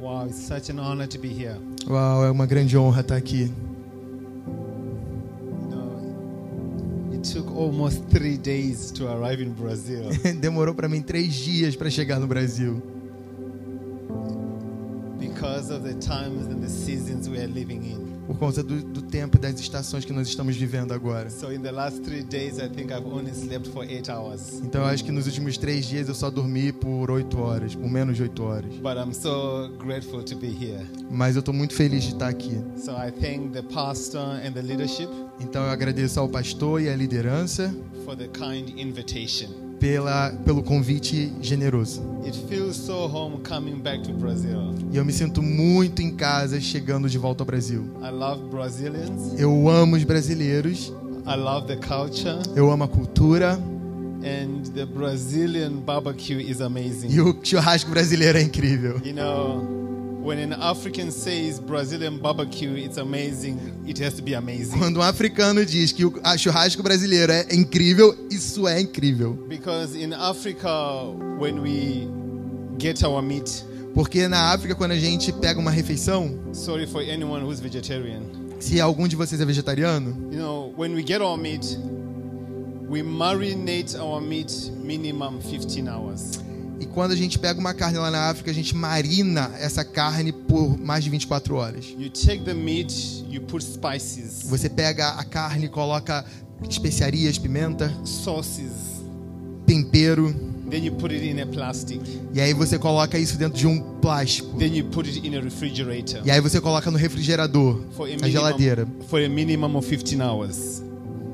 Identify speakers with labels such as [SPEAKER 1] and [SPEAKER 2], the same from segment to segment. [SPEAKER 1] Wow, it's such an honor to be here.
[SPEAKER 2] Uau, é uma grande honra estar aqui.
[SPEAKER 1] You know, it took almost three days to arrive in Brazil.
[SPEAKER 2] Demorou para mim três dias para chegar no Brasil,
[SPEAKER 1] because of the times and the seasons we are living in.
[SPEAKER 2] por conta do, do tempo e das estações que nós estamos vivendo agora.
[SPEAKER 1] So in the last three days, I think I've only slept for eight hours.
[SPEAKER 2] Então eu acho que nos últimos três dias eu só dormi por oito horas, por menos de oito horas.
[SPEAKER 1] But I'm so grateful to be here.
[SPEAKER 2] Mas eu estou muito feliz de estar aqui.
[SPEAKER 1] So I thank the pastor and the leadership
[SPEAKER 2] Então eu agradeço ao pastor e à liderança
[SPEAKER 1] for the kind invitation.
[SPEAKER 2] pela, pelo convite generoso.
[SPEAKER 1] It feels so home coming back to Brazil.
[SPEAKER 2] E eu me sinto muito em casa chegando de volta ao Brasil.
[SPEAKER 1] I love Brazilians.
[SPEAKER 2] Eu amo os brasileiros,
[SPEAKER 1] I love the culture.
[SPEAKER 2] eu amo a cultura
[SPEAKER 1] And the Brazilian barbecue is amazing.
[SPEAKER 2] e o churrasco brasileiro é incrível.
[SPEAKER 1] You know, when an African says Brazilian barbecue, it's amazing, it has to be amazing.
[SPEAKER 2] Quando um africano diz que o a churrasco brasileiro é incrível, isso é incrível.
[SPEAKER 1] Because in Africa, when we get our meat,
[SPEAKER 2] Porque na África, quando a gente pega uma refeição,
[SPEAKER 1] sorry for anyone who's vegetarian,
[SPEAKER 2] se algum de vocês é vegetariano,
[SPEAKER 1] you know, when we get our meat, we marinate our meat minimum 15 hours.
[SPEAKER 2] e quando a gente pega uma carne lá na África, a gente marina essa carne por mais de 24 horas.
[SPEAKER 1] You take the meat, you put spices,
[SPEAKER 2] Você pega a carne, coloca especiarias, pimenta,
[SPEAKER 1] sauces,
[SPEAKER 2] tempero,
[SPEAKER 1] then you put it in a plastic,
[SPEAKER 2] e aí você coloca isso dentro de um plástico.
[SPEAKER 1] then you put it in a refrigerator
[SPEAKER 2] E aí você coloca no refrigerador,
[SPEAKER 1] for a
[SPEAKER 2] na geladeira,
[SPEAKER 1] minimum, for a minimum of 15 hours.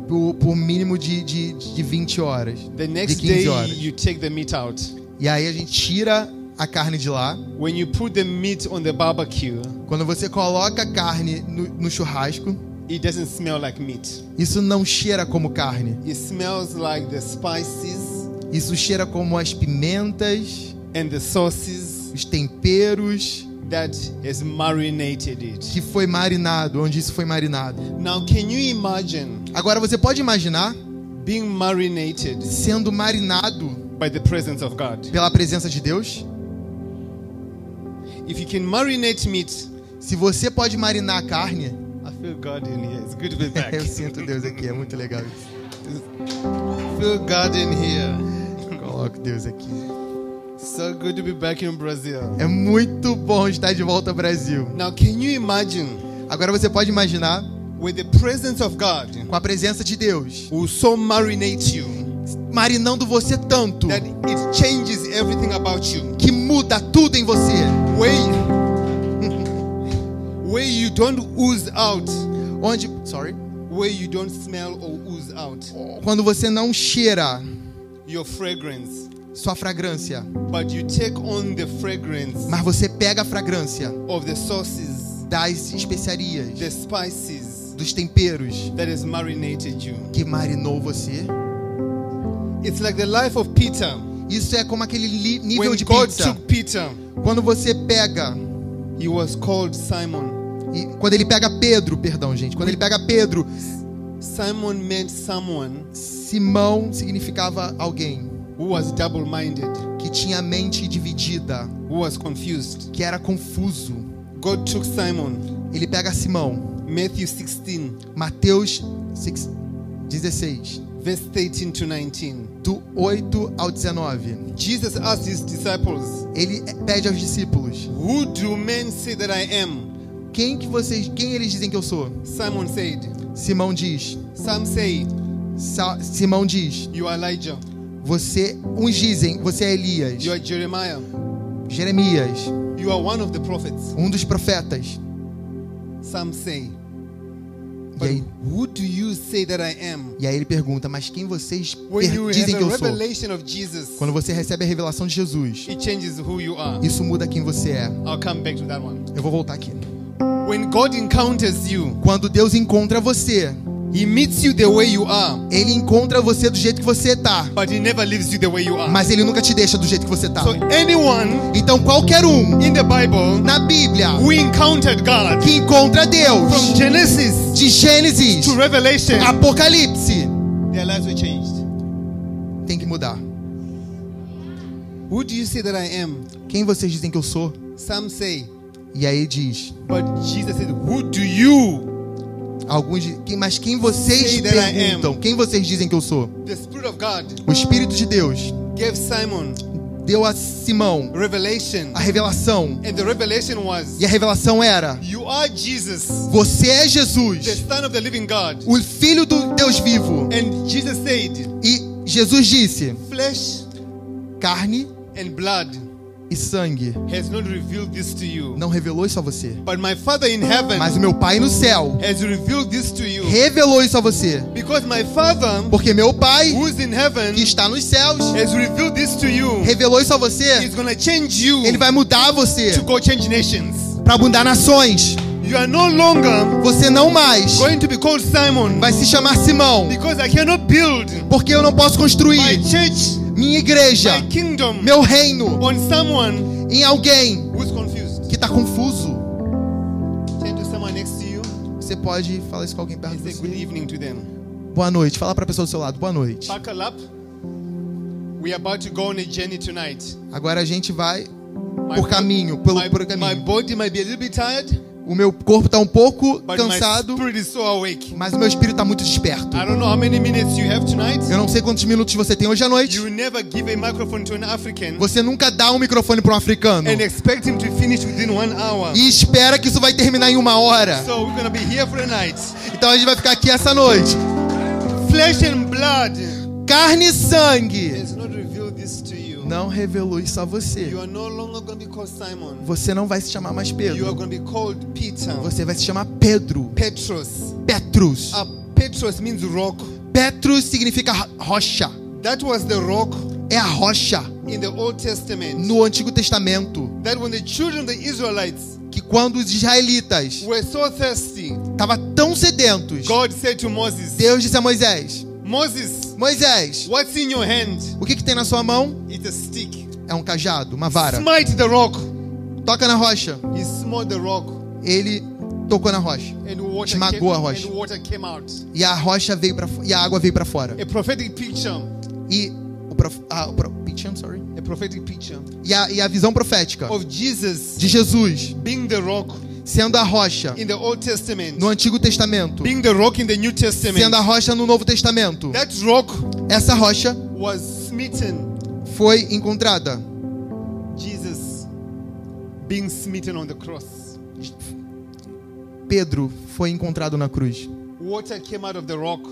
[SPEAKER 2] por, por mínimo de, de, de 20 horas,
[SPEAKER 1] The
[SPEAKER 2] de
[SPEAKER 1] next day
[SPEAKER 2] 15 horas.
[SPEAKER 1] you take the meat out.
[SPEAKER 2] E aí a gente tira a carne de lá.
[SPEAKER 1] When you put the meat on the barbecue,
[SPEAKER 2] Quando você coloca a carne no, no churrasco,
[SPEAKER 1] it doesn't smell like meat.
[SPEAKER 2] isso não cheira como carne.
[SPEAKER 1] It smells like the spices
[SPEAKER 2] Isso cheira como as pimentas,
[SPEAKER 1] and the sauces
[SPEAKER 2] os temperos
[SPEAKER 1] that has marinated it.
[SPEAKER 2] que foi marinado, onde isso foi marinado.
[SPEAKER 1] Now can you imagine
[SPEAKER 2] Agora você pode imaginar
[SPEAKER 1] being marinated
[SPEAKER 2] sendo marinado
[SPEAKER 1] by the presence of God?
[SPEAKER 2] pela presença de Deus?
[SPEAKER 1] If you can marinate meat,
[SPEAKER 2] Se você pode marinar a carne,
[SPEAKER 1] I feel God in here. It's good to be back.
[SPEAKER 2] eu sinto Deus aqui, é muito legal isso.
[SPEAKER 1] feel God in here.
[SPEAKER 2] Coloco Deus aqui.
[SPEAKER 1] So good to be back in Brazil.
[SPEAKER 2] É muito bom estar de volta ao Brasil.
[SPEAKER 1] Now can you imagine
[SPEAKER 2] Agora você pode imaginar
[SPEAKER 1] with the presence of God
[SPEAKER 2] com a presença de Deus
[SPEAKER 1] who so marinate you?
[SPEAKER 2] marinando você tanto
[SPEAKER 1] that it changes everything about you.
[SPEAKER 2] que muda tudo em você,
[SPEAKER 1] Where you, where you don't ooze out,
[SPEAKER 2] onde, sorry,
[SPEAKER 1] where you don't smell or ooze out
[SPEAKER 2] quando você não cheira
[SPEAKER 1] your fragrance,
[SPEAKER 2] sua fragrância,
[SPEAKER 1] but you take on the fragrance
[SPEAKER 2] mas você pega a fragrância
[SPEAKER 1] of the sauces,
[SPEAKER 2] das especiarias,
[SPEAKER 1] the spices
[SPEAKER 2] dos temperos
[SPEAKER 1] that has marinated you.
[SPEAKER 2] que marinou você.
[SPEAKER 1] It's like the life of Peter.
[SPEAKER 2] Isso é como aquele li- nível
[SPEAKER 1] When
[SPEAKER 2] de
[SPEAKER 1] God
[SPEAKER 2] pizza.
[SPEAKER 1] took Peter,
[SPEAKER 2] Quando você pega
[SPEAKER 1] he was called Simon.
[SPEAKER 2] e quando ele pega Pedro, perdão, gente, quando ele pega Pedro,
[SPEAKER 1] Simon meant someone
[SPEAKER 2] Simão significava alguém
[SPEAKER 1] who was double minded,
[SPEAKER 2] que tinha a mente dividida,
[SPEAKER 1] who was confused.
[SPEAKER 2] que era confuso.
[SPEAKER 1] God took Simon.
[SPEAKER 2] Ele pega Simão,
[SPEAKER 1] Matthew 16,
[SPEAKER 2] Mateus 6, 16,
[SPEAKER 1] verse 13 to 19.
[SPEAKER 2] do 8 ao 19.
[SPEAKER 1] Jesus asked his disciples,
[SPEAKER 2] Ele pede aos discípulos:
[SPEAKER 1] Who do men say that I am?
[SPEAKER 2] "Quem que vocês, quem eles dizem que eu sou?"
[SPEAKER 1] Simon said,
[SPEAKER 2] Simão diz:
[SPEAKER 1] Some say
[SPEAKER 2] Sa- Simão diz:
[SPEAKER 1] you are Elijah,
[SPEAKER 2] "Você uns dizem, você é Elias,
[SPEAKER 1] you are Jeremiah,
[SPEAKER 2] Jeremias,
[SPEAKER 1] you are one of the prophets.
[SPEAKER 2] um dos profetas."
[SPEAKER 1] Some say,
[SPEAKER 2] E
[SPEAKER 1] But
[SPEAKER 2] aí,
[SPEAKER 1] who do you say that I am?
[SPEAKER 2] e aí ele pergunta: "Mas quem vocês
[SPEAKER 1] When
[SPEAKER 2] per-
[SPEAKER 1] you
[SPEAKER 2] dizem
[SPEAKER 1] have
[SPEAKER 2] que
[SPEAKER 1] a
[SPEAKER 2] eu sou?"
[SPEAKER 1] revelation of Jesus,
[SPEAKER 2] Quando você recebe a revelação de Jesus,
[SPEAKER 1] it changes who you are.
[SPEAKER 2] isso muda quem você é.
[SPEAKER 1] I'll come back to that one.
[SPEAKER 2] Eu vou voltar aqui.
[SPEAKER 1] When God encounters you,
[SPEAKER 2] Quando Deus encontra você,
[SPEAKER 1] He meets you the way you are,
[SPEAKER 2] ele encontra você do jeito que você tá,
[SPEAKER 1] but He never leaves you the way you are.
[SPEAKER 2] mas ele nunca te deixa do jeito que você tá.
[SPEAKER 1] So, anyone
[SPEAKER 2] Então qualquer um
[SPEAKER 1] in the Bible
[SPEAKER 2] na Bíblia
[SPEAKER 1] We encountered God
[SPEAKER 2] que encontra
[SPEAKER 1] from
[SPEAKER 2] Deus
[SPEAKER 1] Genesis
[SPEAKER 2] de Gênesis,
[SPEAKER 1] to Revelation.
[SPEAKER 2] Apocalipse,
[SPEAKER 1] Their lives were changed.
[SPEAKER 2] tem que mudar.
[SPEAKER 1] Who do you say that I am?
[SPEAKER 2] Quem vocês dizem que eu sou?
[SPEAKER 1] Some say
[SPEAKER 2] E aí diz,
[SPEAKER 1] But Jesus said, Who do you?
[SPEAKER 2] alguns, di- "Quem- mas quem vocês
[SPEAKER 1] Say that I am."
[SPEAKER 2] perguntam? Quem vocês dizem que eu sou?
[SPEAKER 1] The Spirit of God
[SPEAKER 2] O Espírito de Deus
[SPEAKER 1] gave Simon
[SPEAKER 2] deu a Simão
[SPEAKER 1] revelation.
[SPEAKER 2] a revelação.
[SPEAKER 1] And the revelation was,
[SPEAKER 2] E a revelação era:
[SPEAKER 1] You are Jesus,
[SPEAKER 2] Você é
[SPEAKER 1] the
[SPEAKER 2] Jesus,
[SPEAKER 1] Son of the living God.
[SPEAKER 2] o Filho do Deus vivo.
[SPEAKER 1] And Jesus said,
[SPEAKER 2] E Jesus disse:
[SPEAKER 1] Flesh
[SPEAKER 2] Carne
[SPEAKER 1] and blood
[SPEAKER 2] e sangue
[SPEAKER 1] has not revealed this to you,
[SPEAKER 2] não revelou isso a você,
[SPEAKER 1] but my Father in heaven
[SPEAKER 2] mas o meu Pai no céu
[SPEAKER 1] has revealed this to you.
[SPEAKER 2] revelou isso a você,
[SPEAKER 1] Because my Father,
[SPEAKER 2] porque meu Pai
[SPEAKER 1] who's in heaven,
[SPEAKER 2] que está nos céus
[SPEAKER 1] has revealed this to you.
[SPEAKER 2] revelou isso a você.
[SPEAKER 1] He's gonna change you
[SPEAKER 2] Ele vai mudar você
[SPEAKER 1] to go change nations.
[SPEAKER 2] para mudar nações.
[SPEAKER 1] You are no longer
[SPEAKER 2] Você não mais
[SPEAKER 1] going to be called Simon
[SPEAKER 2] vai se chamar Simão,
[SPEAKER 1] because I cannot build
[SPEAKER 2] porque eu não posso
[SPEAKER 1] my
[SPEAKER 2] construir
[SPEAKER 1] church,
[SPEAKER 2] minha igreja,
[SPEAKER 1] my kingdom
[SPEAKER 2] meu reino
[SPEAKER 1] on someone
[SPEAKER 2] em alguém
[SPEAKER 1] who's confused.
[SPEAKER 2] que está confuso.
[SPEAKER 1] Turn to someone next to you
[SPEAKER 2] Você pode falar isso com alguém perto
[SPEAKER 1] and
[SPEAKER 2] de
[SPEAKER 1] say good
[SPEAKER 2] você.
[SPEAKER 1] evening to them.
[SPEAKER 2] Boa noite. Fala para a pessoa do seu lado. Boa noite.
[SPEAKER 1] Buckle up. We are about to go on a journey tonight.
[SPEAKER 2] Agora a gente vai
[SPEAKER 1] My
[SPEAKER 2] por
[SPEAKER 1] bo-
[SPEAKER 2] caminho, pelo
[SPEAKER 1] my,
[SPEAKER 2] por
[SPEAKER 1] my
[SPEAKER 2] caminho.
[SPEAKER 1] body might be a little bit tired,
[SPEAKER 2] O meu corpo tá um pouco
[SPEAKER 1] but
[SPEAKER 2] cansado,
[SPEAKER 1] my spirit is so awake.
[SPEAKER 2] mas o meu espírito tá muito desperto.
[SPEAKER 1] I don't know how many minutes you have tonight.
[SPEAKER 2] Eu não sei quantos minutos você tem hoje à noite.
[SPEAKER 1] You never give a microphone to an African
[SPEAKER 2] Você nunca dá um microfone para um africano
[SPEAKER 1] and expect him to finish within one hour.
[SPEAKER 2] e espera que isso vai terminar em uma hora.
[SPEAKER 1] So we're gonna be here for the night.
[SPEAKER 2] Então a gente vai ficar aqui essa noite.
[SPEAKER 1] Flesh and blood
[SPEAKER 2] Carne e sangue
[SPEAKER 1] has not revealed this to you.
[SPEAKER 2] não revelou isso a você.
[SPEAKER 1] You are no longer gonna be called Simon.
[SPEAKER 2] Você não vai se chamar mais
[SPEAKER 1] You are
[SPEAKER 2] Pedro.
[SPEAKER 1] gonna be called Peter.
[SPEAKER 2] Você vai se chamar Pedro.
[SPEAKER 1] Petros.
[SPEAKER 2] Petrus.
[SPEAKER 1] Uh, Petros means rock.
[SPEAKER 2] Petrus significa ro- rocha.
[SPEAKER 1] That was the rock
[SPEAKER 2] É a rocha
[SPEAKER 1] in the Old Testament.
[SPEAKER 2] no Antigo Testamento
[SPEAKER 1] That when the children of the Israelites
[SPEAKER 2] que quando os israelitas
[SPEAKER 1] were so thirsty,
[SPEAKER 2] estavam tão sedentos,
[SPEAKER 1] God said to Moses,
[SPEAKER 2] Deus disse a Moisés:
[SPEAKER 1] Moses,
[SPEAKER 2] Moisés,
[SPEAKER 1] what's in your hand?
[SPEAKER 2] o que, que tem na sua mão?
[SPEAKER 1] It's a stick.
[SPEAKER 2] É um cajado, uma vara.
[SPEAKER 1] Smite the rock.
[SPEAKER 2] Toca na rocha.
[SPEAKER 1] He smote the rock
[SPEAKER 2] Ele tocou na rocha
[SPEAKER 1] and water,
[SPEAKER 2] Esmagou
[SPEAKER 1] came,
[SPEAKER 2] a rocha.
[SPEAKER 1] and water came out.
[SPEAKER 2] e a rocha veio para e a água veio para fora.
[SPEAKER 1] A prophetic picture.
[SPEAKER 2] E o prof, ah, o prof, picture, I'm sorry.
[SPEAKER 1] A prophetic picture
[SPEAKER 2] E a, e a visão profética
[SPEAKER 1] of Jesus
[SPEAKER 2] de Jesus
[SPEAKER 1] being the rock
[SPEAKER 2] sendo a rocha
[SPEAKER 1] in the Old Testament,
[SPEAKER 2] no Antigo Testamento,
[SPEAKER 1] being the rock in the New Testament.
[SPEAKER 2] sendo a rocha no Novo Testamento.
[SPEAKER 1] That rock
[SPEAKER 2] Essa rocha
[SPEAKER 1] was smitten.
[SPEAKER 2] foi encontrada.
[SPEAKER 1] Jesus being smitten on the cross.
[SPEAKER 2] Pedro foi encontrado na cruz.
[SPEAKER 1] Water came out of the rock.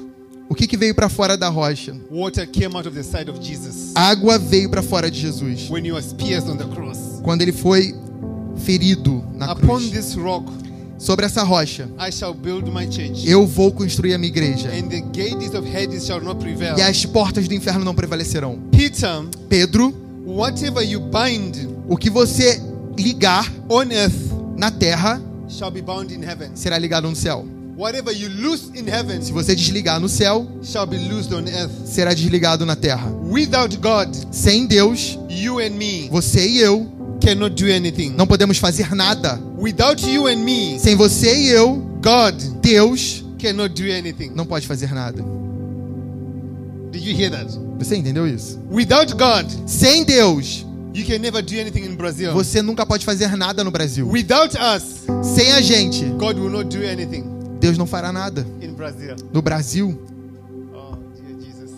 [SPEAKER 2] O que, que veio para fora da rocha?
[SPEAKER 1] Water came out of the side of Jesus
[SPEAKER 2] Água veio para fora de Jesus
[SPEAKER 1] when he was pierced on the cross.
[SPEAKER 2] quando ele foi ferido na
[SPEAKER 1] Upon
[SPEAKER 2] cruz.
[SPEAKER 1] this rock
[SPEAKER 2] Sobre essa rocha,
[SPEAKER 1] I shall build my church,
[SPEAKER 2] eu vou construir a minha igreja
[SPEAKER 1] and the gates of Hades shall not prevail.
[SPEAKER 2] e as portas do inferno não prevalecerão.
[SPEAKER 1] Peter,
[SPEAKER 2] Pedro,
[SPEAKER 1] whatever you bind
[SPEAKER 2] o que você ligar
[SPEAKER 1] on earth
[SPEAKER 2] na terra
[SPEAKER 1] shall be bound in heaven.
[SPEAKER 2] será ligado no céu.
[SPEAKER 1] Whatever you loose in heaven
[SPEAKER 2] Se você desligar no céu,
[SPEAKER 1] shall be loosed on earth.
[SPEAKER 2] será desligado na terra.
[SPEAKER 1] Without God,
[SPEAKER 2] Sem Deus,
[SPEAKER 1] you and me
[SPEAKER 2] você e eu
[SPEAKER 1] cannot do anything.
[SPEAKER 2] não podemos fazer nada.
[SPEAKER 1] Without you and me,
[SPEAKER 2] Sem você e eu,
[SPEAKER 1] God
[SPEAKER 2] Deus
[SPEAKER 1] cannot do anything.
[SPEAKER 2] não pode fazer nada.
[SPEAKER 1] Did you hear that?
[SPEAKER 2] Você entendeu isso?
[SPEAKER 1] Without God,
[SPEAKER 2] Sem Deus,
[SPEAKER 1] you can never do anything in Brazil.
[SPEAKER 2] você nunca pode fazer nada no Brasil.
[SPEAKER 1] Without us,
[SPEAKER 2] Sem a gente,
[SPEAKER 1] God will not do anything
[SPEAKER 2] Deus não fará nada.
[SPEAKER 1] in Brazil.
[SPEAKER 2] No Brasil,
[SPEAKER 1] Oh, dear Jesus.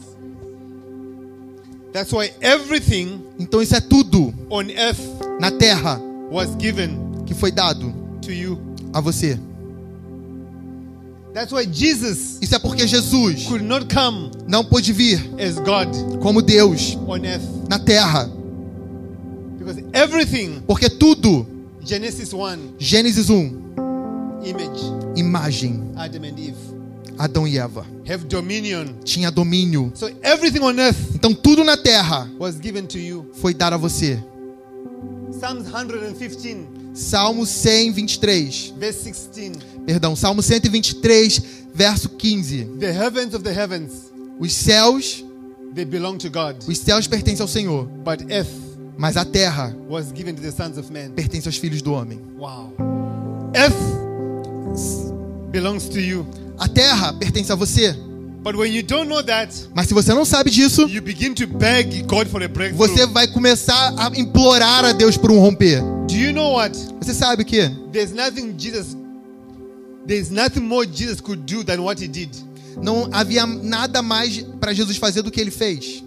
[SPEAKER 1] That's why everything
[SPEAKER 2] então isso é tudo
[SPEAKER 1] on earth
[SPEAKER 2] na terra
[SPEAKER 1] was given
[SPEAKER 2] que foi dado
[SPEAKER 1] to you.
[SPEAKER 2] a você.
[SPEAKER 1] That's why Jesus
[SPEAKER 2] Isso é porque Jesus
[SPEAKER 1] could not come
[SPEAKER 2] não pôde vir
[SPEAKER 1] as God
[SPEAKER 2] como Deus
[SPEAKER 1] on earth
[SPEAKER 2] na terra,
[SPEAKER 1] because everything
[SPEAKER 2] porque tudo,
[SPEAKER 1] Genesis 1
[SPEAKER 2] Gênesis 1,
[SPEAKER 1] image
[SPEAKER 2] imagem,
[SPEAKER 1] Adam and Eve
[SPEAKER 2] Adão e Eva,
[SPEAKER 1] have dominion.
[SPEAKER 2] tinha domínio.
[SPEAKER 1] So everything on earth
[SPEAKER 2] Então tudo na terra
[SPEAKER 1] was given to you.
[SPEAKER 2] foi dado a você.
[SPEAKER 1] Psalms 115
[SPEAKER 2] Salmo 123,
[SPEAKER 1] verse 16.
[SPEAKER 2] perdão, Salmo 123, verso 15.
[SPEAKER 1] The heavens of the heavens
[SPEAKER 2] Os céus,
[SPEAKER 1] they belong to God,
[SPEAKER 2] os céus pertencem ao Senhor,
[SPEAKER 1] but earth
[SPEAKER 2] mas a terra
[SPEAKER 1] was given to the sons of men.
[SPEAKER 2] pertence aos filhos do homem.
[SPEAKER 1] Wow. Earth belongs to you,
[SPEAKER 2] A terra pertence a você,
[SPEAKER 1] But when you don't know that,
[SPEAKER 2] Mas se você não sabe disso,
[SPEAKER 1] you begin to beg God for a breakthrough.
[SPEAKER 2] você vai começar a implorar a Deus por um romper.
[SPEAKER 1] Do you know what?
[SPEAKER 2] Você sabe o quê?
[SPEAKER 1] There's nothing Jesus there's nothing more Jesus could do than what he did.
[SPEAKER 2] Não havia nada mais para Jesus fazer do que ele fez.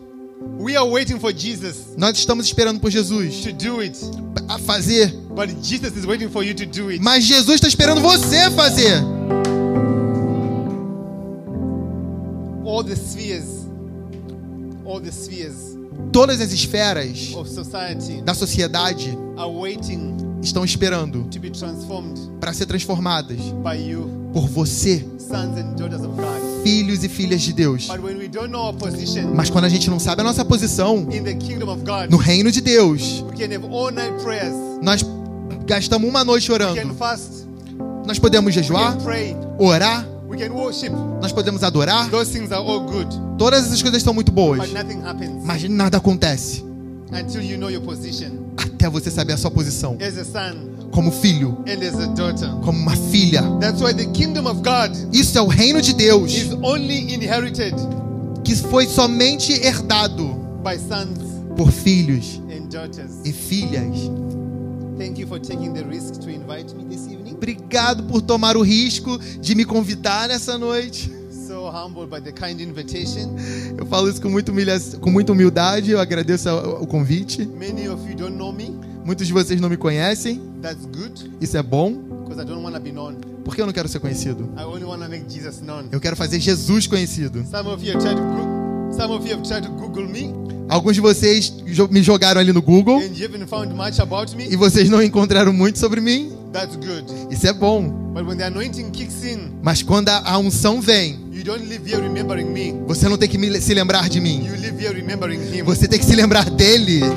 [SPEAKER 1] We are waiting for Jesus
[SPEAKER 2] Nós estamos esperando por Jesus
[SPEAKER 1] to do it,
[SPEAKER 2] a fazer,
[SPEAKER 1] but Jesus is waiting for you to do it.
[SPEAKER 2] mas Jesus está esperando você fazer.
[SPEAKER 1] All the spheres, all the spheres
[SPEAKER 2] Todas as esferas
[SPEAKER 1] of society
[SPEAKER 2] da sociedade
[SPEAKER 1] are waiting
[SPEAKER 2] estão esperando
[SPEAKER 1] to be transformed
[SPEAKER 2] para ser transformadas
[SPEAKER 1] by you,
[SPEAKER 2] por você,
[SPEAKER 1] sons and daughters of God.
[SPEAKER 2] filhos e filhas de Deus.
[SPEAKER 1] But when we don't know our position
[SPEAKER 2] Mas quando a gente não sabe a nossa posição
[SPEAKER 1] in the kingdom of God,
[SPEAKER 2] no reino de Deus,
[SPEAKER 1] we can have all night prayers,
[SPEAKER 2] nós gastamos uma noite
[SPEAKER 1] we can
[SPEAKER 2] orando.
[SPEAKER 1] fast,
[SPEAKER 2] Nós podemos
[SPEAKER 1] we
[SPEAKER 2] jejuar,
[SPEAKER 1] can pray,
[SPEAKER 2] orar,
[SPEAKER 1] we can worship.
[SPEAKER 2] nós podemos adorar.
[SPEAKER 1] Those things are all good,
[SPEAKER 2] Todas essas coisas são muito boas,
[SPEAKER 1] but nothing happens
[SPEAKER 2] mas nada acontece
[SPEAKER 1] until you know your position
[SPEAKER 2] até você saber a sua posição
[SPEAKER 1] as a son
[SPEAKER 2] como filho,
[SPEAKER 1] and as a daughter.
[SPEAKER 2] como uma filha.
[SPEAKER 1] That's why the kingdom of God
[SPEAKER 2] Isso é o reino de Deus
[SPEAKER 1] is only inherited
[SPEAKER 2] que foi somente herdado
[SPEAKER 1] by sons
[SPEAKER 2] por filhos
[SPEAKER 1] and daughters.
[SPEAKER 2] e filhas.
[SPEAKER 1] Thank you for taking the risk to invite me this evening.
[SPEAKER 2] Obrigado por tomar o risco de me convidar nessa noite.
[SPEAKER 1] So humbled by the kind invitation.
[SPEAKER 2] Eu falo isso com muita, humilha... com muita humildade, eu agradeço a- o convite.
[SPEAKER 1] Many of you don't know me.
[SPEAKER 2] Muitos de vocês não me conhecem,
[SPEAKER 1] That's good
[SPEAKER 2] isso é bom,
[SPEAKER 1] because I don't want to be known.
[SPEAKER 2] porque eu não quero ser conhecido.
[SPEAKER 1] I only want to make Jesus known.
[SPEAKER 2] Eu quero fazer Jesus conhecido.
[SPEAKER 1] Some of you have tried to group. Some of you have tried to Google me
[SPEAKER 2] Alguns de vocês jo- me jogaram ali no Google
[SPEAKER 1] and you haven't found much about
[SPEAKER 2] e
[SPEAKER 1] me.
[SPEAKER 2] vocês não encontraram muito sobre mim.
[SPEAKER 1] That's good.
[SPEAKER 2] Isso é bom.
[SPEAKER 1] But when the anointing kicks in,
[SPEAKER 2] Mas quando a a unção vem,
[SPEAKER 1] you don't live here remembering me.
[SPEAKER 2] você não tem que me le- se lembrar de mim.
[SPEAKER 1] You live here remembering him.
[SPEAKER 2] Você tem que se lembrar dele.
[SPEAKER 1] You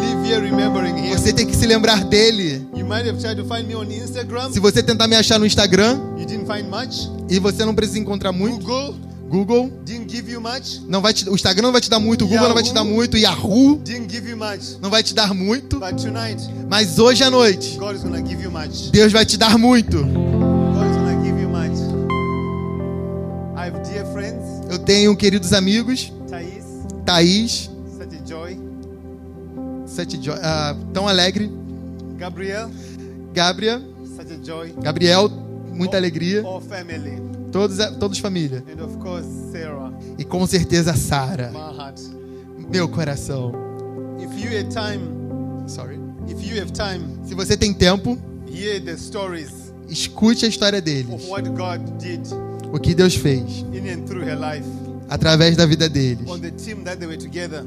[SPEAKER 1] live here remembering him.
[SPEAKER 2] Você tem que se lembrar dele.
[SPEAKER 1] You might have tried to find me on Instagram.
[SPEAKER 2] Se você tentar me achar no Instagram
[SPEAKER 1] You didn't find much.
[SPEAKER 2] e você não precisa encontrar muito,
[SPEAKER 1] Google
[SPEAKER 2] Google
[SPEAKER 1] didn't give you much.
[SPEAKER 2] não vai te, o Instagram não vai te dar muito, o Google não vai te dar muito, Yahoo
[SPEAKER 1] Didn't give you much.
[SPEAKER 2] não vai te dar muito,
[SPEAKER 1] But tonight,
[SPEAKER 2] mas hoje à noite
[SPEAKER 1] God is gonna give you much.
[SPEAKER 2] Deus vai te dar muito.
[SPEAKER 1] God is gonna give you much. I have dear friends,
[SPEAKER 2] Eu tenho queridos amigos,
[SPEAKER 1] Thais,
[SPEAKER 2] Thaís,
[SPEAKER 1] such a joy.
[SPEAKER 2] Sete Jo- ah, tão alegre,
[SPEAKER 1] Gabriel,
[SPEAKER 2] Gabriel,
[SPEAKER 1] such a joy.
[SPEAKER 2] Gabriel, muita alegria,
[SPEAKER 1] All family.
[SPEAKER 2] todos todos família
[SPEAKER 1] And of course, Sarah,
[SPEAKER 2] e com certeza Sara,
[SPEAKER 1] my heart.
[SPEAKER 2] meu coração.
[SPEAKER 1] If you have time,
[SPEAKER 2] Sorry.
[SPEAKER 1] if you have time,
[SPEAKER 2] Se você tem tempo,
[SPEAKER 1] hear the stories
[SPEAKER 2] escute a história
[SPEAKER 1] of
[SPEAKER 2] deles,
[SPEAKER 1] what God did
[SPEAKER 2] o que Deus fez
[SPEAKER 1] in and through her life
[SPEAKER 2] através da vida deles,
[SPEAKER 1] on the team that they were together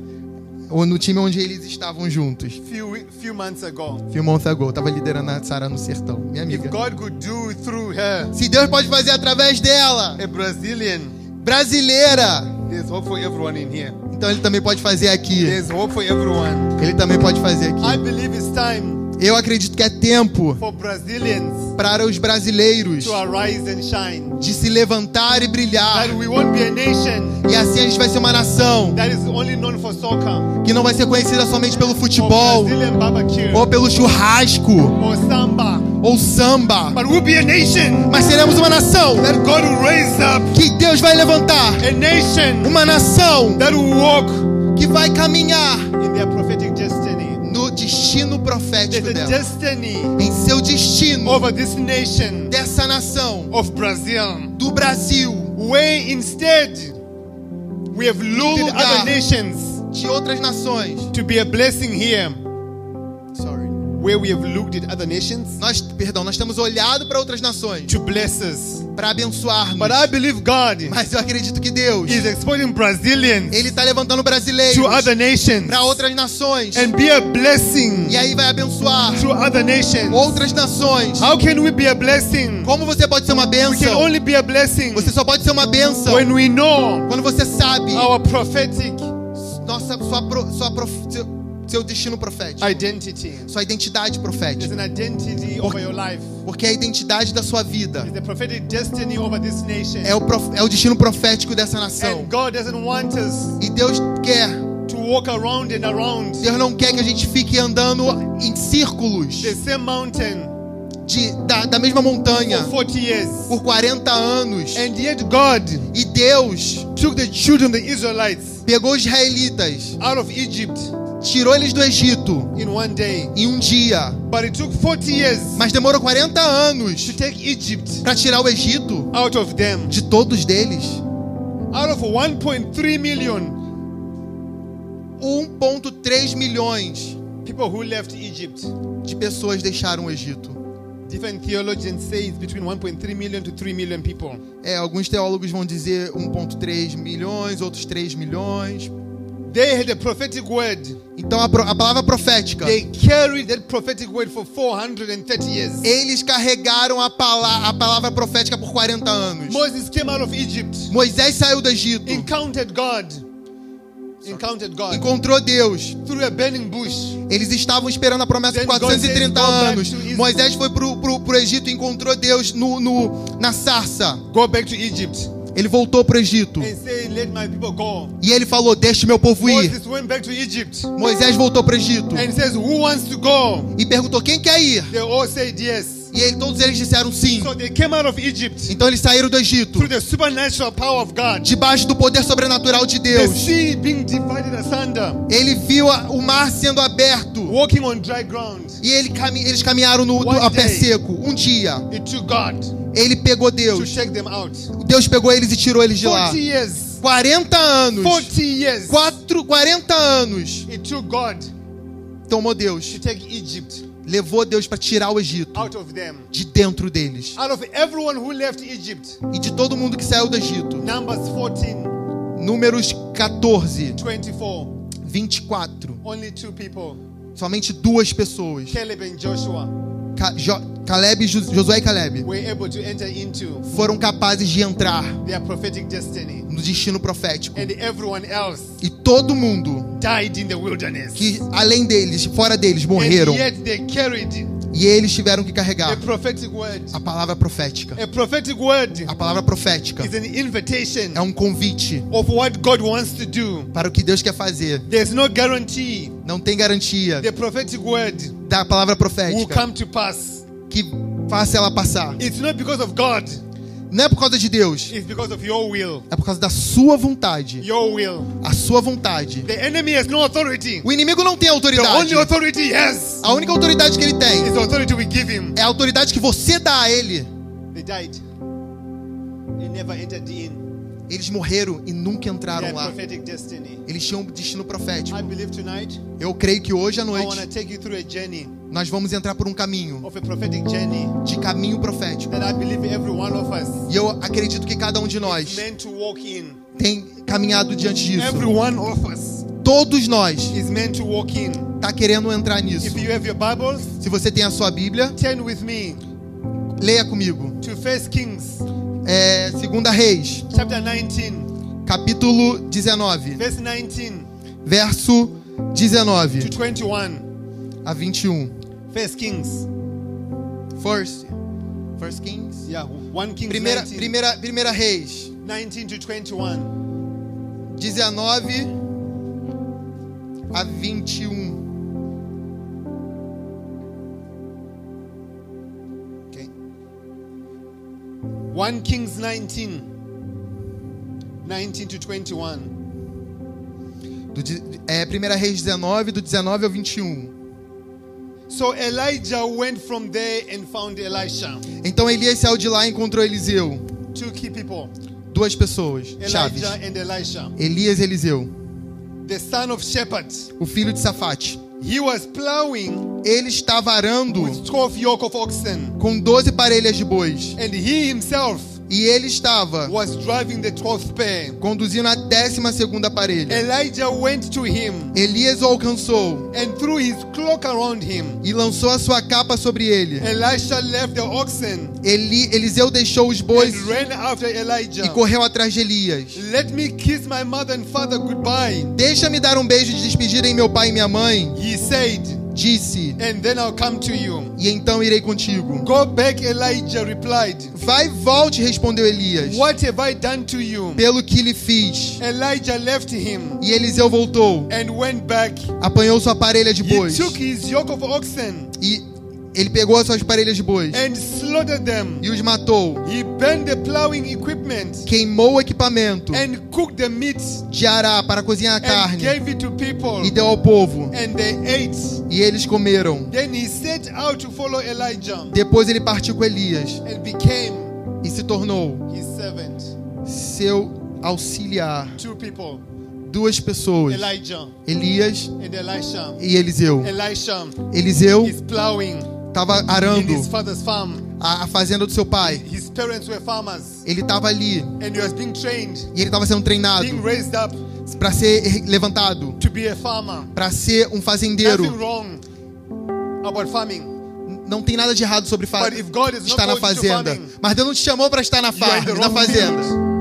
[SPEAKER 2] ou no time onde eles estavam juntos.
[SPEAKER 1] few we- few months ago.
[SPEAKER 2] Filmão Zagol, tava liderando a Sara no sertão, minha amiga.
[SPEAKER 1] If God could do through her,
[SPEAKER 2] Se Deus pode fazer através dela,
[SPEAKER 1] a Brazilian,
[SPEAKER 2] brasileira,
[SPEAKER 1] there's hope for everyone in here.
[SPEAKER 2] então ele também pode fazer aqui.
[SPEAKER 1] There's hope for everyone.
[SPEAKER 2] Ele também pode fazer
[SPEAKER 1] I
[SPEAKER 2] aqui.
[SPEAKER 1] believe it's time
[SPEAKER 2] Eu acredito que é tempo
[SPEAKER 1] for Brazilians
[SPEAKER 2] para os brasileiros
[SPEAKER 1] to arise and shine.
[SPEAKER 2] de se levantar e brilhar.
[SPEAKER 1] That we won't be a nation
[SPEAKER 2] E assim a gente vai ser uma nação
[SPEAKER 1] that is only known for soccer,
[SPEAKER 2] que não vai ser conhecida somente pelo
[SPEAKER 1] or
[SPEAKER 2] futebol,
[SPEAKER 1] Brazilian barbecue,
[SPEAKER 2] ou pelo churrasco,
[SPEAKER 1] or samba,
[SPEAKER 2] ou samba,
[SPEAKER 1] but we'll be a nation
[SPEAKER 2] mas seremos uma nação
[SPEAKER 1] that God will raise up.
[SPEAKER 2] que Deus vai levantar.
[SPEAKER 1] A nation
[SPEAKER 2] Uma nação
[SPEAKER 1] that will walk
[SPEAKER 2] que vai caminhar
[SPEAKER 1] in their prophetic destiny.
[SPEAKER 2] no destino profético
[SPEAKER 1] There's a
[SPEAKER 2] dela.
[SPEAKER 1] destiny
[SPEAKER 2] Em seu destino
[SPEAKER 1] over this nation
[SPEAKER 2] dessa nação,
[SPEAKER 1] of Brazil.
[SPEAKER 2] do Brasil,
[SPEAKER 1] where instead we have lulled
[SPEAKER 2] Lugar.
[SPEAKER 1] other nations
[SPEAKER 2] de outras nações.
[SPEAKER 1] to be a blessing here,
[SPEAKER 2] Sorry.
[SPEAKER 1] where we have looked at other nations
[SPEAKER 2] Nós, perdão, nós temos olhado para outras nações
[SPEAKER 1] to bless us.
[SPEAKER 2] para abençoar-nos.
[SPEAKER 1] But I believe God
[SPEAKER 2] Mas eu acredito que Deus,
[SPEAKER 1] is exporting Brazilians
[SPEAKER 2] ele tá levantando
[SPEAKER 1] to
[SPEAKER 2] brasileiros
[SPEAKER 1] other nations
[SPEAKER 2] para outras nações.
[SPEAKER 1] and be a blessing
[SPEAKER 2] E aí vai abençoar
[SPEAKER 1] to other nations.
[SPEAKER 2] outras nações.
[SPEAKER 1] How can we be a blessing?
[SPEAKER 2] Como você pode ser uma
[SPEAKER 1] We can
[SPEAKER 2] bênção?
[SPEAKER 1] only be a blessing
[SPEAKER 2] Você só pode ser uma bênção
[SPEAKER 1] when we know
[SPEAKER 2] quando você sabe
[SPEAKER 1] our prophetic
[SPEAKER 2] nossa, sua, pro- sua prof- seu, seu destino profético,
[SPEAKER 1] identity.
[SPEAKER 2] sua identidade
[SPEAKER 1] There's
[SPEAKER 2] profética.
[SPEAKER 1] an identity over your life.
[SPEAKER 2] Porque é a identidade da sua vida
[SPEAKER 1] There's a prophetic destiny over this nation.
[SPEAKER 2] é o, prof- é o destino profético dessa
[SPEAKER 1] And
[SPEAKER 2] nação.
[SPEAKER 1] God doesn't want us
[SPEAKER 2] E Deus quer,
[SPEAKER 1] to walk around and around
[SPEAKER 2] Deus não quer que a gente fique andando em círculos
[SPEAKER 1] the same mountain
[SPEAKER 2] de- da, da mesma montanha
[SPEAKER 1] for 40 years.
[SPEAKER 2] por 40 anos.
[SPEAKER 1] And yet God
[SPEAKER 2] E Deus
[SPEAKER 1] took the children, the Israelites,
[SPEAKER 2] pegou os israelitas,
[SPEAKER 1] out of Egypt
[SPEAKER 2] tirou eles do Egito
[SPEAKER 1] in one day.
[SPEAKER 2] em um dia,
[SPEAKER 1] But it took 40 years
[SPEAKER 2] mas demorou 40 anos
[SPEAKER 1] to take Egypt
[SPEAKER 2] para tirar o Egito
[SPEAKER 1] out of them.
[SPEAKER 2] de todos deles.
[SPEAKER 1] Out of 1.3 million
[SPEAKER 2] 1,3 milhões
[SPEAKER 1] people who left Egypt.
[SPEAKER 2] de pessoas deixaram o Egito.
[SPEAKER 1] Different theologians say it's between 1.3 million to 3 million people.
[SPEAKER 2] É, alguns teólogos vão dizer 1,3 milhões, outros 3 milhões.
[SPEAKER 1] They had a prophetic word.
[SPEAKER 2] Então a, pro- a palavra profética.
[SPEAKER 1] They carried that prophetic word for 430 years.
[SPEAKER 2] Eles carregaram a, pala a palavra profética por 40 anos.
[SPEAKER 1] Moses came out of Egypt,
[SPEAKER 2] Moisés saiu do Egito,
[SPEAKER 1] encountered God, encountered God
[SPEAKER 2] encontrou Deus.
[SPEAKER 1] through a burning bush.
[SPEAKER 2] Eles estavam esperando a promessa
[SPEAKER 1] Then
[SPEAKER 2] por
[SPEAKER 1] God says,
[SPEAKER 2] 430
[SPEAKER 1] "Go back
[SPEAKER 2] anos.
[SPEAKER 1] to Israel."
[SPEAKER 2] Moisés foi pro, pro, pro Egito e encontrou Deus no, no, na sarça.
[SPEAKER 1] Go back to Egypt
[SPEAKER 2] Ele voltou pro Egito.
[SPEAKER 1] and say, Let my people go.
[SPEAKER 2] E ele falou: Deixe meu povo ir.
[SPEAKER 1] Moses went back to Egypt
[SPEAKER 2] Moisés voltou pro Egito
[SPEAKER 1] and says, Who wants to go?
[SPEAKER 2] e perguntou: Quem quer ir?
[SPEAKER 1] They all said yes.
[SPEAKER 2] E ele, todos eles disseram sim.
[SPEAKER 1] So they came out of Egypt
[SPEAKER 2] Então eles saíram do Egito,
[SPEAKER 1] through the supernatural power of God.
[SPEAKER 2] debaixo do poder sobrenatural de
[SPEAKER 1] The
[SPEAKER 2] Deus.
[SPEAKER 1] sea being divided asunder,
[SPEAKER 2] Ele viu a- o mar sendo aberto.
[SPEAKER 1] walking on dry ground.
[SPEAKER 2] E ele cami- eles caminharam no, no-
[SPEAKER 1] One
[SPEAKER 2] a pé
[SPEAKER 1] day.
[SPEAKER 2] seco. Um dia,
[SPEAKER 1] It took God
[SPEAKER 2] ele pegou
[SPEAKER 1] to
[SPEAKER 2] Deus.
[SPEAKER 1] shake them out.
[SPEAKER 2] Deus pegou eles e tirou eles de lá.
[SPEAKER 1] 40 years.
[SPEAKER 2] 40 anos.
[SPEAKER 1] 40 years.
[SPEAKER 2] Quatro, 40 anos.
[SPEAKER 1] It took God
[SPEAKER 2] Tomou
[SPEAKER 1] to
[SPEAKER 2] Deus.
[SPEAKER 1] take Egypt
[SPEAKER 2] Levou Deus para tirar o Egito
[SPEAKER 1] out of them.
[SPEAKER 2] de dentro deles.
[SPEAKER 1] Out of everyone who left Egypt,
[SPEAKER 2] E de todo mundo que saiu do Egito.
[SPEAKER 1] Numbers 14,
[SPEAKER 2] Números 14,
[SPEAKER 1] 24,
[SPEAKER 2] 24.
[SPEAKER 1] only two people,
[SPEAKER 2] Somente duas pessoas.
[SPEAKER 1] Caleb and Joshua,
[SPEAKER 2] Ca jo Caleb, e Jos- Josué e Caleb.
[SPEAKER 1] were able to enter into
[SPEAKER 2] Foram capazes de entrar
[SPEAKER 1] their prophetic destiny.
[SPEAKER 2] no destino profético.
[SPEAKER 1] And everyone else
[SPEAKER 2] E todo mundo
[SPEAKER 1] died in the wilderness.
[SPEAKER 2] que além deles, fora deles, morreram.
[SPEAKER 1] And yet they carried the
[SPEAKER 2] E eles tiveram que carregar
[SPEAKER 1] prophetic word.
[SPEAKER 2] a palavra profética.
[SPEAKER 1] A prophetic word
[SPEAKER 2] A palavra profética
[SPEAKER 1] is an invitation
[SPEAKER 2] é um convite
[SPEAKER 1] of what God wants to do.
[SPEAKER 2] para o que Deus quer fazer.
[SPEAKER 1] There's no guarantee
[SPEAKER 2] Não tem garantia
[SPEAKER 1] the prophetic word
[SPEAKER 2] da palavra
[SPEAKER 1] will
[SPEAKER 2] profética
[SPEAKER 1] come to pass.
[SPEAKER 2] que faça ela passar.
[SPEAKER 1] It's not because of God,
[SPEAKER 2] Não é por causa de Deus,
[SPEAKER 1] it's because of your will.
[SPEAKER 2] é por causa da sua vontade.
[SPEAKER 1] Your will.
[SPEAKER 2] A sua vontade.
[SPEAKER 1] The enemy has no authority.
[SPEAKER 2] O inimigo não tem
[SPEAKER 1] The
[SPEAKER 2] autoridade.
[SPEAKER 1] only authority he has
[SPEAKER 2] A única autoridade que ele tem
[SPEAKER 1] is the authority we give him.
[SPEAKER 2] é a autoridade que você dá a ele.
[SPEAKER 1] They died. They never entered in
[SPEAKER 2] Eles morreram e nunca
[SPEAKER 1] their
[SPEAKER 2] entraram lá.
[SPEAKER 1] prophetic destiny.
[SPEAKER 2] Eles tinham um destino
[SPEAKER 1] I
[SPEAKER 2] profético.
[SPEAKER 1] believe tonight
[SPEAKER 2] Eu creio que hoje à
[SPEAKER 1] I want to
[SPEAKER 2] noite
[SPEAKER 1] take you through a journey
[SPEAKER 2] nós vamos entrar por um caminho
[SPEAKER 1] of a prophetic journey
[SPEAKER 2] de caminho profético.
[SPEAKER 1] that I believe every one of us
[SPEAKER 2] E eu acredito que cada um de
[SPEAKER 1] is
[SPEAKER 2] nós
[SPEAKER 1] meant to walk in.
[SPEAKER 2] tem caminhado diante
[SPEAKER 1] Every
[SPEAKER 2] disso.
[SPEAKER 1] one of us
[SPEAKER 2] Todos nós
[SPEAKER 1] is meant to walk in.
[SPEAKER 2] tá querendo entrar nisso.
[SPEAKER 1] If you have your Bibles,
[SPEAKER 2] Se você tem a sua Bíblia,
[SPEAKER 1] turn with me
[SPEAKER 2] leia comigo.
[SPEAKER 1] to First Kings
[SPEAKER 2] É, segunda Reis,
[SPEAKER 1] chapter 19,
[SPEAKER 2] capítulo 19,
[SPEAKER 1] verse 19
[SPEAKER 2] verso
[SPEAKER 1] to
[SPEAKER 2] 19
[SPEAKER 1] 21.
[SPEAKER 2] a 21.
[SPEAKER 1] First Kings,
[SPEAKER 2] First, First Kings.
[SPEAKER 1] yeah, 1 Kings
[SPEAKER 2] Primeira,
[SPEAKER 1] 19,
[SPEAKER 2] primeira, primeira Reis,
[SPEAKER 1] 19 to 21.
[SPEAKER 2] 19 a 21. Ok.
[SPEAKER 1] 1 Kings 19, 19 to 21.
[SPEAKER 2] Do, de- é, 1 Reis 19, do 19 ao 21.
[SPEAKER 1] So Elijah went from there and found Elisha,
[SPEAKER 2] Então Elias saiu de lá e encontrou Eliseu.
[SPEAKER 1] two key people,
[SPEAKER 2] Duas pessoas, chaves.
[SPEAKER 1] Elijah and Elisha,
[SPEAKER 2] Elias e Eliseu,
[SPEAKER 1] the son of Shepherd.
[SPEAKER 2] o filho de Safate.
[SPEAKER 1] He was plowing
[SPEAKER 2] Ele estava arando
[SPEAKER 1] with 12 yoke of oxen,
[SPEAKER 2] com 12 parelhas de bois.
[SPEAKER 1] and he himself
[SPEAKER 2] E ele estava
[SPEAKER 1] was driving the 12th pair.
[SPEAKER 2] conduzindo a 12 parelha.
[SPEAKER 1] Elijah went to him
[SPEAKER 2] Elias o alcançou
[SPEAKER 1] and threw his cloak around him.
[SPEAKER 2] e lançou a sua capa sobre ele.
[SPEAKER 1] Elisha left the oxen
[SPEAKER 2] Eli, Eliseu deixou os bois
[SPEAKER 1] and ran after
[SPEAKER 2] e
[SPEAKER 1] Elijah.
[SPEAKER 2] correu atrás de Elias.
[SPEAKER 1] Let me kiss my mother and father goodbye,
[SPEAKER 2] Deixa-me dar um beijo de despedida em meu pai e minha mãe,
[SPEAKER 1] he said,
[SPEAKER 2] disse,
[SPEAKER 1] and then I'll come to you.
[SPEAKER 2] e então irei contigo.
[SPEAKER 1] Go back, Elijah replied.
[SPEAKER 2] Vai e volte, respondeu Elias,
[SPEAKER 1] What have I done to you?
[SPEAKER 2] pelo que lhe fiz.
[SPEAKER 1] Elijah left him
[SPEAKER 2] E Eliseu voltou,
[SPEAKER 1] and went back.
[SPEAKER 2] apanhou sua parelha de
[SPEAKER 1] He
[SPEAKER 2] bois
[SPEAKER 1] took his yoke of oxen
[SPEAKER 2] e Ele pegou as suas parelhas de bois
[SPEAKER 1] and slaughtered them.
[SPEAKER 2] e os matou.
[SPEAKER 1] He burned the plowing equipment
[SPEAKER 2] Queimou o equipamento
[SPEAKER 1] and cooked the meat
[SPEAKER 2] de ará para cozinhar a
[SPEAKER 1] and
[SPEAKER 2] carne
[SPEAKER 1] gave it to people.
[SPEAKER 2] e deu ao povo.
[SPEAKER 1] And they ate.
[SPEAKER 2] E eles comeram.
[SPEAKER 1] Then he set out to follow Elijah
[SPEAKER 2] Depois ele partiu com Elias
[SPEAKER 1] and became
[SPEAKER 2] e se tornou
[SPEAKER 1] his servant.
[SPEAKER 2] seu auxiliar.
[SPEAKER 1] Two people,
[SPEAKER 2] Duas pessoas,
[SPEAKER 1] Elijah
[SPEAKER 2] Elias
[SPEAKER 1] and Elisha.
[SPEAKER 2] e Eliseu.
[SPEAKER 1] Elisha
[SPEAKER 2] Eliseu
[SPEAKER 1] is plowing
[SPEAKER 2] estava
[SPEAKER 1] in
[SPEAKER 2] arando
[SPEAKER 1] his father's farm.
[SPEAKER 2] a, a fazenda do seu pai.
[SPEAKER 1] His parents were farmers
[SPEAKER 2] Ele estava ali
[SPEAKER 1] and he was being trained,
[SPEAKER 2] e ele estava sendo treinado
[SPEAKER 1] being raised up
[SPEAKER 2] para ser re- levantado,
[SPEAKER 1] to be a farmer.
[SPEAKER 2] para ser um
[SPEAKER 1] Nothing
[SPEAKER 2] fazendeiro.
[SPEAKER 1] wrong about farming.
[SPEAKER 2] Não tem nada de errado sobre fa-
[SPEAKER 1] But if God is not
[SPEAKER 2] estar na
[SPEAKER 1] called you to
[SPEAKER 2] fazenda.
[SPEAKER 1] farming,
[SPEAKER 2] Mas Deus não te chamou para estar na,
[SPEAKER 1] you are in the
[SPEAKER 2] farm, na
[SPEAKER 1] wrong
[SPEAKER 2] fazenda.
[SPEAKER 1] field.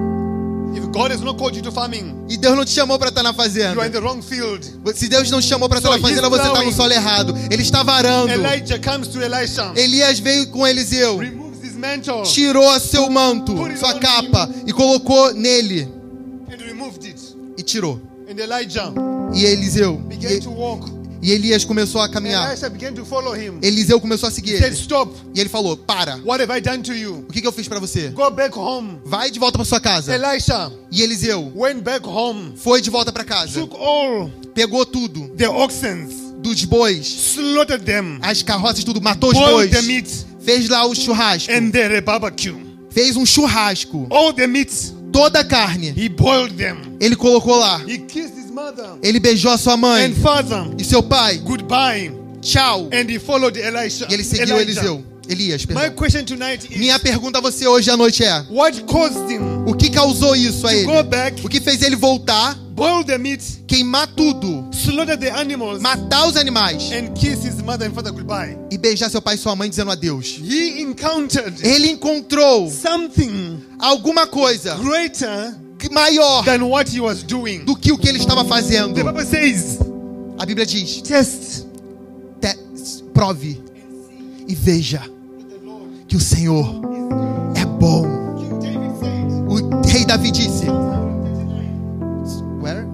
[SPEAKER 1] If God has not called you to farming,
[SPEAKER 2] E Deus não te chamou para estar na
[SPEAKER 1] you are in
[SPEAKER 2] fazenda.
[SPEAKER 1] the wrong field.
[SPEAKER 2] Se Deus não te chamou para estar
[SPEAKER 1] So
[SPEAKER 2] na fazenda,
[SPEAKER 1] he's
[SPEAKER 2] você está no
[SPEAKER 1] plowing.
[SPEAKER 2] solo errado. Ele estava arando.
[SPEAKER 1] Elijah comes to Elisha,
[SPEAKER 2] Elias veio com Eliseu,
[SPEAKER 1] removes his mantle
[SPEAKER 2] tirou seu manto,
[SPEAKER 1] Put it on
[SPEAKER 2] sua
[SPEAKER 1] him.
[SPEAKER 2] capa e colocou nele
[SPEAKER 1] and removed it.
[SPEAKER 2] e tirou.
[SPEAKER 1] And Elijah
[SPEAKER 2] E Eliseu
[SPEAKER 1] began to
[SPEAKER 2] e,
[SPEAKER 1] walk.
[SPEAKER 2] e Elias começou a
[SPEAKER 1] And
[SPEAKER 2] caminhar.
[SPEAKER 1] Elisha began to follow him.
[SPEAKER 2] Eliseu começou a seguir
[SPEAKER 1] He said,
[SPEAKER 2] ele.
[SPEAKER 1] Stop.
[SPEAKER 2] E ele falou: "Para.
[SPEAKER 1] What have I done to you?
[SPEAKER 2] O que, que eu fiz para você?
[SPEAKER 1] Go back home.
[SPEAKER 2] Vai de volta para sua casa."
[SPEAKER 1] Elisha
[SPEAKER 2] E Eliseu
[SPEAKER 1] went back home,
[SPEAKER 2] foi de volta para casa,
[SPEAKER 1] took all
[SPEAKER 2] pegou tudo
[SPEAKER 1] the oxen,
[SPEAKER 2] dos bois,
[SPEAKER 1] slaughtered them,
[SPEAKER 2] as carroças, tudo, matou os
[SPEAKER 1] boiled
[SPEAKER 2] bois,
[SPEAKER 1] the meat,
[SPEAKER 2] fez lá o churrasco,
[SPEAKER 1] and they had a barbecue.
[SPEAKER 2] fez um churrasco,
[SPEAKER 1] All the meats,
[SPEAKER 2] toda a carne.
[SPEAKER 1] he boiled them.
[SPEAKER 2] Ele colocou lá.
[SPEAKER 1] He kissed his mother
[SPEAKER 2] Ele beijou a sua mãe
[SPEAKER 1] and father
[SPEAKER 2] e seu pai.
[SPEAKER 1] goodbye,
[SPEAKER 2] Tchau.
[SPEAKER 1] and he followed Elisha.
[SPEAKER 2] E ele seguiu
[SPEAKER 1] Elijah.
[SPEAKER 2] Eliseu. Elias,
[SPEAKER 1] My
[SPEAKER 2] perdão.
[SPEAKER 1] question tonight is
[SPEAKER 2] Minha pergunta a você hoje à noite é:
[SPEAKER 1] what caused him
[SPEAKER 2] o que causou isso a
[SPEAKER 1] to
[SPEAKER 2] ele?
[SPEAKER 1] go back,
[SPEAKER 2] O que fez ele voltar,
[SPEAKER 1] boil the meat,
[SPEAKER 2] queimar tudo,
[SPEAKER 1] slaughter the animals,
[SPEAKER 2] matar os animais
[SPEAKER 1] and kiss his mother and father goodbye?
[SPEAKER 2] e beijar seu pai e sua mãe dizendo adeus?
[SPEAKER 1] He encountered
[SPEAKER 2] Ele encontrou
[SPEAKER 1] something
[SPEAKER 2] alguma coisa
[SPEAKER 1] greater
[SPEAKER 2] que- maior
[SPEAKER 1] than what he was doing.
[SPEAKER 2] do que o que ele estava fazendo.
[SPEAKER 1] The Bible says,
[SPEAKER 2] A Bíblia diz:
[SPEAKER 1] test
[SPEAKER 2] "Te- prove e veja que o Senhor é bom.
[SPEAKER 1] King David said,
[SPEAKER 2] O rei Davi disse: Where?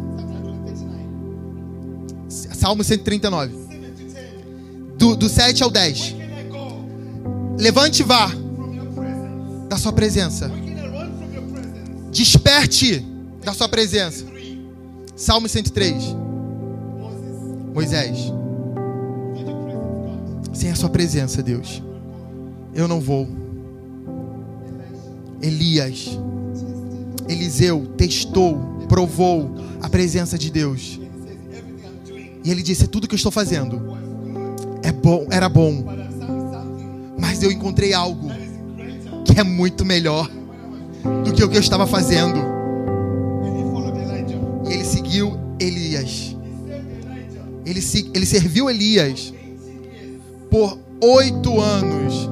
[SPEAKER 2] Salmo 139. Do, do 7 ao 10. Levante e vá da sua presença. Desperte da sua presença. Salmo 103. Moisés. Sem a sua presença, Deus. Eu não vou. Elias. Eliseu testou, provou a presença de Deus. E ele disse: tudo que eu estou fazendo é bom, era bom. Mas eu encontrei algo que é muito melhor do que o que eu estava fazendo. E ele seguiu Elias. Ele, se- ele serviu Elias por oito anos,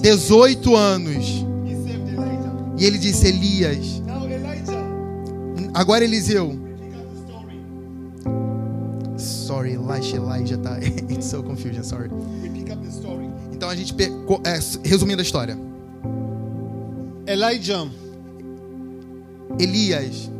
[SPEAKER 2] 18 anos.
[SPEAKER 1] He saved Elijah.
[SPEAKER 2] E ele disse: Elias,
[SPEAKER 1] Now Elijah,
[SPEAKER 2] agora Eliseu.
[SPEAKER 1] pick up the story.
[SPEAKER 2] Sorry, Elijah, Elijah, tá? It's so confusing, sorry.
[SPEAKER 1] We pick up the story.
[SPEAKER 2] Então a gente. pe- co- é, s- resumindo a história:
[SPEAKER 1] Elijah
[SPEAKER 2] Elias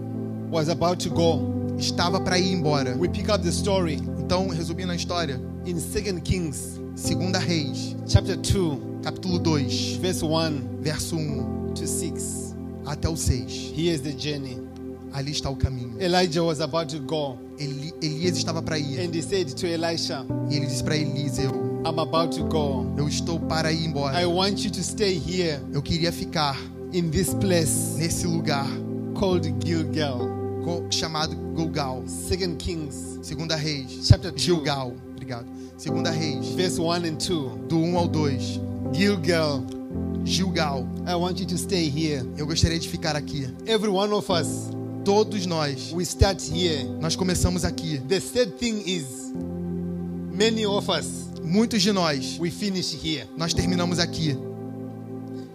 [SPEAKER 1] was about to go.
[SPEAKER 2] estava para ir embora.
[SPEAKER 1] We pick up the story
[SPEAKER 2] Então, resumindo a história,
[SPEAKER 1] in 2 Kings
[SPEAKER 2] segunda Reis,
[SPEAKER 1] chapter 2,
[SPEAKER 2] capítulo 2,
[SPEAKER 1] verse 1
[SPEAKER 2] verso 1
[SPEAKER 1] to 6.
[SPEAKER 2] até o 6.
[SPEAKER 1] Here's the journey.
[SPEAKER 2] Ali está o caminho.
[SPEAKER 1] Elijah was about to go
[SPEAKER 2] Eli- Elias estava para ir.
[SPEAKER 1] and he said to Elisha,
[SPEAKER 2] E ele disse para Eliseu:
[SPEAKER 1] I'm about to go.
[SPEAKER 2] Eu estou para ir
[SPEAKER 1] I
[SPEAKER 2] embora.
[SPEAKER 1] want you to stay here
[SPEAKER 2] Eu queria ficar
[SPEAKER 1] in this place
[SPEAKER 2] nesse lugar
[SPEAKER 1] called Gilgal.
[SPEAKER 2] co- chamado Gilgal.
[SPEAKER 1] 2 Kings
[SPEAKER 2] Segunda Reis.
[SPEAKER 1] chapter 2,
[SPEAKER 2] Gilgal. Obrigado. Segunda Reis,
[SPEAKER 1] verse 1 and 2.
[SPEAKER 2] do 1 ao 2.
[SPEAKER 1] Gilgal,
[SPEAKER 2] Gilgal.
[SPEAKER 1] I want you to stay here.
[SPEAKER 2] Eu gostaria de ficar aqui.
[SPEAKER 1] Every one of us,
[SPEAKER 2] Todos nós,
[SPEAKER 1] we start here.
[SPEAKER 2] nós começamos aqui.
[SPEAKER 1] The sad thing is, many of us,
[SPEAKER 2] Muitos de nós,
[SPEAKER 1] we finish here.
[SPEAKER 2] nós terminamos aqui.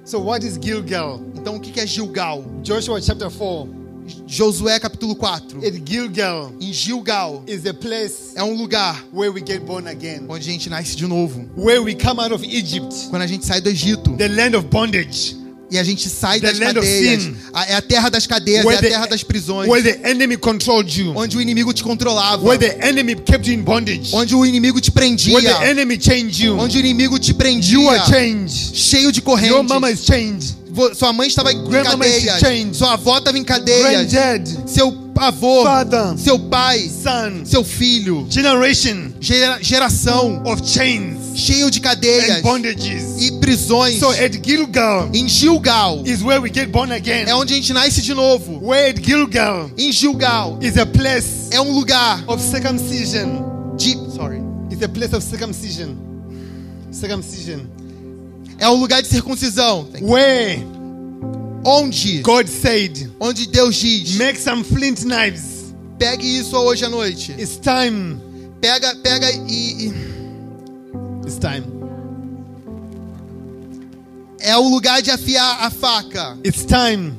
[SPEAKER 1] So, what is Gilgal?
[SPEAKER 2] Então, o que que é Gilgal?
[SPEAKER 1] Joshua chapter 4.
[SPEAKER 2] Josué capítulo 4.
[SPEAKER 1] At Gilgal
[SPEAKER 2] Em Gilgal
[SPEAKER 1] is the place
[SPEAKER 2] é um lugar
[SPEAKER 1] where we get born again,
[SPEAKER 2] onde a gente nasce de novo.
[SPEAKER 1] where we come out of Egypt,
[SPEAKER 2] Quando a gente sai do Egito
[SPEAKER 1] the land of bondage.
[SPEAKER 2] E a gente sai
[SPEAKER 1] The
[SPEAKER 2] das
[SPEAKER 1] land of
[SPEAKER 2] cadeias.
[SPEAKER 1] sin.
[SPEAKER 2] A- é a terra das cadeias, é
[SPEAKER 1] Where
[SPEAKER 2] a
[SPEAKER 1] the-
[SPEAKER 2] terra das prisões.
[SPEAKER 1] where the enemy controlled you,
[SPEAKER 2] Onde o inimigo te controlava.
[SPEAKER 1] where the enemy kept you in bondage,
[SPEAKER 2] Onde o inimigo te
[SPEAKER 1] where the
[SPEAKER 2] prendia.
[SPEAKER 1] enemy changed you.
[SPEAKER 2] Onde o inimigo te
[SPEAKER 1] You are
[SPEAKER 2] prendia.
[SPEAKER 1] changed.
[SPEAKER 2] Cheio de
[SPEAKER 1] Your
[SPEAKER 2] corrente.
[SPEAKER 1] mama is changed.
[SPEAKER 2] Vo- Sua mãe estava em
[SPEAKER 1] Grandmama is
[SPEAKER 2] cadeias.
[SPEAKER 1] changed.
[SPEAKER 2] Sua avó estava em cadeias.
[SPEAKER 1] Granddad,
[SPEAKER 2] Seu avô.
[SPEAKER 1] Father.
[SPEAKER 2] Seu pai.
[SPEAKER 1] son,
[SPEAKER 2] Seu filho.
[SPEAKER 1] generation
[SPEAKER 2] Gera- Geração.
[SPEAKER 1] of chains
[SPEAKER 2] Cheio de cadeias.
[SPEAKER 1] and bondages.
[SPEAKER 2] E prisões.
[SPEAKER 1] So at Gilgal
[SPEAKER 2] Em Gilgal.
[SPEAKER 1] is where we get born again.
[SPEAKER 2] É onde a gente nasce de novo.
[SPEAKER 1] Where at Gilgal
[SPEAKER 2] Em Gilgal.
[SPEAKER 1] is a place
[SPEAKER 2] É um lugar
[SPEAKER 1] of circumcision.
[SPEAKER 2] de.
[SPEAKER 1] Sorry, it's a place of circumcision. Circumcision.
[SPEAKER 2] É um lugar de circuncisão.
[SPEAKER 1] Where
[SPEAKER 2] Onde?
[SPEAKER 1] God said,
[SPEAKER 2] Onde Deus diz:
[SPEAKER 1] make some flint knives.
[SPEAKER 2] pegue isso hoje à noite.
[SPEAKER 1] It's time.
[SPEAKER 2] Pega, pega e. e-
[SPEAKER 1] It's time.
[SPEAKER 2] É o lugar de afiar a faca.
[SPEAKER 1] It's time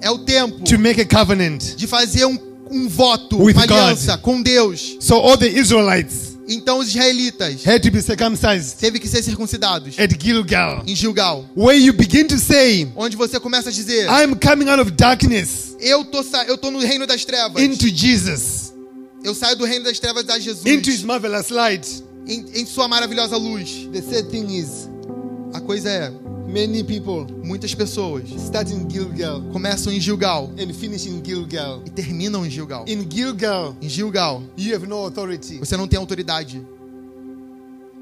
[SPEAKER 2] É o tempo
[SPEAKER 1] to make a covenant.
[SPEAKER 2] de fazer um, um voto,
[SPEAKER 1] With
[SPEAKER 2] uma
[SPEAKER 1] God.
[SPEAKER 2] aliança com Deus.
[SPEAKER 1] So all the Israelites
[SPEAKER 2] Então os israelitas
[SPEAKER 1] had to be circumcised
[SPEAKER 2] teve que ser circuncidados
[SPEAKER 1] at Gilgal.
[SPEAKER 2] em Gilgal.
[SPEAKER 1] Where you begin to say,
[SPEAKER 2] Onde você começa a dizer:
[SPEAKER 1] I'm coming out of darkness
[SPEAKER 2] eu tô, sa- eu tô no reino das trevas.
[SPEAKER 1] into Jesus,
[SPEAKER 2] Eu saio do reino das trevas a Jesus.
[SPEAKER 1] into his marvelous light.
[SPEAKER 2] Em, em sua maravilhosa luz.
[SPEAKER 1] The sad thing is,
[SPEAKER 2] A coisa é,
[SPEAKER 1] many people
[SPEAKER 2] muitas pessoas
[SPEAKER 1] start in Gilgal
[SPEAKER 2] começam em Gilgal
[SPEAKER 1] and finish in Gilgal.
[SPEAKER 2] e terminam em Gilgal.
[SPEAKER 1] In Gilgal,
[SPEAKER 2] Em Gilgal,
[SPEAKER 1] you have no authority.
[SPEAKER 2] você não tem autoridade.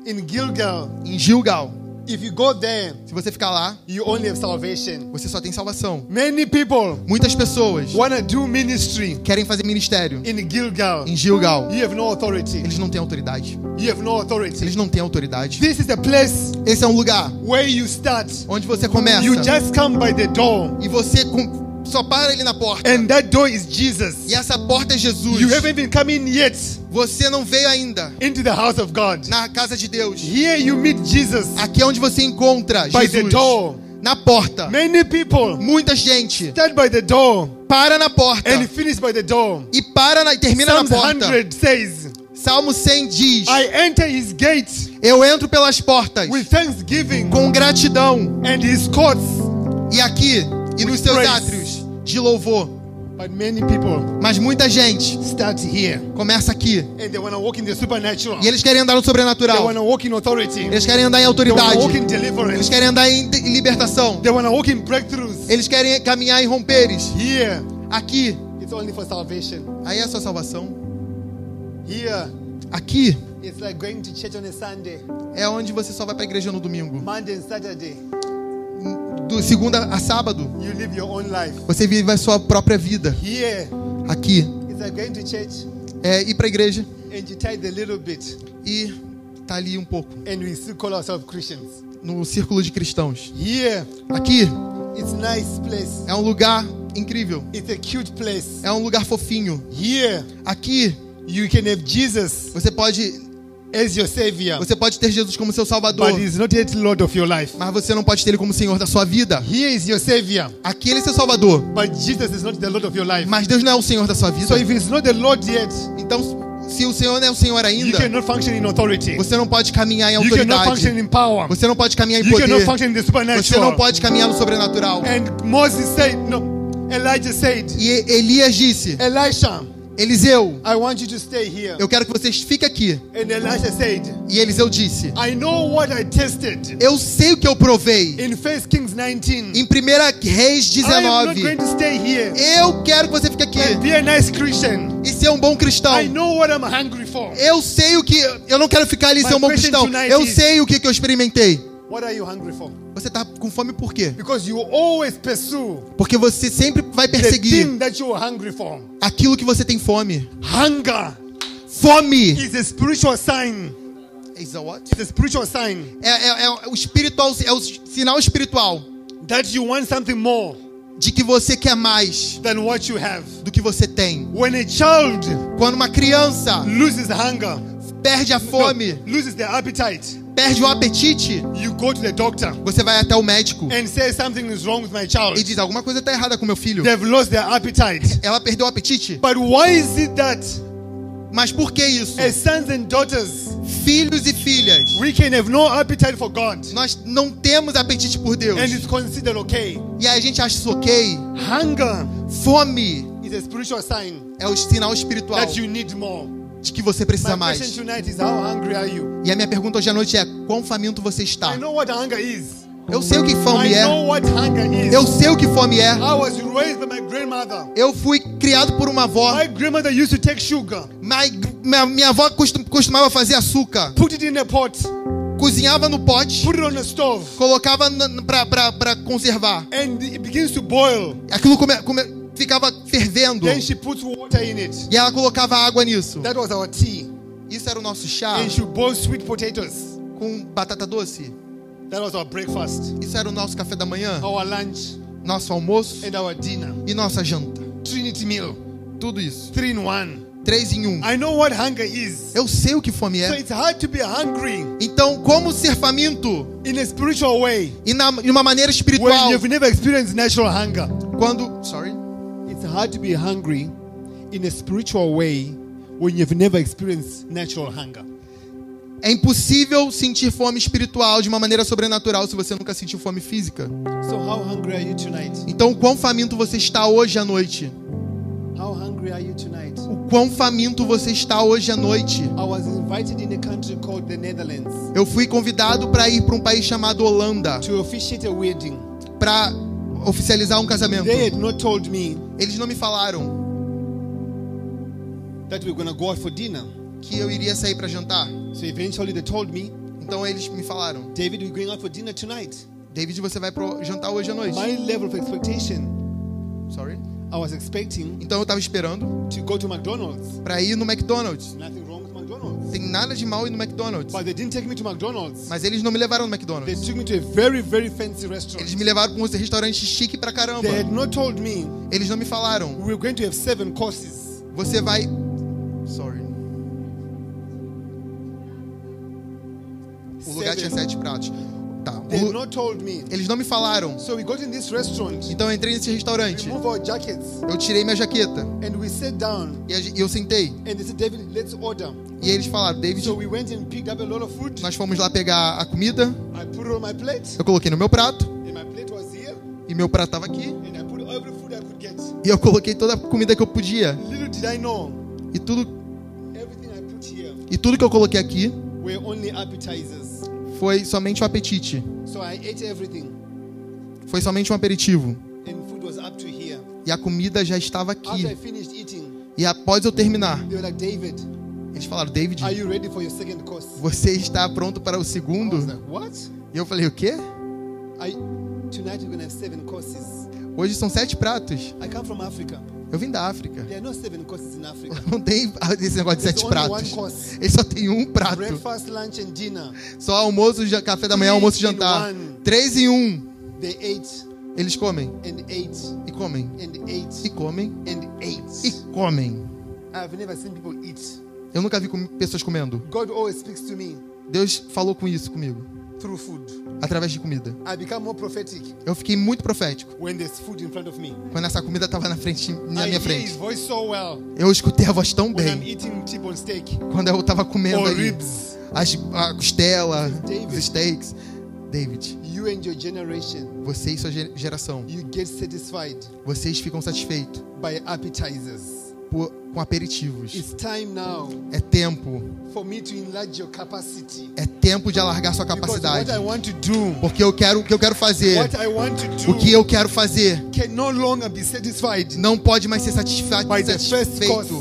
[SPEAKER 1] In Gilgal,
[SPEAKER 2] Em Gilgal,
[SPEAKER 1] if you go there,
[SPEAKER 2] se você ficar lá,
[SPEAKER 1] you only have salvation.
[SPEAKER 2] você só tem salvação.
[SPEAKER 1] Many people
[SPEAKER 2] Muitas pessoas
[SPEAKER 1] want to do ministry
[SPEAKER 2] querem fazer ministério
[SPEAKER 1] in Gilgal.
[SPEAKER 2] em Gilgal.
[SPEAKER 1] You have no authority.
[SPEAKER 2] Eles não têm autoridade.
[SPEAKER 1] You have no authority.
[SPEAKER 2] Eles não têm autoridade.
[SPEAKER 1] This is a place
[SPEAKER 2] Esse é um lugar
[SPEAKER 1] where you start.
[SPEAKER 2] onde você começa
[SPEAKER 1] You just come by the door,
[SPEAKER 2] e você com- só para ele na porta.
[SPEAKER 1] and that door is Jesus.
[SPEAKER 2] E essa porta é Jesus.
[SPEAKER 1] You haven't even come in yet
[SPEAKER 2] Você não veio ainda
[SPEAKER 1] into the house of God.
[SPEAKER 2] na casa de Deus.
[SPEAKER 1] Here you meet Jesus.
[SPEAKER 2] Aqui é onde você encontra
[SPEAKER 1] By the
[SPEAKER 2] Jesus.
[SPEAKER 1] door.
[SPEAKER 2] Na porta.
[SPEAKER 1] Many people
[SPEAKER 2] Muita gente
[SPEAKER 1] start by the door
[SPEAKER 2] para na porta
[SPEAKER 1] and finish by the door.
[SPEAKER 2] e para na, e termina
[SPEAKER 1] Psalms
[SPEAKER 2] na porta.
[SPEAKER 1] 100 says,
[SPEAKER 2] Salmo 100 diz:
[SPEAKER 1] I enter his gates
[SPEAKER 2] Eu entro pelas portas
[SPEAKER 1] with thanksgiving
[SPEAKER 2] com gratidão
[SPEAKER 1] and his courts.
[SPEAKER 2] e aqui e nos seus
[SPEAKER 1] praise.
[SPEAKER 2] átrios de louvor.
[SPEAKER 1] But many people
[SPEAKER 2] Mas muita gente
[SPEAKER 1] start here
[SPEAKER 2] começa aqui
[SPEAKER 1] and they want to walk in the supernatural.
[SPEAKER 2] e eles querem andar no
[SPEAKER 1] They
[SPEAKER 2] sobrenatural.
[SPEAKER 1] want to walk in authority.
[SPEAKER 2] Eles querem andar em
[SPEAKER 1] They want to walk
[SPEAKER 2] autoridade.
[SPEAKER 1] in
[SPEAKER 2] Eles
[SPEAKER 1] deliverance.
[SPEAKER 2] querem andar em em libertação.
[SPEAKER 1] They want to walk in breakthroughs.
[SPEAKER 2] Eles querem caminhar em romperes.
[SPEAKER 1] Here,
[SPEAKER 2] Aqui,
[SPEAKER 1] it's only for salvation.
[SPEAKER 2] aí é a sua salvação.
[SPEAKER 1] Here,
[SPEAKER 2] Aqui
[SPEAKER 1] it's like going to church on a Sunday,
[SPEAKER 2] é onde você só vai pra igreja no domingo.
[SPEAKER 1] Monday and Saturday.
[SPEAKER 2] Do segunda a sábado,
[SPEAKER 1] You live your own life.
[SPEAKER 2] você vive a sua própria vida.
[SPEAKER 1] Here,
[SPEAKER 2] Aqui
[SPEAKER 1] it's like going to church
[SPEAKER 2] é ir pra igreja
[SPEAKER 1] and you tithe a little bit
[SPEAKER 2] e tá ali um pouco
[SPEAKER 1] and we still call ourselves Christians.
[SPEAKER 2] no círculo de cristãos.
[SPEAKER 1] Here,
[SPEAKER 2] Aqui
[SPEAKER 1] it's nice place.
[SPEAKER 2] é um lugar incrível.
[SPEAKER 1] It's a cute place.
[SPEAKER 2] É um lugar fofinho.
[SPEAKER 1] Here,
[SPEAKER 2] Aqui
[SPEAKER 1] you can have Jesus
[SPEAKER 2] você pode
[SPEAKER 1] as your savior,
[SPEAKER 2] você pode ter Jesus como seu salvador,
[SPEAKER 1] but he's not yet Lord of your life.
[SPEAKER 2] mas você não pode ter ele como senhor da sua vida.
[SPEAKER 1] Here is your savior,
[SPEAKER 2] Aqui ele é seu salvador,
[SPEAKER 1] but Jesus is not the Lord of your life.
[SPEAKER 2] mas Deus não é o senhor da sua vida.
[SPEAKER 1] So if he's not the Lord yet,
[SPEAKER 2] Então, se o Senhor não é o Senhor
[SPEAKER 1] you
[SPEAKER 2] ainda,
[SPEAKER 1] cannot function in authority.
[SPEAKER 2] você não pode caminhar em
[SPEAKER 1] You cannot
[SPEAKER 2] autoridade.
[SPEAKER 1] function in power.
[SPEAKER 2] Você não pode caminhar em
[SPEAKER 1] You cannot
[SPEAKER 2] poder.
[SPEAKER 1] function in É. the
[SPEAKER 2] Você não
[SPEAKER 1] supernatural.
[SPEAKER 2] pode caminhar no sobrenatural.
[SPEAKER 1] And Moses said, no, Elijah said,
[SPEAKER 2] E Elias disse:
[SPEAKER 1] Elisha,
[SPEAKER 2] Eliseu,
[SPEAKER 1] I want you to stay here.
[SPEAKER 2] eu quero que vocês fiquem aqui.
[SPEAKER 1] And Elisha said,
[SPEAKER 2] E Eliseu disse:
[SPEAKER 1] I know what I tested
[SPEAKER 2] Eu sei o que eu provei.
[SPEAKER 1] in 1 Kings 19.
[SPEAKER 2] Em 1 Reis
[SPEAKER 1] I am not going
[SPEAKER 2] 19,
[SPEAKER 1] to stay here
[SPEAKER 2] eu quero que você fique
[SPEAKER 1] and
[SPEAKER 2] aqui
[SPEAKER 1] be a nice Christian.
[SPEAKER 2] e ser um bom cristão.
[SPEAKER 1] I know what I'm hungry for.
[SPEAKER 2] Eu sei o que. Eu não quero ficar ali e ser um bom cristão. Eu sei o que, que eu experimentei.
[SPEAKER 1] What are you hungry for?
[SPEAKER 2] Você tá com fome por quê?
[SPEAKER 1] Because you always pursue
[SPEAKER 2] Porque você sempre vai
[SPEAKER 1] the
[SPEAKER 2] perseguir
[SPEAKER 1] thing that you are hungry for.
[SPEAKER 2] aquilo que você tem fome.
[SPEAKER 1] Hunger
[SPEAKER 2] Fome!
[SPEAKER 1] is a spiritual sign. It's a spiritual sign
[SPEAKER 2] É, é- é o espiritual, é o sinal espiritual
[SPEAKER 1] that you want something more
[SPEAKER 2] de que você quer mais
[SPEAKER 1] than what you have.
[SPEAKER 2] do que você tem.
[SPEAKER 1] When a child
[SPEAKER 2] Quando uma criança
[SPEAKER 1] loses hunger,
[SPEAKER 2] perde a
[SPEAKER 1] no,
[SPEAKER 2] fome,
[SPEAKER 1] loses the appetite,
[SPEAKER 2] perde o apetite,
[SPEAKER 1] you go to the doctor
[SPEAKER 2] você vai até o médico
[SPEAKER 1] and say something is wrong with my child.
[SPEAKER 2] e diz: alguma coisa tá errada com meu filho.
[SPEAKER 1] They've lost their appetite.
[SPEAKER 2] Ela perdeu o apetite?
[SPEAKER 1] But why is it that
[SPEAKER 2] Mas por que isso?
[SPEAKER 1] É as sons and daughters
[SPEAKER 2] Filhos e filhas,
[SPEAKER 1] we We can have no appetite for God
[SPEAKER 2] Nós não temos apetite por Deus.
[SPEAKER 1] and it's considered okay.
[SPEAKER 2] E aí a gente acha isso ok.
[SPEAKER 1] Hunger
[SPEAKER 2] Fome
[SPEAKER 1] is a spiritual sign
[SPEAKER 2] é o sinal espiritual
[SPEAKER 1] that you need more.
[SPEAKER 2] de que você precisa
[SPEAKER 1] My
[SPEAKER 2] mais.
[SPEAKER 1] question tonight is how hungry are you?
[SPEAKER 2] E a minha pergunta hoje à noite é: quão faminto você está?
[SPEAKER 1] I know what hunger is.
[SPEAKER 2] Eu sei o que
[SPEAKER 1] I
[SPEAKER 2] fome é.
[SPEAKER 1] know what hunger is.
[SPEAKER 2] Eu sei o que fome é.
[SPEAKER 1] I was raised by my grandmother.
[SPEAKER 2] Eu fui criado por uma avó.
[SPEAKER 1] My grandmother used to take sugar,
[SPEAKER 2] Mas Minha, minha avó costum- costumava fazer açúcar.
[SPEAKER 1] put it in a pot,
[SPEAKER 2] Cozinhava no pote,
[SPEAKER 1] put it on a stove,
[SPEAKER 2] colocava na- pra, pra, pra conservar.
[SPEAKER 1] and it begins to boil.
[SPEAKER 2] Aquilo come- come- ficava fervendo.
[SPEAKER 1] Then she puts water in it.
[SPEAKER 2] E ela colocava água nisso.
[SPEAKER 1] That was our tea.
[SPEAKER 2] Isso era o nosso chá
[SPEAKER 1] And she boiled sweet potatoes.
[SPEAKER 2] com batata doce.
[SPEAKER 1] That was our breakfast,
[SPEAKER 2] Isso era o nosso café da manhã,
[SPEAKER 1] our lunch,
[SPEAKER 2] nosso almoço
[SPEAKER 1] and our dinner.
[SPEAKER 2] e nossa janta.
[SPEAKER 1] Trinity meal,
[SPEAKER 2] Tudo isso.
[SPEAKER 1] three in one.
[SPEAKER 2] Três em um.
[SPEAKER 1] I know what hunger is.
[SPEAKER 2] Eu sei o que fome
[SPEAKER 1] So
[SPEAKER 2] é.
[SPEAKER 1] it's hard to be hungry
[SPEAKER 2] Então, como ser faminto?
[SPEAKER 1] in a spiritual way
[SPEAKER 2] E na, de uma maneira
[SPEAKER 1] when
[SPEAKER 2] espiritual.
[SPEAKER 1] you've never experienced natural hunger.
[SPEAKER 2] Quando. Sorry.
[SPEAKER 1] It's hard to be hungry in a spiritual way when you've never experienced natural hunger.
[SPEAKER 2] É impossível sentir fome espiritual de uma maneira sobrenatural se você nunca sentiu fome física.
[SPEAKER 1] So how hungry are you tonight?
[SPEAKER 2] Então, quão faminto você está hoje à noite?
[SPEAKER 1] How hungry are you tonight?
[SPEAKER 2] O quão faminto você está hoje à noite?
[SPEAKER 1] I was invited in a country called the Netherlands
[SPEAKER 2] Eu fui convidado para ir para um país chamado Holanda
[SPEAKER 1] to officiate a wedding.
[SPEAKER 2] para oficializar um casamento.
[SPEAKER 1] They had not told me
[SPEAKER 2] Eles não me falaram
[SPEAKER 1] that we are gonna go out for dinner.
[SPEAKER 2] que eu iria sair para jantar.
[SPEAKER 1] So eventually they told me,
[SPEAKER 2] Então eles me falaram:
[SPEAKER 1] David, we're going out for dinner tonight.
[SPEAKER 2] "David, você vai pro jantar hoje à noite."
[SPEAKER 1] My level of expectation,
[SPEAKER 2] Sorry.
[SPEAKER 1] I was expecting
[SPEAKER 2] Então eu tava esperando
[SPEAKER 1] to go to McDonald's.
[SPEAKER 2] para ir no McDonald's.
[SPEAKER 1] Nothing wrong with McDonald's.
[SPEAKER 2] Tem nada de mal ir no McDonald's,
[SPEAKER 1] But they didn't take me to McDonald's.
[SPEAKER 2] mas eles não me levaram no
[SPEAKER 1] They
[SPEAKER 2] McDonald's.
[SPEAKER 1] took me to a very, very fancy
[SPEAKER 2] Eles
[SPEAKER 1] restaurant.
[SPEAKER 2] me levaram para um restaurante chique pra caramba.
[SPEAKER 1] They had not told me
[SPEAKER 2] Eles não me falaram.
[SPEAKER 1] we were going to have seven courses.
[SPEAKER 2] Você vai. Sorry. O lugar tinha
[SPEAKER 1] Seven.
[SPEAKER 2] sete pratos. Tá.
[SPEAKER 1] They had
[SPEAKER 2] O-
[SPEAKER 1] not told me.
[SPEAKER 2] Eles não me falaram.
[SPEAKER 1] So we got in this restaurant,
[SPEAKER 2] Então eu entrei nesse
[SPEAKER 1] we
[SPEAKER 2] restaurante.
[SPEAKER 1] remove our jackets,
[SPEAKER 2] Eu tirei minha jaqueta.
[SPEAKER 1] and we sat down.
[SPEAKER 2] E a gen- e eu sentei.
[SPEAKER 1] And they said, David, let's order.
[SPEAKER 2] E eles falaram, David,
[SPEAKER 1] So we went and picked up a lot of food.
[SPEAKER 2] nós fomos lá pegar a comida.
[SPEAKER 1] I put it on my plate,
[SPEAKER 2] Eu coloquei no meu prato.
[SPEAKER 1] and my plate was here,
[SPEAKER 2] E meu prato tava aqui.
[SPEAKER 1] and I put every food I could get.
[SPEAKER 2] E eu coloquei toda a comida que eu podia.
[SPEAKER 1] Little did I know,
[SPEAKER 2] E tudo,
[SPEAKER 1] everything I put here
[SPEAKER 2] e tudo que eu coloquei aqui
[SPEAKER 1] were only appetizers.
[SPEAKER 2] foi somente um apetite.
[SPEAKER 1] So I ate everything,
[SPEAKER 2] Foi somente um aperitivo.
[SPEAKER 1] and food was up to here.
[SPEAKER 2] E a comida já estava
[SPEAKER 1] After I
[SPEAKER 2] aqui.
[SPEAKER 1] finished eating,
[SPEAKER 2] E após eu terminar,
[SPEAKER 1] they were like, David,
[SPEAKER 2] eles falaram, David,
[SPEAKER 1] are you ready for your second course?
[SPEAKER 2] você está pronto para o
[SPEAKER 1] I was
[SPEAKER 2] segundo?
[SPEAKER 1] like, what?
[SPEAKER 2] E eu falei, o quê?
[SPEAKER 1] I, tonight we're gonna have seven courses.
[SPEAKER 2] Hoje são sete pratos.
[SPEAKER 1] I come from Africa.
[SPEAKER 2] Eu vim da África.
[SPEAKER 1] There are no seven courses in Africa.
[SPEAKER 2] Não tem esse negócio
[SPEAKER 1] There's
[SPEAKER 2] de sete
[SPEAKER 1] only
[SPEAKER 2] pratos.
[SPEAKER 1] one course.
[SPEAKER 2] Ele só tem um prato.
[SPEAKER 1] Breakfast, lunch, and dinner.
[SPEAKER 2] Só almoço, ja- café da manhã, almoço e
[SPEAKER 1] Three in
[SPEAKER 2] jantar.
[SPEAKER 1] one.
[SPEAKER 2] Três em um.
[SPEAKER 1] They ate
[SPEAKER 2] Eles comem.
[SPEAKER 1] and ate
[SPEAKER 2] E comem.
[SPEAKER 1] and
[SPEAKER 2] E
[SPEAKER 1] ate
[SPEAKER 2] comem.
[SPEAKER 1] and
[SPEAKER 2] E
[SPEAKER 1] ate.
[SPEAKER 2] comem.
[SPEAKER 1] I've never seen people eat.
[SPEAKER 2] Eu nunca vi com- pessoas comendo.
[SPEAKER 1] God always speaks to me
[SPEAKER 2] Deus falou com isso comigo.
[SPEAKER 1] through food.
[SPEAKER 2] Através de comida.
[SPEAKER 1] I become more prophetic
[SPEAKER 2] Eu fiquei muito profético.
[SPEAKER 1] when there's food in front of me.
[SPEAKER 2] Quando essa comida estava na frente,
[SPEAKER 1] I
[SPEAKER 2] na minha
[SPEAKER 1] hear his
[SPEAKER 2] frente.
[SPEAKER 1] voice so well
[SPEAKER 2] Eu escutei a voz tão
[SPEAKER 1] when I'm
[SPEAKER 2] bem.
[SPEAKER 1] eating T-bone steak
[SPEAKER 2] Quando eu tava comendo
[SPEAKER 1] or
[SPEAKER 2] ali.
[SPEAKER 1] ribs.
[SPEAKER 2] As, a costela,
[SPEAKER 1] David.
[SPEAKER 2] os steaks. David,
[SPEAKER 1] You and your generation,
[SPEAKER 2] você e sua ge- geração,
[SPEAKER 1] you get satisfied
[SPEAKER 2] vocês ficam satisfeitos
[SPEAKER 1] by appetizers.
[SPEAKER 2] por- com aperitivos.
[SPEAKER 1] It's time now
[SPEAKER 2] É tempo.
[SPEAKER 1] for me to enlarge your capacity.
[SPEAKER 2] É tempo de alargar sua
[SPEAKER 1] Because what
[SPEAKER 2] capacidade.
[SPEAKER 1] I want to do,
[SPEAKER 2] Porque eu quero o que eu quero fazer.
[SPEAKER 1] what I want to do,
[SPEAKER 2] O que eu quero fazer
[SPEAKER 1] can no longer be satisfied
[SPEAKER 2] não pode mais ser satisfa-
[SPEAKER 1] By the first
[SPEAKER 2] satisfeito
[SPEAKER 1] course.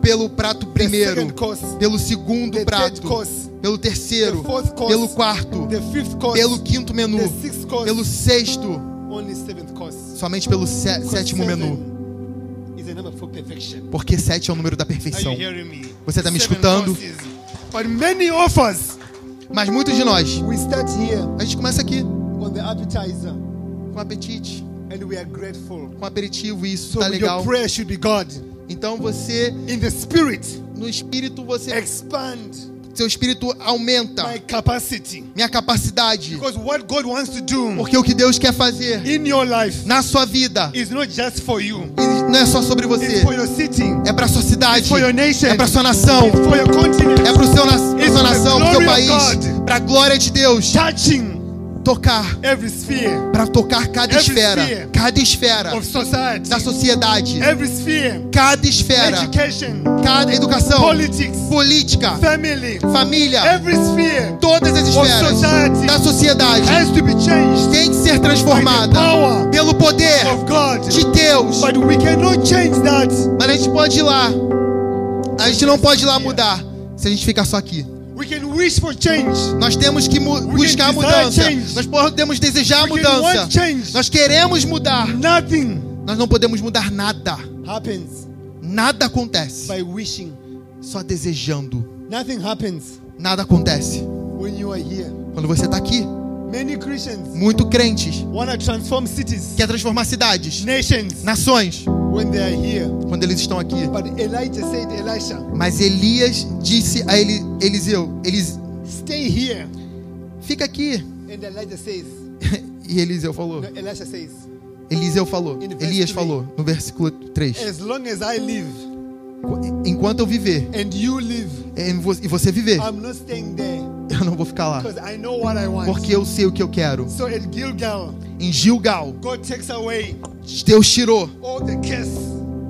[SPEAKER 2] pelo prato
[SPEAKER 1] The
[SPEAKER 2] primeiro,
[SPEAKER 1] second course,
[SPEAKER 2] pelo segundo
[SPEAKER 1] the
[SPEAKER 2] prato,
[SPEAKER 1] third course,
[SPEAKER 2] pelo terceiro,
[SPEAKER 1] the fourth course,
[SPEAKER 2] pelo quarto,
[SPEAKER 1] the fifth course,
[SPEAKER 2] pelo quinto menu,
[SPEAKER 1] the sixth course,
[SPEAKER 2] pelo sexto,
[SPEAKER 1] only seventh course. né?
[SPEAKER 2] somente pelo sé-
[SPEAKER 1] Because
[SPEAKER 2] sétimo
[SPEAKER 1] seven
[SPEAKER 2] menu.
[SPEAKER 1] Is a number for perfection.
[SPEAKER 2] Porque sete é o número da
[SPEAKER 1] Are you
[SPEAKER 2] perfeição.
[SPEAKER 1] hearing me?
[SPEAKER 2] Você tá me
[SPEAKER 1] Seven
[SPEAKER 2] escutando?
[SPEAKER 1] courses. But many of us,
[SPEAKER 2] Mas muitos de nós,
[SPEAKER 1] we start here
[SPEAKER 2] a gente começa aqui
[SPEAKER 1] on the appetizer
[SPEAKER 2] com apetite,
[SPEAKER 1] and we are grateful.
[SPEAKER 2] com aperitivo, e isso
[SPEAKER 1] So
[SPEAKER 2] tá
[SPEAKER 1] your
[SPEAKER 2] legal.
[SPEAKER 1] prayer should be God.
[SPEAKER 2] Então você,
[SPEAKER 1] In the spirit, É.
[SPEAKER 2] no espírito, você
[SPEAKER 1] expand
[SPEAKER 2] Seu espírito aumenta
[SPEAKER 1] my capacity.
[SPEAKER 2] minha capacidade.
[SPEAKER 1] Because what God wants to do
[SPEAKER 2] Porque o que Deus quer fazer
[SPEAKER 1] in your life
[SPEAKER 2] na sua vida
[SPEAKER 1] is not just for you,
[SPEAKER 2] não é só sobre você,
[SPEAKER 1] it's for your city,
[SPEAKER 2] é pra sua cidade,
[SPEAKER 1] for your nation,
[SPEAKER 2] é pra sua nação,
[SPEAKER 1] it's for your continent.
[SPEAKER 2] é pro seu na pra
[SPEAKER 1] It's the
[SPEAKER 2] sua nação, pro seu
[SPEAKER 1] glory of
[SPEAKER 2] país,
[SPEAKER 1] God.
[SPEAKER 2] pra glória de Deus.
[SPEAKER 1] Touching
[SPEAKER 2] Tocar,
[SPEAKER 1] every sphere
[SPEAKER 2] pra tocar cada
[SPEAKER 1] Every
[SPEAKER 2] esfera,
[SPEAKER 1] sphere.
[SPEAKER 2] cada esfera
[SPEAKER 1] of society,
[SPEAKER 2] da sociedade,
[SPEAKER 1] every sphere,
[SPEAKER 2] cada esfera,
[SPEAKER 1] education,
[SPEAKER 2] cada educação,
[SPEAKER 1] politics,
[SPEAKER 2] política,
[SPEAKER 1] family,
[SPEAKER 2] família,
[SPEAKER 1] every sphere
[SPEAKER 2] todas as
[SPEAKER 1] of
[SPEAKER 2] esferas
[SPEAKER 1] society
[SPEAKER 2] da sociedade
[SPEAKER 1] has to be changed
[SPEAKER 2] tem que ser
[SPEAKER 1] by the
[SPEAKER 2] transformada
[SPEAKER 1] power
[SPEAKER 2] pelo poder
[SPEAKER 1] of God.
[SPEAKER 2] de Deus.
[SPEAKER 1] But we cannot change that.
[SPEAKER 2] Mas a gente pode ir lá. A gente não pode ir lá mudar se a gente ficar só aqui.
[SPEAKER 1] We can wish for change.
[SPEAKER 2] Nós temos que mu-
[SPEAKER 1] can
[SPEAKER 2] buscar a
[SPEAKER 1] desire
[SPEAKER 2] mudança.
[SPEAKER 1] change.
[SPEAKER 2] Nós podemos desejar a
[SPEAKER 1] We can
[SPEAKER 2] mudança.
[SPEAKER 1] want change.
[SPEAKER 2] Nós queremos mudar.
[SPEAKER 1] Nothing
[SPEAKER 2] Nós não podemos mudar nada.
[SPEAKER 1] happens
[SPEAKER 2] Nada acontece.
[SPEAKER 1] by wishing.
[SPEAKER 2] Só desejando.
[SPEAKER 1] Nothing happens
[SPEAKER 2] Nada acontece.
[SPEAKER 1] when you are here.
[SPEAKER 2] Quando você tá aqui,
[SPEAKER 1] Many Christians
[SPEAKER 2] muito crentes
[SPEAKER 1] want to transform cities,
[SPEAKER 2] quer transformar cidades,
[SPEAKER 1] nations
[SPEAKER 2] nações,
[SPEAKER 1] when they are here.
[SPEAKER 2] quando eles estão aqui.
[SPEAKER 1] But Elijah said, Elisha,
[SPEAKER 2] Mas Elias disse a Eli, Eliseu, eles
[SPEAKER 1] stay here.
[SPEAKER 2] fica aqui.
[SPEAKER 1] And Elijah says,
[SPEAKER 2] E Eliseu falou.
[SPEAKER 1] no, Elisha says,
[SPEAKER 2] Eliseu falou.
[SPEAKER 1] In verse
[SPEAKER 2] Elias
[SPEAKER 1] three.
[SPEAKER 2] falou no versículo 3.
[SPEAKER 1] as long as I live
[SPEAKER 2] Enquanto eu viver é
[SPEAKER 1] and you live,
[SPEAKER 2] em vo- e você viver,
[SPEAKER 1] I'm not staying there
[SPEAKER 2] eu não vou ficar lá.
[SPEAKER 1] because I know what I want.
[SPEAKER 2] Porque eu sei o que eu quero.
[SPEAKER 1] So at Gilgal,
[SPEAKER 2] Em Gilgal,
[SPEAKER 1] God takes away
[SPEAKER 2] Deus tirou
[SPEAKER 1] all the curse,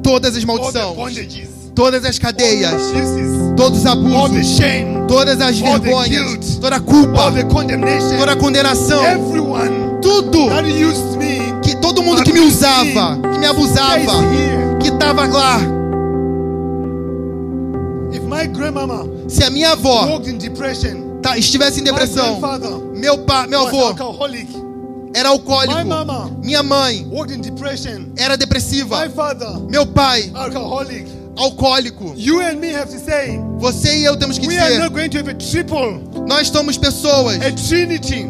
[SPEAKER 2] todas as
[SPEAKER 1] all the
[SPEAKER 2] maldições,
[SPEAKER 1] bondages,
[SPEAKER 2] todas as
[SPEAKER 1] all
[SPEAKER 2] cadeias,
[SPEAKER 1] the excuses,
[SPEAKER 2] todos os
[SPEAKER 1] all the
[SPEAKER 2] abusos,
[SPEAKER 1] shame,
[SPEAKER 2] todas as
[SPEAKER 1] all the
[SPEAKER 2] vergonhas,
[SPEAKER 1] guilt,
[SPEAKER 2] toda a culpa,
[SPEAKER 1] all the condemnation.
[SPEAKER 2] toda a condenação,
[SPEAKER 1] Everyone
[SPEAKER 2] tudo
[SPEAKER 1] that used me
[SPEAKER 2] que todo mundo que me usava, que me abusava,
[SPEAKER 1] stays here.
[SPEAKER 2] que tava lá.
[SPEAKER 1] If my grandmama
[SPEAKER 2] Se a minha avó
[SPEAKER 1] walked in depression,
[SPEAKER 2] tá- estivesse em
[SPEAKER 1] my
[SPEAKER 2] depressão,
[SPEAKER 1] grandfather
[SPEAKER 2] meu pai, meu
[SPEAKER 1] was
[SPEAKER 2] avô
[SPEAKER 1] alcoholic,
[SPEAKER 2] era
[SPEAKER 1] my
[SPEAKER 2] alcoólico,
[SPEAKER 1] mama
[SPEAKER 2] minha mãe
[SPEAKER 1] walked in depression,
[SPEAKER 2] era
[SPEAKER 1] my
[SPEAKER 2] depressiva,
[SPEAKER 1] father
[SPEAKER 2] meu pai
[SPEAKER 1] alcoholic.
[SPEAKER 2] alcoólico.
[SPEAKER 1] You and me have to say
[SPEAKER 2] Você e eu temos que
[SPEAKER 1] we are
[SPEAKER 2] dizer,
[SPEAKER 1] not going to have a triple,
[SPEAKER 2] nós somos pessoas.
[SPEAKER 1] a trinity,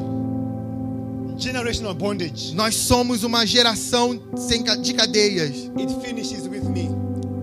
[SPEAKER 1] generational bondage.
[SPEAKER 2] Nós somos uma geração sem ca- de cadeias.
[SPEAKER 1] It finishes with me.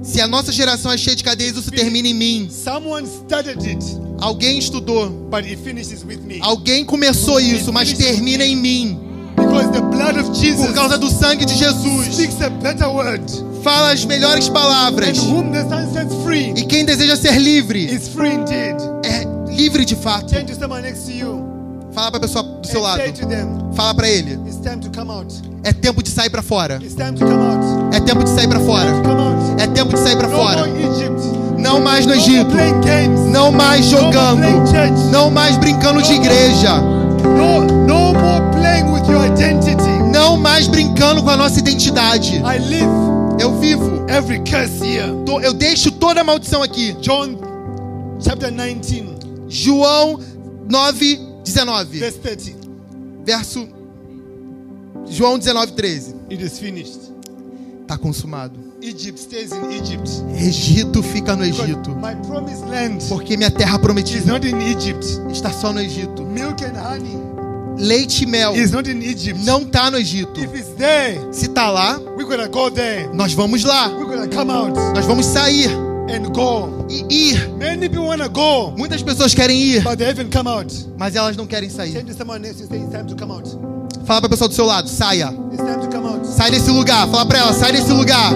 [SPEAKER 2] Se a nossa geração é cheia de cadeias, isso termina em mim.
[SPEAKER 1] Someone started it,
[SPEAKER 2] Alguém estudou,
[SPEAKER 1] but it finishes with me.
[SPEAKER 2] alguém começou isso, mas termina em mim.
[SPEAKER 1] Because the blood of
[SPEAKER 2] Por
[SPEAKER 1] Jesus
[SPEAKER 2] causa do sangue de Jesus.
[SPEAKER 1] speaks a better word.
[SPEAKER 2] Fala as melhores palavras.
[SPEAKER 1] And whom the sun sets free
[SPEAKER 2] E quem deseja ser livre
[SPEAKER 1] is free indeed.
[SPEAKER 2] é livre de fato.
[SPEAKER 1] Turn to someone next to you
[SPEAKER 2] Fala pra pessoa do seu
[SPEAKER 1] and
[SPEAKER 2] lado.
[SPEAKER 1] say to them,
[SPEAKER 2] Fala pra ele.
[SPEAKER 1] it's time to come out.
[SPEAKER 2] É tempo de sair pra fora.
[SPEAKER 1] It's time to come out.
[SPEAKER 2] É tempo de sair pra fora.
[SPEAKER 1] Come out.
[SPEAKER 2] É tempo de sair pra
[SPEAKER 1] No
[SPEAKER 2] fora.
[SPEAKER 1] more Egypt.
[SPEAKER 2] Não mais no
[SPEAKER 1] No more
[SPEAKER 2] Egito.
[SPEAKER 1] playing games.
[SPEAKER 2] Não mais jogando.
[SPEAKER 1] No more playing church.
[SPEAKER 2] Não mais brincando de igreja.
[SPEAKER 1] No, no more playing with your identity.
[SPEAKER 2] Não mais brincando com a nossa identidade.
[SPEAKER 1] I live
[SPEAKER 2] Eu vivo.
[SPEAKER 1] every curse here.
[SPEAKER 2] Tô- Eu deixo toda a maldição aqui.
[SPEAKER 1] John chapter 19,
[SPEAKER 2] João 9, 19.
[SPEAKER 1] verse 30.
[SPEAKER 2] Verso. João 19, 13.
[SPEAKER 1] It is finished.
[SPEAKER 2] Tá consumado.
[SPEAKER 1] Egypt stays in Egypt.
[SPEAKER 2] Egito fica no
[SPEAKER 1] Because
[SPEAKER 2] Egito.
[SPEAKER 1] My promised land
[SPEAKER 2] Porque minha terra
[SPEAKER 1] is
[SPEAKER 2] prometida
[SPEAKER 1] not in Egypt.
[SPEAKER 2] está só no Egito.
[SPEAKER 1] Milk and honey
[SPEAKER 2] Leite e mel
[SPEAKER 1] is not in Egypt.
[SPEAKER 2] não tá no Egito.
[SPEAKER 1] If it's there,
[SPEAKER 2] Se tá lá,
[SPEAKER 1] we're gonna go there.
[SPEAKER 2] nós vamos lá.
[SPEAKER 1] We're gonna come out
[SPEAKER 2] Nós vamos sair
[SPEAKER 1] and go.
[SPEAKER 2] e ir.
[SPEAKER 1] Many people wanna go,
[SPEAKER 2] Muitas pessoas querem ir,
[SPEAKER 1] but they haven't come out.
[SPEAKER 2] mas elas não querem sair.
[SPEAKER 1] Send to someone else and say it's time to come out.
[SPEAKER 2] Fala pra pessoa do seu lado, saia.
[SPEAKER 1] It's time to come out.
[SPEAKER 2] Sai desse lugar. Fala pra ela, sai desse lugar.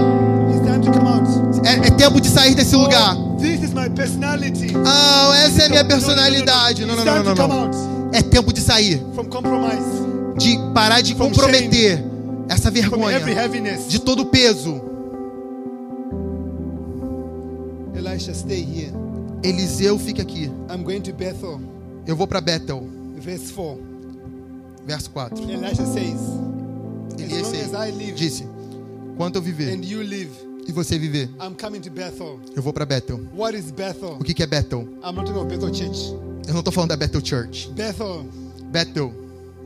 [SPEAKER 1] It's time to come out.
[SPEAKER 2] É, é tempo de sair desse lugar.
[SPEAKER 1] Oh, this is my personality.
[SPEAKER 2] Ah, essa é a minha personalidade. Não, não,
[SPEAKER 1] It's
[SPEAKER 2] não,
[SPEAKER 1] time
[SPEAKER 2] não,
[SPEAKER 1] to Então, come
[SPEAKER 2] não.
[SPEAKER 1] out
[SPEAKER 2] É tempo de sair.
[SPEAKER 1] from compromise,
[SPEAKER 2] De parar de comprometer essa
[SPEAKER 1] from every
[SPEAKER 2] vergonha.
[SPEAKER 1] heaviness.
[SPEAKER 2] De todo o peso.
[SPEAKER 1] Elisha, stay here.
[SPEAKER 2] Eliseu fica aqui.
[SPEAKER 1] I'm going to Bethel,
[SPEAKER 2] Eu vou pra Bethel.
[SPEAKER 1] verse 4.
[SPEAKER 2] Verso 4.
[SPEAKER 1] Elisha says,
[SPEAKER 2] Elias
[SPEAKER 1] As long as I live.
[SPEAKER 2] disse: Quanto eu viver
[SPEAKER 1] and you live.
[SPEAKER 2] e você viver,
[SPEAKER 1] I'm coming to Bethel.
[SPEAKER 2] eu vou pra Bethel.
[SPEAKER 1] What is
[SPEAKER 2] O
[SPEAKER 1] Bethel?
[SPEAKER 2] que, que é Bethel?
[SPEAKER 1] I'm not talking about Bethel Church.
[SPEAKER 2] Eu não tô falando da Bethel Church.
[SPEAKER 1] Bethel.
[SPEAKER 2] Bethel.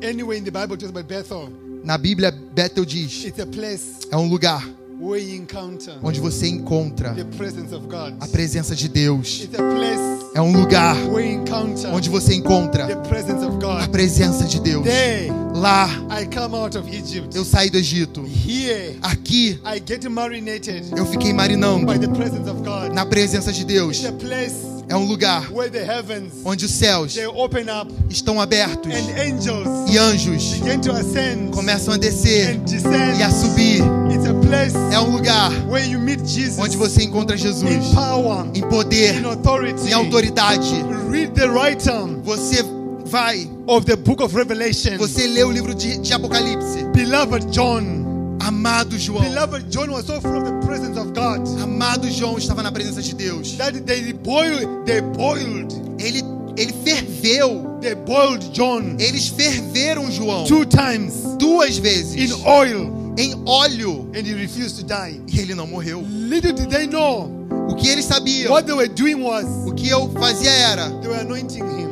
[SPEAKER 1] Anywhere in the Bible it talks about Bethel.
[SPEAKER 2] Na Bíblia, Bethel diz:
[SPEAKER 1] It's a place
[SPEAKER 2] é um lugar
[SPEAKER 1] where you encounter
[SPEAKER 2] onde você encontra
[SPEAKER 1] the presence of God.
[SPEAKER 2] a presença de Deus.
[SPEAKER 1] It's a place
[SPEAKER 2] É um lugar
[SPEAKER 1] where you encounter
[SPEAKER 2] onde você encontra
[SPEAKER 1] the presence of
[SPEAKER 2] a
[SPEAKER 1] God.
[SPEAKER 2] presença de Deus.
[SPEAKER 1] There,
[SPEAKER 2] Lá
[SPEAKER 1] I come out of Egypt.
[SPEAKER 2] eu saí do Egito.
[SPEAKER 1] Here,
[SPEAKER 2] Aqui
[SPEAKER 1] I get marinated
[SPEAKER 2] eu fiquei marinando
[SPEAKER 1] by the presence of God.
[SPEAKER 2] na presença de Deus.
[SPEAKER 1] It's a place
[SPEAKER 2] é um lugar
[SPEAKER 1] where the heavens
[SPEAKER 2] onde os céus
[SPEAKER 1] they open up
[SPEAKER 2] estão abertos
[SPEAKER 1] and angels
[SPEAKER 2] e anjos
[SPEAKER 1] begin to ascend
[SPEAKER 2] começam a descer
[SPEAKER 1] and descend.
[SPEAKER 2] e a subir.
[SPEAKER 1] It's a place
[SPEAKER 2] É um lugar
[SPEAKER 1] where you meet Jesus
[SPEAKER 2] onde você encontra Jesus
[SPEAKER 1] in power,
[SPEAKER 2] em poder,
[SPEAKER 1] in authority.
[SPEAKER 2] em autoridade.
[SPEAKER 1] Read the writing
[SPEAKER 2] Você vai,
[SPEAKER 1] of the book of Revelation.
[SPEAKER 2] você lê o livro de, de Apocalipse.
[SPEAKER 1] Beloved John.
[SPEAKER 2] Amado João,
[SPEAKER 1] Beloved John was so full of the presence of God
[SPEAKER 2] amado João estava na presença de Deus.
[SPEAKER 1] that they boiled, they boiled,
[SPEAKER 2] Ele, ele ferveu,
[SPEAKER 1] they boiled John
[SPEAKER 2] eles ferveram João
[SPEAKER 1] two times
[SPEAKER 2] duas
[SPEAKER 1] in
[SPEAKER 2] vezes
[SPEAKER 1] oil
[SPEAKER 2] em óleo
[SPEAKER 1] and he refused to die.
[SPEAKER 2] e ele não morreu.
[SPEAKER 1] Little did they know
[SPEAKER 2] O que eles sabiam,
[SPEAKER 1] what they were doing was
[SPEAKER 2] o que eu fazia era
[SPEAKER 1] they were anointing him.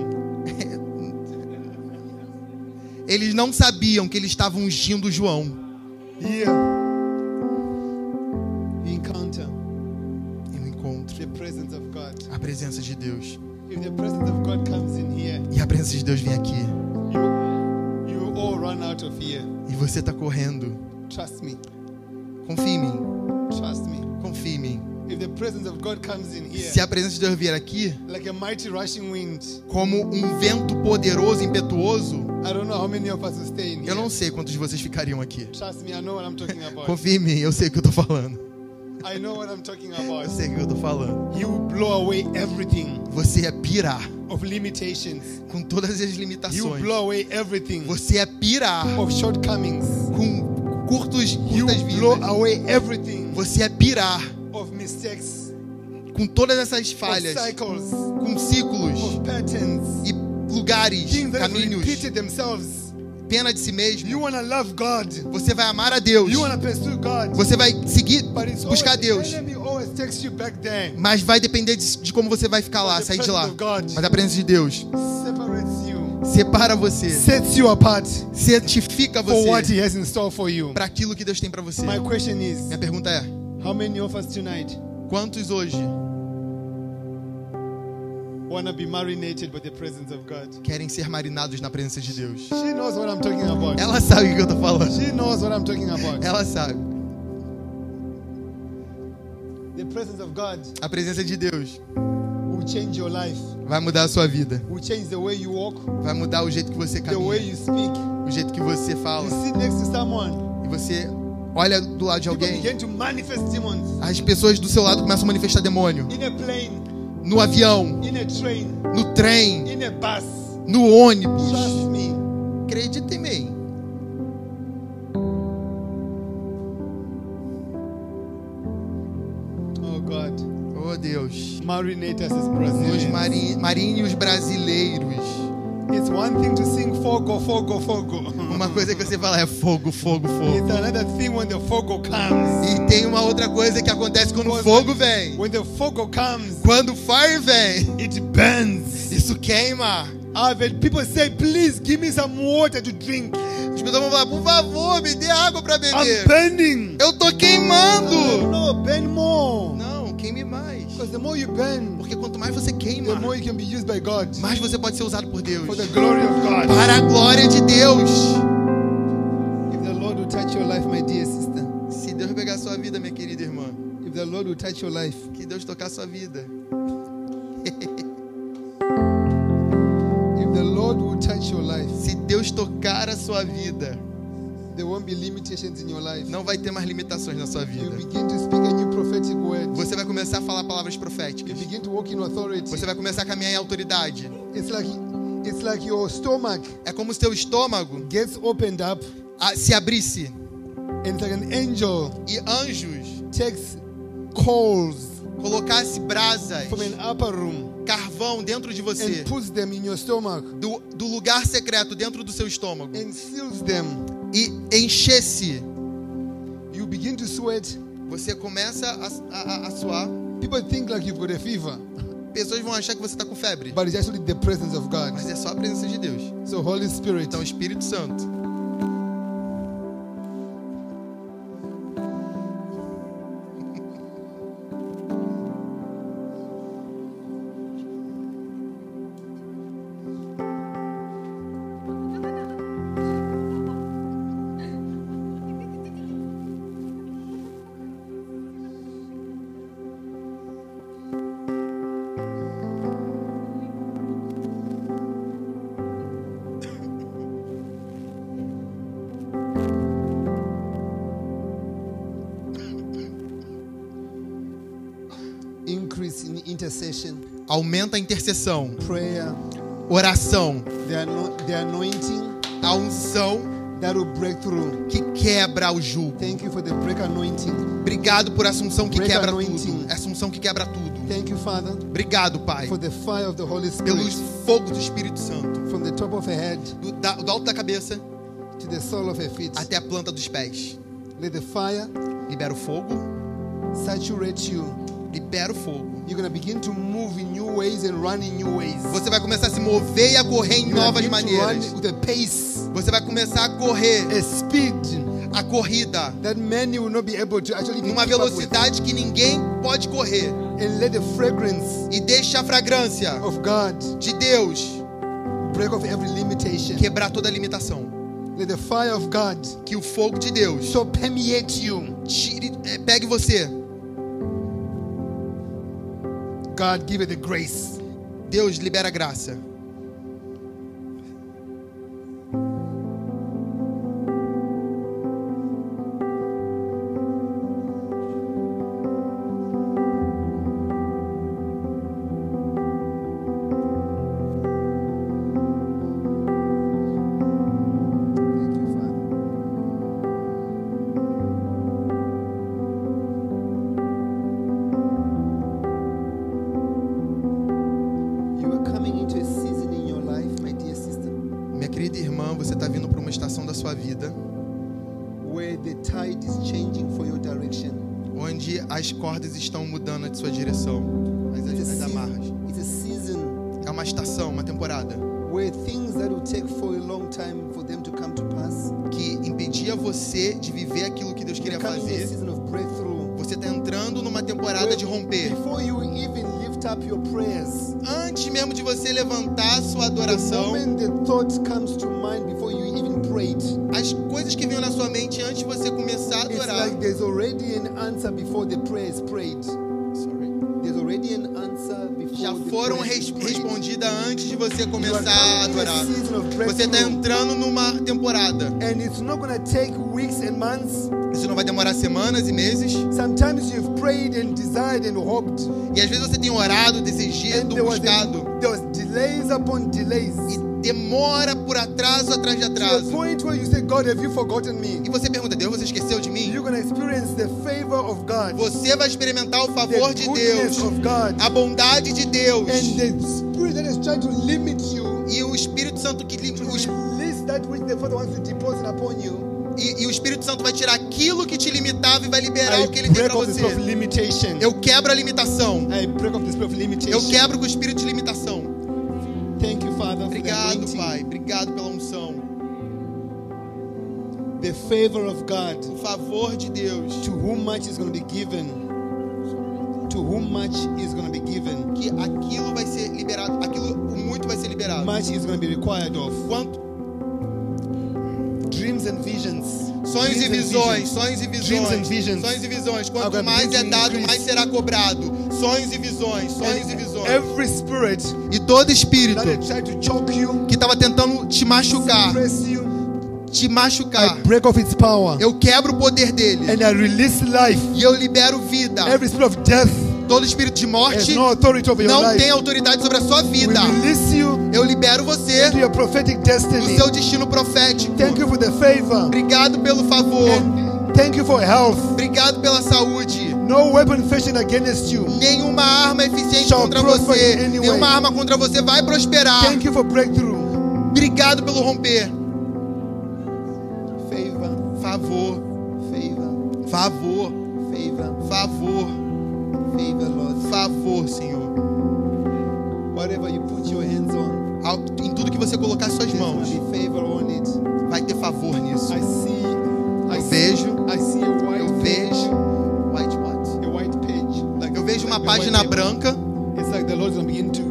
[SPEAKER 2] Eles não sabiam que eles estavam ungindo João.
[SPEAKER 1] Here, you encounter
[SPEAKER 2] E no encontro,
[SPEAKER 1] the presence of God.
[SPEAKER 2] a presença de Deus.
[SPEAKER 1] If the presence of God comes in here,
[SPEAKER 2] E a presença de Deus vem aqui.
[SPEAKER 1] you, you all run out of here.
[SPEAKER 2] E você tá correndo.
[SPEAKER 1] Trust me.
[SPEAKER 2] Confia em mim.
[SPEAKER 1] Trust me.
[SPEAKER 2] Confia em mim.
[SPEAKER 1] If the presence of God comes in here,
[SPEAKER 2] Se a presença de Deus vier aqui,
[SPEAKER 1] like a mighty rushing wind,
[SPEAKER 2] como um vento poderoso, impetuoso,
[SPEAKER 1] I don't know how many of us will stay in here.
[SPEAKER 2] eu não sei quantos de vocês ficariam aqui.
[SPEAKER 1] Trust me, I know what I'm talking about.
[SPEAKER 2] Confia em mim, eu sei o que eu tô falando.
[SPEAKER 1] I know what I'm talking
[SPEAKER 2] Eu
[SPEAKER 1] about.
[SPEAKER 2] sei o que eu tô falando.
[SPEAKER 1] He will blow away everything
[SPEAKER 2] Você é pirar
[SPEAKER 1] of limitations.
[SPEAKER 2] com todas as
[SPEAKER 1] He will
[SPEAKER 2] limitações.
[SPEAKER 1] blow away everything
[SPEAKER 2] Você é pirar
[SPEAKER 1] of shortcomings.
[SPEAKER 2] com curtos,
[SPEAKER 1] He
[SPEAKER 2] curtas
[SPEAKER 1] will blow
[SPEAKER 2] vidas.
[SPEAKER 1] away everything
[SPEAKER 2] Você é pirar
[SPEAKER 1] of mistakes,
[SPEAKER 2] com todas essas
[SPEAKER 1] of
[SPEAKER 2] falhas,
[SPEAKER 1] cycles,
[SPEAKER 2] com ciclos
[SPEAKER 1] of patterns,
[SPEAKER 2] e lugares,
[SPEAKER 1] things that have
[SPEAKER 2] caminhos,
[SPEAKER 1] repeated themselves.
[SPEAKER 2] pena de si
[SPEAKER 1] You
[SPEAKER 2] mesmo.
[SPEAKER 1] want to love God.
[SPEAKER 2] Você vai amar a Deus.
[SPEAKER 1] You want to pursue God.
[SPEAKER 2] Você vai seguir,
[SPEAKER 1] But it's always,
[SPEAKER 2] buscar Deus.
[SPEAKER 1] the enemy always takes you back there.
[SPEAKER 2] Mas vai depender de, de como você vai ficar lá, sair de lá. Mas a presença de Deus
[SPEAKER 1] Separates you.
[SPEAKER 2] separa você,
[SPEAKER 1] Sets you apart
[SPEAKER 2] santifica
[SPEAKER 1] for what
[SPEAKER 2] você
[SPEAKER 1] he has in store for you.
[SPEAKER 2] para aquilo que Deus tem para você.
[SPEAKER 1] My question
[SPEAKER 2] Minha
[SPEAKER 1] is,
[SPEAKER 2] pergunta é:
[SPEAKER 1] how many of us tonight
[SPEAKER 2] quantos hoje
[SPEAKER 1] want to be marinated by the presence of God?
[SPEAKER 2] querem ser marinados na presença de Deus?
[SPEAKER 1] She knows what I'm talking about.
[SPEAKER 2] Ela sabe o que eu tô falando.
[SPEAKER 1] She knows what I'm talking about.
[SPEAKER 2] Ela sabe.
[SPEAKER 1] The presence of God
[SPEAKER 2] A presença de Deus
[SPEAKER 1] will change your life.
[SPEAKER 2] vai mudar a sua vida.
[SPEAKER 1] Will change the way you walk,
[SPEAKER 2] Vai mudar o jeito que você
[SPEAKER 1] the way
[SPEAKER 2] caminha,
[SPEAKER 1] you speak.
[SPEAKER 2] o jeito que você
[SPEAKER 1] You
[SPEAKER 2] fala.
[SPEAKER 1] sit next to someone,
[SPEAKER 2] E você olha do lado de
[SPEAKER 1] people
[SPEAKER 2] alguém,
[SPEAKER 1] begin to manifest demons.
[SPEAKER 2] as pessoas do seu lado começam a manifestar demônio.
[SPEAKER 1] In a plane,
[SPEAKER 2] No avião,
[SPEAKER 1] in a train,
[SPEAKER 2] no trem,
[SPEAKER 1] in a bus.
[SPEAKER 2] no ônibus.
[SPEAKER 1] Trust me.
[SPEAKER 2] Acredita em mim.
[SPEAKER 1] Oh God.
[SPEAKER 2] Oh Deus.
[SPEAKER 1] Marinate us as
[SPEAKER 2] Nos
[SPEAKER 1] Brazilians.
[SPEAKER 2] mari marinhos brasileiros.
[SPEAKER 1] It's one thing to sing fogo, fogo, fogo.
[SPEAKER 2] Uma coisa que você fala é fogo, fogo, fogo.
[SPEAKER 1] It's another thing when the fogo comes.
[SPEAKER 2] E tem uma outra coisa que acontece quando o fogo vem.
[SPEAKER 1] When the fogo comes,
[SPEAKER 2] Quando o fire vem,
[SPEAKER 1] it burns.
[SPEAKER 2] isso queima.
[SPEAKER 1] I've had people say, please give me some water to drink.
[SPEAKER 2] As pessoas vão falar, por favor, me dê água pra
[SPEAKER 1] I'm
[SPEAKER 2] beber.
[SPEAKER 1] burning. Oh.
[SPEAKER 2] Eu tô queimando.
[SPEAKER 1] No, burn more.
[SPEAKER 2] Não, queime mais.
[SPEAKER 1] Because the more you burn,
[SPEAKER 2] Porque quanto mais você
[SPEAKER 1] the
[SPEAKER 2] queima,
[SPEAKER 1] more you can be used by God.
[SPEAKER 2] mais você pode ser usado por Deus.
[SPEAKER 1] For the glory of God.
[SPEAKER 2] Para a glória de Deus.
[SPEAKER 1] If the Lord will touch your life, my dear sister.
[SPEAKER 2] Se Deus pegar sua vida, minha querida irmã,
[SPEAKER 1] If the Lord will touch your life,
[SPEAKER 2] que Deus tocar sua vida.
[SPEAKER 1] if the Lord will touch your life,
[SPEAKER 2] Se Deus tocar a sua vida,
[SPEAKER 1] there won't be limitations in your life.
[SPEAKER 2] não vai ter mais limitações na sua
[SPEAKER 1] You
[SPEAKER 2] vida.
[SPEAKER 1] begin to speak a new prophetic word.
[SPEAKER 2] Você vai começar a falar palavras
[SPEAKER 1] You
[SPEAKER 2] proféticas.
[SPEAKER 1] begin to walk in authority.
[SPEAKER 2] Você vai começar a caminhar em autoridade.
[SPEAKER 1] It's like it's like your stomach
[SPEAKER 2] É como se teu estômago
[SPEAKER 1] gets opened up
[SPEAKER 2] ah, se abrisse
[SPEAKER 1] and it's like an angel
[SPEAKER 2] e anjos
[SPEAKER 1] takes coals
[SPEAKER 2] colocasse brasas,
[SPEAKER 1] from an upper room
[SPEAKER 2] carvão dentro de você,
[SPEAKER 1] and puts them in your stomach
[SPEAKER 2] do, do lugar secreto dentro do seu estômago
[SPEAKER 1] and seals them.
[SPEAKER 2] e enchesse.
[SPEAKER 1] You begin to sweat.
[SPEAKER 2] Você começa a, a- a suar.
[SPEAKER 1] People think like you've got a fever,
[SPEAKER 2] Pessoas vão achar que você está com febre,
[SPEAKER 1] but it's actually the presence of God.
[SPEAKER 2] mas é só a presença de Deus.
[SPEAKER 1] So Holy Spirit,
[SPEAKER 2] Então, Espírito Santo,
[SPEAKER 1] intercession,
[SPEAKER 2] Aumenta a intercessão,
[SPEAKER 1] prayer,
[SPEAKER 2] oração,
[SPEAKER 1] the, ano- the anointing
[SPEAKER 2] a unção
[SPEAKER 1] that will break through.
[SPEAKER 2] que quebra o jugo.
[SPEAKER 1] Thank you for the break anointing.
[SPEAKER 2] Obrigado por essa unção que
[SPEAKER 1] Break
[SPEAKER 2] quebra
[SPEAKER 1] anointing.
[SPEAKER 2] tudo. Essa unção que quebra tudo.
[SPEAKER 1] Thank you, Father,
[SPEAKER 2] Obrigado, Pai,
[SPEAKER 1] for the fire of the Holy
[SPEAKER 2] pelo
[SPEAKER 1] Spirit
[SPEAKER 2] fogo do Espírito Santo,
[SPEAKER 1] from the top of her head
[SPEAKER 2] do, da- do alto da cabeça
[SPEAKER 1] to the sole of her feet.
[SPEAKER 2] até a planta dos pés.
[SPEAKER 1] Let the fire
[SPEAKER 2] Libera o fogo,
[SPEAKER 1] saturate you.
[SPEAKER 2] libera o fogo.
[SPEAKER 1] You're going to begin to move in new ways and run in new ways.
[SPEAKER 2] Você vai começar a se mover e a correr em
[SPEAKER 1] You're gonna
[SPEAKER 2] novas
[SPEAKER 1] begin to run
[SPEAKER 2] maneiras.
[SPEAKER 1] with a pace,
[SPEAKER 2] Você vai começar a correr
[SPEAKER 1] a speed
[SPEAKER 2] a corrida
[SPEAKER 1] that many will not be able to actually keep
[SPEAKER 2] numa
[SPEAKER 1] up with.
[SPEAKER 2] velocidade que ninguém pode correr.
[SPEAKER 1] And let the fragrance
[SPEAKER 2] E deixa a fragrância
[SPEAKER 1] of God
[SPEAKER 2] de Deus
[SPEAKER 1] break off every limitation.
[SPEAKER 2] quebrar toda a limitação.
[SPEAKER 1] Let the fire of God
[SPEAKER 2] Que o fogo de Deus
[SPEAKER 1] so permeate you.
[SPEAKER 2] tire, eh, pegue você.
[SPEAKER 1] God give it the grace.
[SPEAKER 2] Deus libera a graça.
[SPEAKER 1] Thank you, Father. You are coming into a season in your life, my dear sister,
[SPEAKER 2] Minha querida irmã, você está vindo para uma estação da sua vida
[SPEAKER 1] where the tide is changing for your direction.
[SPEAKER 2] onde as cordas estão mudando de sua direção, as, as, as amarras.
[SPEAKER 1] season, it's a season
[SPEAKER 2] É uma estação, uma temporada
[SPEAKER 1] where things that will take for a long time for them to come to pass.
[SPEAKER 2] que impedia você de viver aquilo que Deus queria
[SPEAKER 1] You're coming into a
[SPEAKER 2] fazer.
[SPEAKER 1] season of breakthrough.
[SPEAKER 2] Você está entrando numa temporada de romper.
[SPEAKER 1] Before you even lift up your prayers,
[SPEAKER 2] Antes mesmo de você levantar sua
[SPEAKER 1] The
[SPEAKER 2] adoração,
[SPEAKER 1] moment the thought comes to mind before you even prayed,
[SPEAKER 2] as coisas que vinham na sua mente antes de você começar a
[SPEAKER 1] it's
[SPEAKER 2] adorar.
[SPEAKER 1] like there's already an answer before the prayer is prayed.
[SPEAKER 2] Sorry.
[SPEAKER 1] There's already an answer before
[SPEAKER 2] Já
[SPEAKER 1] the
[SPEAKER 2] foram
[SPEAKER 1] prayer is
[SPEAKER 2] res
[SPEAKER 1] prayed.
[SPEAKER 2] respondidas antes de você
[SPEAKER 1] You are
[SPEAKER 2] começar a
[SPEAKER 1] coming in a
[SPEAKER 2] adorar.
[SPEAKER 1] season of
[SPEAKER 2] Você está
[SPEAKER 1] breakthrough,
[SPEAKER 2] entrando numa temporada.
[SPEAKER 1] and it's not going to take weeks and months.
[SPEAKER 2] Isso não vai demorar semanas e meses.
[SPEAKER 1] Sometimes you've prayed and desired and hoped,
[SPEAKER 2] E às vezes você tem orado,
[SPEAKER 1] and
[SPEAKER 2] decidido,
[SPEAKER 1] there was, a-
[SPEAKER 2] buscado.
[SPEAKER 1] there was delays upon delays
[SPEAKER 2] E demora por atraso atrás de
[SPEAKER 1] to the
[SPEAKER 2] atraso.
[SPEAKER 1] point where you say, "God, have you forgotten me?"
[SPEAKER 2] E você pergunta, Deus, você esqueceu de mim?
[SPEAKER 1] You're going to experience the favor of God,
[SPEAKER 2] Você vai experimentar o
[SPEAKER 1] the
[SPEAKER 2] favor de Deus, Ah,
[SPEAKER 1] goodness of God.
[SPEAKER 2] a bondade de Deus.
[SPEAKER 1] And the spirit that is trying to limit you,
[SPEAKER 2] E o Espírito Santo que
[SPEAKER 1] to
[SPEAKER 2] lim- o es-
[SPEAKER 1] release that which the Father wants to deposit upon you,
[SPEAKER 2] e, e o Espírito Santo vai tirar aquilo que te limitava e vai liberar
[SPEAKER 1] I
[SPEAKER 2] o que ele tem
[SPEAKER 1] break
[SPEAKER 2] pra
[SPEAKER 1] off the
[SPEAKER 2] você.
[SPEAKER 1] spirit of limitation.
[SPEAKER 2] Eu quebro a limitação.
[SPEAKER 1] I break off the spirit of
[SPEAKER 2] Eu
[SPEAKER 1] limitation.
[SPEAKER 2] quebro com o espírito de limitação.
[SPEAKER 1] Thank you, Father, for the
[SPEAKER 2] Obrigado,
[SPEAKER 1] anointing,
[SPEAKER 2] Pai. Obrigado pela unção.
[SPEAKER 1] the favor of God.
[SPEAKER 2] O favor de Deus.
[SPEAKER 1] To whom much is going to be given, to whom much is going to be given,
[SPEAKER 2] Que aquilo vai ser liberado. Aquilo, o muito vai ser liberado.
[SPEAKER 1] much is going to be required of.
[SPEAKER 2] Quanto?
[SPEAKER 1] Dreams and visions.
[SPEAKER 2] Sonhos e
[SPEAKER 1] Dreams and visions.
[SPEAKER 2] visões, sonhos e
[SPEAKER 1] Dreams and
[SPEAKER 2] visões.
[SPEAKER 1] visions.
[SPEAKER 2] Sonhos e visões.
[SPEAKER 1] Agora,
[SPEAKER 2] Quanto mais é
[SPEAKER 1] begin to
[SPEAKER 2] dado,
[SPEAKER 1] increase.
[SPEAKER 2] mais será cobrado. Sonhos e visões, sonhos e visões.
[SPEAKER 1] Every spirit
[SPEAKER 2] E todo espírito
[SPEAKER 1] that is trying to choke you,
[SPEAKER 2] que estava tentando te machucar,
[SPEAKER 1] suppress you,
[SPEAKER 2] te machucar,
[SPEAKER 1] I break off its power
[SPEAKER 2] eu quebro o poder dele.
[SPEAKER 1] and I release life.
[SPEAKER 2] E eu libero vida.
[SPEAKER 1] Every spirit of death
[SPEAKER 2] Todo espírito de
[SPEAKER 1] has
[SPEAKER 2] morte
[SPEAKER 1] no authority over your
[SPEAKER 2] não
[SPEAKER 1] life.
[SPEAKER 2] tem autoridade sobre a sua
[SPEAKER 1] we
[SPEAKER 2] vida.
[SPEAKER 1] release you
[SPEAKER 2] Eu libero você
[SPEAKER 1] to your prophetic
[SPEAKER 2] do
[SPEAKER 1] destiny.
[SPEAKER 2] seu destino profético.
[SPEAKER 1] Thank you for the favor.
[SPEAKER 2] Obrigado pelo favor.
[SPEAKER 1] And thank you for health.
[SPEAKER 2] Obrigado pela saúde.
[SPEAKER 1] No weapon fashioned against you.
[SPEAKER 2] Nenhuma arma eficiente
[SPEAKER 1] Shall
[SPEAKER 2] contra
[SPEAKER 1] prosper
[SPEAKER 2] você.
[SPEAKER 1] in any way.
[SPEAKER 2] Nenhuma arma contra você vai prosperar.
[SPEAKER 1] Thank you for breakthrough.
[SPEAKER 2] Obrigado pelo romper.
[SPEAKER 1] Favor,
[SPEAKER 2] Favor,
[SPEAKER 1] favor, favor,
[SPEAKER 2] favor, favor,
[SPEAKER 1] favor, Lord.
[SPEAKER 2] favor, Senhor.
[SPEAKER 1] Whatever you put your hands on,
[SPEAKER 2] Ao- Em tudo que você colocar suas
[SPEAKER 1] there's going
[SPEAKER 2] mãos,
[SPEAKER 1] to be favor on it.
[SPEAKER 2] vai ter favor nisso.
[SPEAKER 1] I see, I
[SPEAKER 2] Eu
[SPEAKER 1] see,
[SPEAKER 2] vejo,
[SPEAKER 1] I see a
[SPEAKER 2] eu
[SPEAKER 1] white,
[SPEAKER 2] vejo. White what?
[SPEAKER 1] a white page. Like
[SPEAKER 2] Eu vejo uma
[SPEAKER 1] like a
[SPEAKER 2] página
[SPEAKER 1] white paper.
[SPEAKER 2] branca.
[SPEAKER 1] It's like the Lord's going to begin to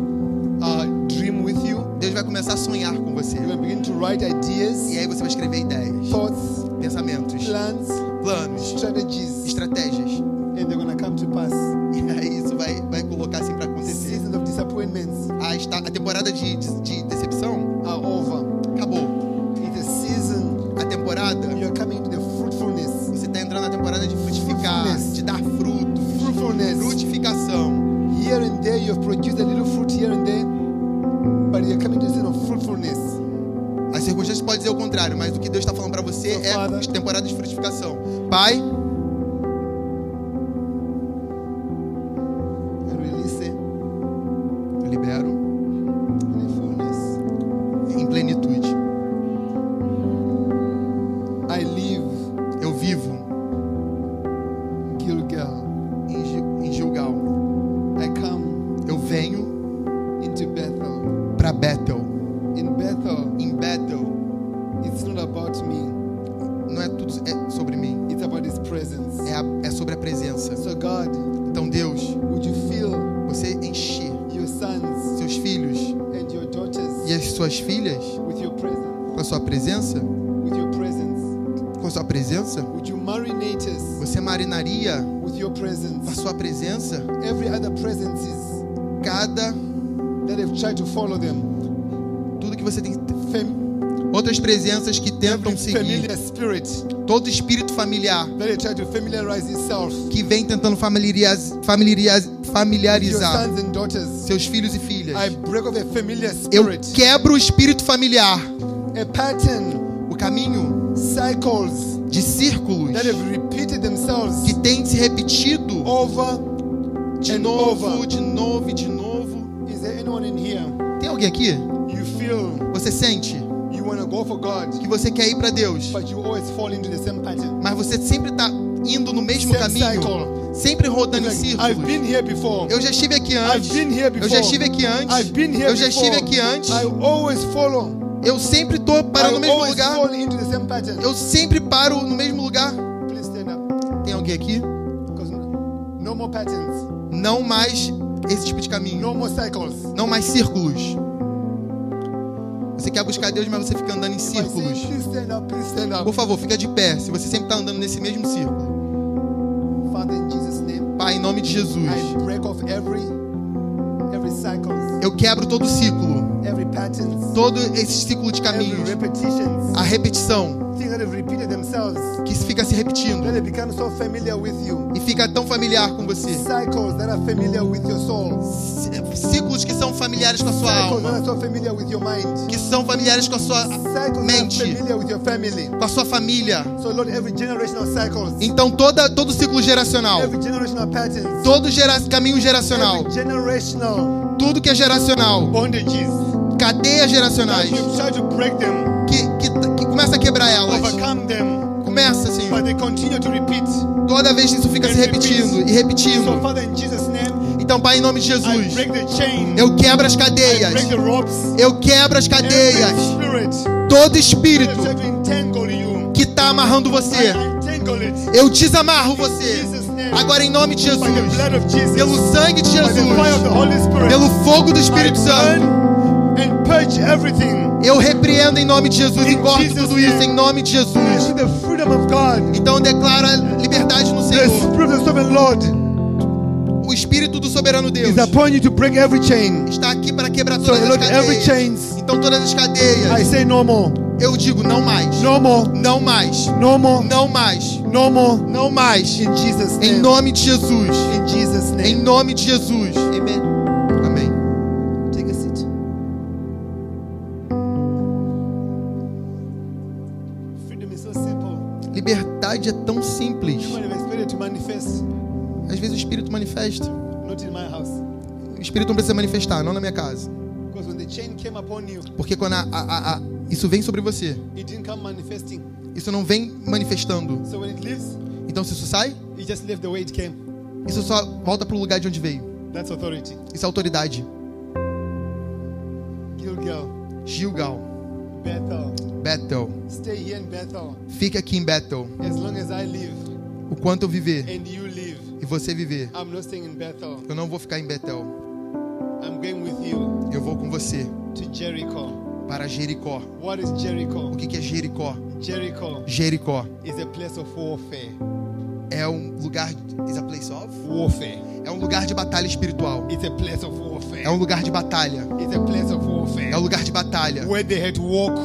[SPEAKER 1] uh, dream with you.
[SPEAKER 2] Deus vai começar a sonhar com você.
[SPEAKER 1] You're going to begin to write ideas,
[SPEAKER 2] E aí você vai escrever ideias,
[SPEAKER 1] thoughts,
[SPEAKER 2] pensamentos,
[SPEAKER 1] plans,
[SPEAKER 2] planos.
[SPEAKER 1] strategies,
[SPEAKER 2] estratégias.
[SPEAKER 1] and they're going to come to pass.
[SPEAKER 2] E aí isso vai, vai colocar assim pra
[SPEAKER 1] The
[SPEAKER 2] acontecer.
[SPEAKER 1] season of disappointments
[SPEAKER 2] A, esta, a temporada de, de, de decepção
[SPEAKER 1] are over.
[SPEAKER 2] acabou.
[SPEAKER 1] It's a season
[SPEAKER 2] A temporada,
[SPEAKER 1] you're coming to the fruitfulness.
[SPEAKER 2] você tá entrando na temporada de frutificar,
[SPEAKER 1] Fruitfulness.
[SPEAKER 2] de dar fruto,
[SPEAKER 1] Fruitfulness.
[SPEAKER 2] frutificação.
[SPEAKER 1] Here and there, your
[SPEAKER 2] As circunstâncias podem dizer o contrário, mas o que Deus está falando para você
[SPEAKER 1] Então,
[SPEAKER 2] é
[SPEAKER 1] Father-
[SPEAKER 2] temporada de frutificação. Pai, eu release, eu libero
[SPEAKER 1] in the fullness.
[SPEAKER 2] em plenitude.
[SPEAKER 1] I live
[SPEAKER 2] Eu vivo
[SPEAKER 1] in Gilgal.
[SPEAKER 2] em, Gi- em Gilgal.
[SPEAKER 1] I come
[SPEAKER 2] Eu venho
[SPEAKER 1] into Bethel.
[SPEAKER 2] para Bethel.
[SPEAKER 1] In Bethel,
[SPEAKER 2] Em Bethel
[SPEAKER 1] it's not about me,
[SPEAKER 2] não é tudo é sobre mim,
[SPEAKER 1] it's about His presence.
[SPEAKER 2] é, a- é sobre a presença.
[SPEAKER 1] So, God,
[SPEAKER 2] Então, Deus,
[SPEAKER 1] would you fill
[SPEAKER 2] você encher
[SPEAKER 1] your sons
[SPEAKER 2] seus filhos
[SPEAKER 1] and your daughters
[SPEAKER 2] e as suas filhas
[SPEAKER 1] with your presence?
[SPEAKER 2] com a sua presença?
[SPEAKER 1] With your presence.
[SPEAKER 2] Com a sua presença?
[SPEAKER 1] Would you marinate us
[SPEAKER 2] Você marinaria
[SPEAKER 1] with your
[SPEAKER 2] com a
[SPEAKER 1] presence?
[SPEAKER 2] sua presença
[SPEAKER 1] Every other presences
[SPEAKER 2] cada
[SPEAKER 1] that have tried to follow them,
[SPEAKER 2] tudo que você tem
[SPEAKER 1] fam-
[SPEAKER 2] outras presenças que tentam seguir
[SPEAKER 1] familiar spirit
[SPEAKER 2] todo espírito familiar
[SPEAKER 1] that have tried to familiarize itself
[SPEAKER 2] que vem tentando familiariz- familiariz-
[SPEAKER 1] with your
[SPEAKER 2] familiarizar
[SPEAKER 1] sons and daughters.
[SPEAKER 2] seus filhos e filhas.
[SPEAKER 1] I break off a familiar
[SPEAKER 2] Eu
[SPEAKER 1] spirit,
[SPEAKER 2] quebro o espírito familiar,
[SPEAKER 1] a pattern,
[SPEAKER 2] o caminho
[SPEAKER 1] cycles
[SPEAKER 2] de círculos
[SPEAKER 1] that have repeated themselves
[SPEAKER 2] que tem se repetido
[SPEAKER 1] over
[SPEAKER 2] de
[SPEAKER 1] and
[SPEAKER 2] novo,
[SPEAKER 1] over.
[SPEAKER 2] de novo e de novo.
[SPEAKER 1] Is there anyone in here?
[SPEAKER 2] Tem alguém aqui?
[SPEAKER 1] You feel
[SPEAKER 2] Você sente
[SPEAKER 1] you want to go for God,
[SPEAKER 2] que você quer ir para Deus,
[SPEAKER 1] but you always fall into the same pattern.
[SPEAKER 2] mas você sempre tá indo no mesmo
[SPEAKER 1] Same
[SPEAKER 2] caminho,
[SPEAKER 1] cycle.
[SPEAKER 2] sempre rodando em
[SPEAKER 1] It's like, I've
[SPEAKER 2] círculos.
[SPEAKER 1] been here before.
[SPEAKER 2] Eu já estive aqui antes.
[SPEAKER 1] I've been here
[SPEAKER 2] Eu já
[SPEAKER 1] before.
[SPEAKER 2] estive aqui antes.
[SPEAKER 1] I've been here
[SPEAKER 2] Eu já estive
[SPEAKER 1] before.
[SPEAKER 2] aqui antes.
[SPEAKER 1] I always follow.
[SPEAKER 2] Eu sempre tô
[SPEAKER 1] I
[SPEAKER 2] parando no mesmo
[SPEAKER 1] always
[SPEAKER 2] lugar.
[SPEAKER 1] fall into the same pattern.
[SPEAKER 2] Eu sempre paro no mesmo lugar.
[SPEAKER 1] Please stand up.
[SPEAKER 2] Tem alguém aqui?
[SPEAKER 1] Because no more patterns,
[SPEAKER 2] Não mais esse tipo de caminho.
[SPEAKER 1] no more cycles.
[SPEAKER 2] Não mais círculos. Você quer buscar Deus, mas você fica andando em
[SPEAKER 1] If I say,
[SPEAKER 2] círculos.
[SPEAKER 1] Please stand up, please stand
[SPEAKER 2] Por
[SPEAKER 1] up.
[SPEAKER 2] favor, fica de pé. Se você sempre tá andando nesse mesmo círculo.
[SPEAKER 1] Father, in Jesus' name,
[SPEAKER 2] Pai, em nome de Jesus.
[SPEAKER 1] I break off every every cycles,
[SPEAKER 2] Eu quebro todo ciclo.
[SPEAKER 1] every patterns,
[SPEAKER 2] Todo esse ciclo de
[SPEAKER 1] every
[SPEAKER 2] caminhos.
[SPEAKER 1] repetitions,
[SPEAKER 2] A repetição.
[SPEAKER 1] things that have repeated themselves,
[SPEAKER 2] Que fica se repetindo.
[SPEAKER 1] that have become so familiar with you.
[SPEAKER 2] E fica tão familiar com você.
[SPEAKER 1] Cycles that are familiar with your soul.
[SPEAKER 2] ciclos que são familiares com a sua
[SPEAKER 1] Cycles that
[SPEAKER 2] alma,
[SPEAKER 1] are so familiar with your mind.
[SPEAKER 2] que são familiares com a sua
[SPEAKER 1] Cycles that
[SPEAKER 2] mente,
[SPEAKER 1] are familiar with your family.
[SPEAKER 2] com a sua família.
[SPEAKER 1] So Lord, every generational cycles,
[SPEAKER 2] Então toda todo ciclo geracional,
[SPEAKER 1] every generational patterns,
[SPEAKER 2] todo gera, caminho geracional,
[SPEAKER 1] every generational
[SPEAKER 2] tudo que é geracional,
[SPEAKER 1] bondages.
[SPEAKER 2] cadeias
[SPEAKER 1] Now
[SPEAKER 2] geracionais,
[SPEAKER 1] you try to break them,
[SPEAKER 2] que, que, que começa a quebrar elas.
[SPEAKER 1] overcome them,
[SPEAKER 2] Começa, Senhor.
[SPEAKER 1] but they continue to repeat.
[SPEAKER 2] Toda vez isso fica se repetindo e
[SPEAKER 1] So,
[SPEAKER 2] repetindo.
[SPEAKER 1] Father, in Jesus' name,
[SPEAKER 2] Então, Pai, em nome de
[SPEAKER 1] I
[SPEAKER 2] Jesus,
[SPEAKER 1] break the chain,
[SPEAKER 2] eu quebro as
[SPEAKER 1] I
[SPEAKER 2] cadeias.
[SPEAKER 1] break the ropes,
[SPEAKER 2] Eu quebro as cadeias.
[SPEAKER 1] every spirit
[SPEAKER 2] Todo
[SPEAKER 1] that
[SPEAKER 2] espírito
[SPEAKER 1] try to entangle you,
[SPEAKER 2] que tá amarrando
[SPEAKER 1] I
[SPEAKER 2] você,
[SPEAKER 1] entangle it
[SPEAKER 2] eu desamarro você.
[SPEAKER 1] Jesus' name.
[SPEAKER 2] Agora, em nome de
[SPEAKER 1] by the
[SPEAKER 2] Jesus.
[SPEAKER 1] blood of Jesus,
[SPEAKER 2] pelo sangue de
[SPEAKER 1] by the fire of
[SPEAKER 2] Jesus,
[SPEAKER 1] the Holy Spirit.
[SPEAKER 2] pelo fogo do
[SPEAKER 1] I
[SPEAKER 2] Espírito Santo,
[SPEAKER 1] burn and purge everything
[SPEAKER 2] eu repreendo em nome de Jesus,
[SPEAKER 1] In
[SPEAKER 2] engordo
[SPEAKER 1] Jesus'
[SPEAKER 2] tudo isso
[SPEAKER 1] name.
[SPEAKER 2] em nome de Jesus.
[SPEAKER 1] to the freedom of God,
[SPEAKER 2] Então eu declaro a liberdade no
[SPEAKER 1] the
[SPEAKER 2] Senhor.
[SPEAKER 1] Spirit of the Sovereign Lord
[SPEAKER 2] O Espírito do Soberano Deus
[SPEAKER 1] is upon you to break every chain.
[SPEAKER 2] está aqui para quebrar
[SPEAKER 1] So,
[SPEAKER 2] todas as
[SPEAKER 1] Lord, every
[SPEAKER 2] cadeias.
[SPEAKER 1] chains,
[SPEAKER 2] Então todas as
[SPEAKER 1] I
[SPEAKER 2] cadeias,
[SPEAKER 1] say no more,
[SPEAKER 2] eu digo não mais,
[SPEAKER 1] no more,
[SPEAKER 2] não mais,
[SPEAKER 1] no more,
[SPEAKER 2] não mais,
[SPEAKER 1] no more.
[SPEAKER 2] não mais.
[SPEAKER 1] In Jesus'
[SPEAKER 2] Em
[SPEAKER 1] name.
[SPEAKER 2] nome de Jesus,
[SPEAKER 1] In Jesus'
[SPEAKER 2] em
[SPEAKER 1] name.
[SPEAKER 2] nome de Jesus.
[SPEAKER 1] Amen.
[SPEAKER 2] Amém.
[SPEAKER 1] Take a seat. Freedom is so simple.
[SPEAKER 2] Liberdade é tão simples.
[SPEAKER 1] You might have expected to manifest,
[SPEAKER 2] Às vezes o Espírito manifesta.
[SPEAKER 1] not in my house.
[SPEAKER 2] O Espírito não precisa manifestar, não na minha casa.
[SPEAKER 1] Because when the chain came upon you,
[SPEAKER 2] Porque quando a, a- a- a- isso vem sobre você,
[SPEAKER 1] it didn't come manifesting.
[SPEAKER 2] isso não vem manifestando.
[SPEAKER 1] So when it leaves,
[SPEAKER 2] Então se isso sai,
[SPEAKER 1] it just left the way it came.
[SPEAKER 2] isso só volta pro lugar de onde veio.
[SPEAKER 1] That's authority.
[SPEAKER 2] Isso é autoridade.
[SPEAKER 1] Gilgal,
[SPEAKER 2] Gilgal,
[SPEAKER 1] Bethel.
[SPEAKER 2] Bethel.
[SPEAKER 1] Stay here in Bethel
[SPEAKER 2] Fica aqui em Bethel.
[SPEAKER 1] as long as I live
[SPEAKER 2] O quanto eu viver
[SPEAKER 1] and you live.
[SPEAKER 2] e você viver,
[SPEAKER 1] I'm not staying in Bethel.
[SPEAKER 2] eu não vou ficar em Bethel.
[SPEAKER 1] I'm going with you
[SPEAKER 2] Eu vou com você
[SPEAKER 1] to Jericho.
[SPEAKER 2] para Jericó.
[SPEAKER 1] What is Jericho?
[SPEAKER 2] O que, que é Jericó?
[SPEAKER 1] Jericho
[SPEAKER 2] Jericó
[SPEAKER 1] is a place of warfare.
[SPEAKER 2] é um lugar. Is a place of?
[SPEAKER 1] Warfare.
[SPEAKER 2] É um lugar de batalha espiritual.
[SPEAKER 1] It's a place of warfare.
[SPEAKER 2] É um lugar de batalha.
[SPEAKER 1] It's a place of warfare.
[SPEAKER 2] É um lugar de batalha.
[SPEAKER 1] Where they had to walk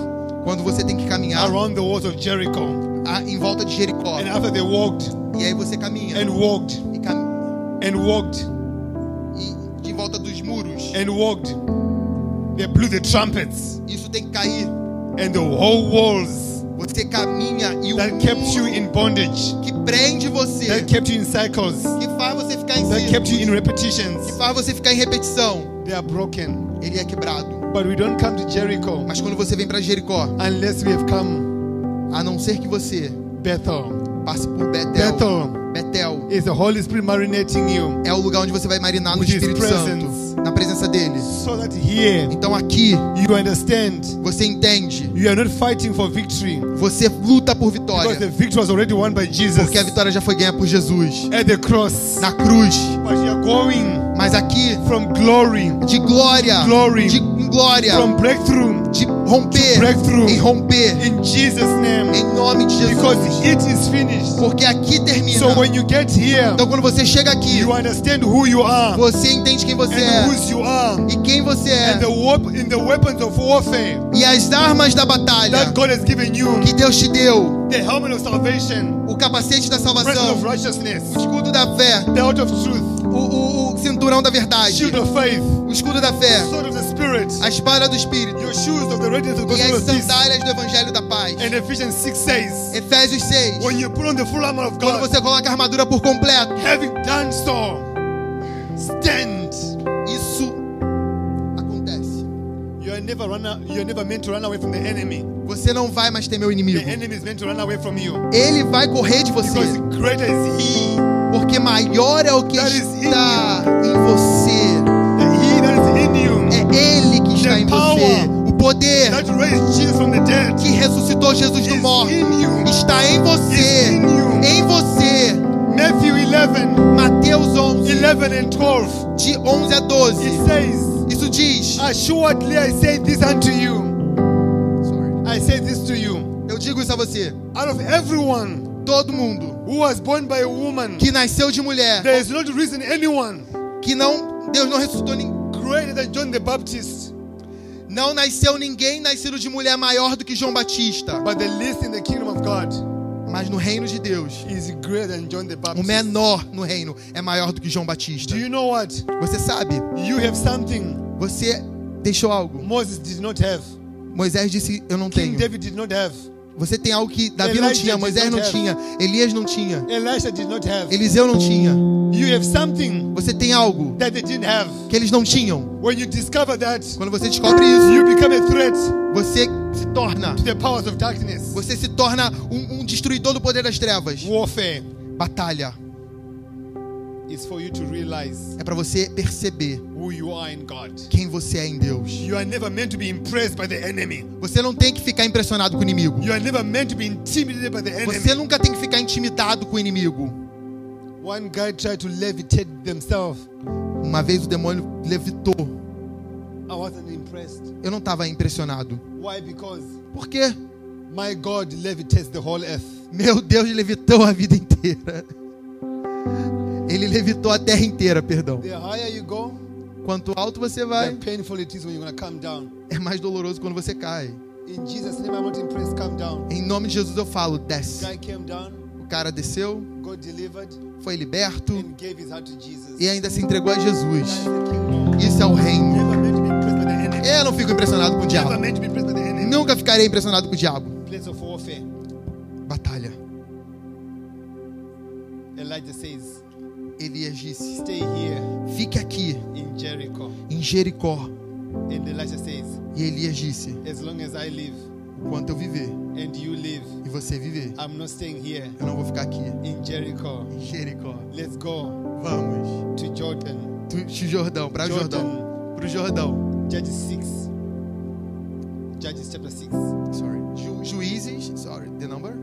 [SPEAKER 2] Quando você tem que caminhar
[SPEAKER 1] around the walls of Jericho.
[SPEAKER 2] a- em volta de Jericó.
[SPEAKER 1] And after they walked
[SPEAKER 2] E aí você caminha.
[SPEAKER 1] and walked
[SPEAKER 2] E, cam...
[SPEAKER 1] and walked
[SPEAKER 2] e de volta dos muros.
[SPEAKER 1] and walked, they blew the trumpets
[SPEAKER 2] Isso tem que cair.
[SPEAKER 1] and the whole walls
[SPEAKER 2] Você caminha e o
[SPEAKER 1] that kept you
[SPEAKER 2] mundo
[SPEAKER 1] in bondage,
[SPEAKER 2] que prende você,
[SPEAKER 1] that kept you in cycles,
[SPEAKER 2] que faz você ficar em
[SPEAKER 1] that
[SPEAKER 2] círculo,
[SPEAKER 1] kept you in
[SPEAKER 2] que
[SPEAKER 1] repetitions,
[SPEAKER 2] faz você ficar em repetição,
[SPEAKER 1] they are broken.
[SPEAKER 2] ele é quebrado.
[SPEAKER 1] But we don't come to Jericho
[SPEAKER 2] Mas quando você vem para Jericó,
[SPEAKER 1] unless we have come
[SPEAKER 2] a não ser que você
[SPEAKER 1] Bethel.
[SPEAKER 2] passe por Betel,
[SPEAKER 1] Bethel
[SPEAKER 2] Betel
[SPEAKER 1] is the Holy Spirit marinating you
[SPEAKER 2] é o lugar onde você vai marinar no
[SPEAKER 1] With his
[SPEAKER 2] Espírito
[SPEAKER 1] presence.
[SPEAKER 2] Santo, na presença dele.
[SPEAKER 1] so that here
[SPEAKER 2] Então aqui
[SPEAKER 1] you understand
[SPEAKER 2] você entende,
[SPEAKER 1] you are not fighting for victory
[SPEAKER 2] você luta por
[SPEAKER 1] because
[SPEAKER 2] vitória,
[SPEAKER 1] the victory was already won by Jesus
[SPEAKER 2] porque a vitória já foi ganha por Jesus
[SPEAKER 1] at the cross.
[SPEAKER 2] na cruz.
[SPEAKER 1] But you are going
[SPEAKER 2] Mas aqui
[SPEAKER 1] from glory,
[SPEAKER 2] de glória,
[SPEAKER 1] Glory.
[SPEAKER 2] de em glória,
[SPEAKER 1] from breakthrough
[SPEAKER 2] de romper,
[SPEAKER 1] to breakthrough.
[SPEAKER 2] em romper,
[SPEAKER 1] in Jesus' name
[SPEAKER 2] em nome de
[SPEAKER 1] because
[SPEAKER 2] Jesus,
[SPEAKER 1] it is finished.
[SPEAKER 2] porque aqui termina.
[SPEAKER 1] So when you get here,
[SPEAKER 2] Então quando você chega aqui,
[SPEAKER 1] you understand who you are
[SPEAKER 2] você entende quem você
[SPEAKER 1] and
[SPEAKER 2] é
[SPEAKER 1] whose you are
[SPEAKER 2] e quem você
[SPEAKER 1] and the
[SPEAKER 2] é
[SPEAKER 1] warp in the weapons of warfare
[SPEAKER 2] e as armas da batalha
[SPEAKER 1] that God has given you.
[SPEAKER 2] que Deus te deu,
[SPEAKER 1] The helmet of salvation,
[SPEAKER 2] o capacete da
[SPEAKER 1] breastplate of
[SPEAKER 2] salvação,
[SPEAKER 1] righteousness,
[SPEAKER 2] o escudo da fé,
[SPEAKER 1] belt of truth,
[SPEAKER 2] o, o- o cinturão da verdade,
[SPEAKER 1] shield of faith,
[SPEAKER 2] o escudo da fé,
[SPEAKER 1] sword of the spirit,
[SPEAKER 2] a espada do espírito
[SPEAKER 1] your shoes of the readiness of
[SPEAKER 2] e as
[SPEAKER 1] God's peace.
[SPEAKER 2] sandálias do evangelho da paz.
[SPEAKER 1] And Ephesians 6 says,
[SPEAKER 2] Efésios 6.
[SPEAKER 1] when you put on the full armor of
[SPEAKER 2] Quando
[SPEAKER 1] God,
[SPEAKER 2] você coloca a armadura por completo,
[SPEAKER 1] having done so, stand.
[SPEAKER 2] isso acontece.
[SPEAKER 1] You are never run. a- You are never meant to run away from the enemy.
[SPEAKER 2] Você não vai mais temer o
[SPEAKER 1] The
[SPEAKER 2] inimigo.
[SPEAKER 1] enemy is meant to run away from you
[SPEAKER 2] Ele vai correr de você,
[SPEAKER 1] because greater is He,
[SPEAKER 2] porque maior é o que
[SPEAKER 1] That is in
[SPEAKER 2] está em você.
[SPEAKER 1] the He that is in you
[SPEAKER 2] É ele que está
[SPEAKER 1] The
[SPEAKER 2] em você. O poder
[SPEAKER 1] that raised Jesus from the dead
[SPEAKER 2] que ressuscitou Jesus do
[SPEAKER 1] is
[SPEAKER 2] morto
[SPEAKER 1] in you.
[SPEAKER 2] está em
[SPEAKER 1] Is
[SPEAKER 2] você.
[SPEAKER 1] in you.
[SPEAKER 2] Em você.
[SPEAKER 1] Matthew 11,
[SPEAKER 2] Mateus 11,
[SPEAKER 1] 11 and 12.
[SPEAKER 2] de 11 a 12.
[SPEAKER 1] It says,
[SPEAKER 2] é Isso diz:
[SPEAKER 1] "Assuredly I say this unto you. I say this to you.
[SPEAKER 2] Eu digo isso a você.
[SPEAKER 1] Out of everyone
[SPEAKER 2] Todo mundo
[SPEAKER 1] who was born by a woman,
[SPEAKER 2] que nasceu de mulher,
[SPEAKER 1] there is not risen anyone
[SPEAKER 2] que não Deus não ressuscitou ninguém.
[SPEAKER 1] greater than John the Baptist,
[SPEAKER 2] Não nasceu ninguém nascido de mulher maior do que João Batista.
[SPEAKER 1] but the least in the kingdom of God
[SPEAKER 2] Mas no reino de Deus,
[SPEAKER 1] is greater than John the
[SPEAKER 2] o
[SPEAKER 1] Baptist."
[SPEAKER 2] menor no reino é maior do que João Batista.
[SPEAKER 1] Do you know what?
[SPEAKER 2] Você sabe,
[SPEAKER 1] You have something
[SPEAKER 2] você deixou algo.
[SPEAKER 1] Moses did not have.
[SPEAKER 2] Moisés disse: Eu não
[SPEAKER 1] King
[SPEAKER 2] tenho.
[SPEAKER 1] David did not have.
[SPEAKER 2] Você tem algo que Davi não
[SPEAKER 1] Elijah
[SPEAKER 2] tinha,
[SPEAKER 1] did
[SPEAKER 2] Moisés é não
[SPEAKER 1] not have.
[SPEAKER 2] tinha, Elias não tinha,
[SPEAKER 1] Elisha did not have.
[SPEAKER 2] Eliseu não tinha.
[SPEAKER 1] You have something
[SPEAKER 2] Você tem algo
[SPEAKER 1] that they didn't have.
[SPEAKER 2] que eles não tinham.
[SPEAKER 1] When you discover that,
[SPEAKER 2] Quando você descobre isso,
[SPEAKER 1] you become a threat to
[SPEAKER 2] você se torna.
[SPEAKER 1] the powers of darkness.
[SPEAKER 2] Você se torna um, um destruidor do poder das trevas.
[SPEAKER 1] Warfare
[SPEAKER 2] Batalha
[SPEAKER 1] is for you to realize
[SPEAKER 2] é pra você perceber
[SPEAKER 1] who you are in God.
[SPEAKER 2] quem você é em Deus.
[SPEAKER 1] You are never meant to be impressed by the enemy.
[SPEAKER 2] Você não tem que ficar impressionado com o inimigo.
[SPEAKER 1] You are never meant to be intimidated by the
[SPEAKER 2] Você
[SPEAKER 1] enemy.
[SPEAKER 2] nunca tem que ficar intimidado com o inimigo.
[SPEAKER 1] One guy tried to levitate themselves.
[SPEAKER 2] Uma vez o demônio levitou.
[SPEAKER 1] I wasn't impressed.
[SPEAKER 2] Eu não estava impressionado.
[SPEAKER 1] Why? Because
[SPEAKER 2] Por quê?
[SPEAKER 1] my God levitates the whole earth.
[SPEAKER 2] Meu Deus ele levitou a vida inteira. Ele levitou a terra inteira, perdão.
[SPEAKER 1] The higher you go,
[SPEAKER 2] Quanto alto você
[SPEAKER 1] the
[SPEAKER 2] vai,
[SPEAKER 1] painful it is when you're going to come down.
[SPEAKER 2] é mais doloroso quando você cai.
[SPEAKER 1] In Jesus' name, I'm not impressed. Come down.
[SPEAKER 2] Em nome de Jesus eu falo, desce.
[SPEAKER 1] Guy came down,
[SPEAKER 2] O cara desceu,
[SPEAKER 1] got delivered,
[SPEAKER 2] foi liberto
[SPEAKER 1] and gave his heart to Jesus.
[SPEAKER 2] e ainda se entregou a
[SPEAKER 1] That's
[SPEAKER 2] Jesus.
[SPEAKER 1] the kingdom.
[SPEAKER 2] Isso é o reino.
[SPEAKER 1] Never meant to be impressed by the enemy.
[SPEAKER 2] Eu não fico impressionado com o
[SPEAKER 1] Never
[SPEAKER 2] diabo.
[SPEAKER 1] meant to be impressed by the enemy.
[SPEAKER 2] Nunca ficarei impressionado com o diabo.
[SPEAKER 1] Place of warfare.
[SPEAKER 2] Batalha.
[SPEAKER 1] Elijah says,
[SPEAKER 2] Elias disse:
[SPEAKER 1] Stay here
[SPEAKER 2] Fique aqui
[SPEAKER 1] in Jericho.
[SPEAKER 2] em Jericó.
[SPEAKER 1] And Elijah says,
[SPEAKER 2] E Elias disse:
[SPEAKER 1] As long as I live
[SPEAKER 2] Enquanto eu viver
[SPEAKER 1] and you live,
[SPEAKER 2] e você viver,
[SPEAKER 1] I'm not staying here
[SPEAKER 2] eu não vou ficar aqui
[SPEAKER 1] in Jericho.
[SPEAKER 2] em Jericó.
[SPEAKER 1] Let's go
[SPEAKER 2] Vamos.
[SPEAKER 1] to Jordan.
[SPEAKER 2] Tu- Tu Jordão, para o Jordão.
[SPEAKER 1] Jordan.
[SPEAKER 2] Pro Jordão.
[SPEAKER 1] Judges 6. Judges chapter 6.
[SPEAKER 2] Sorry. Ju- juízes. Sorry, the number?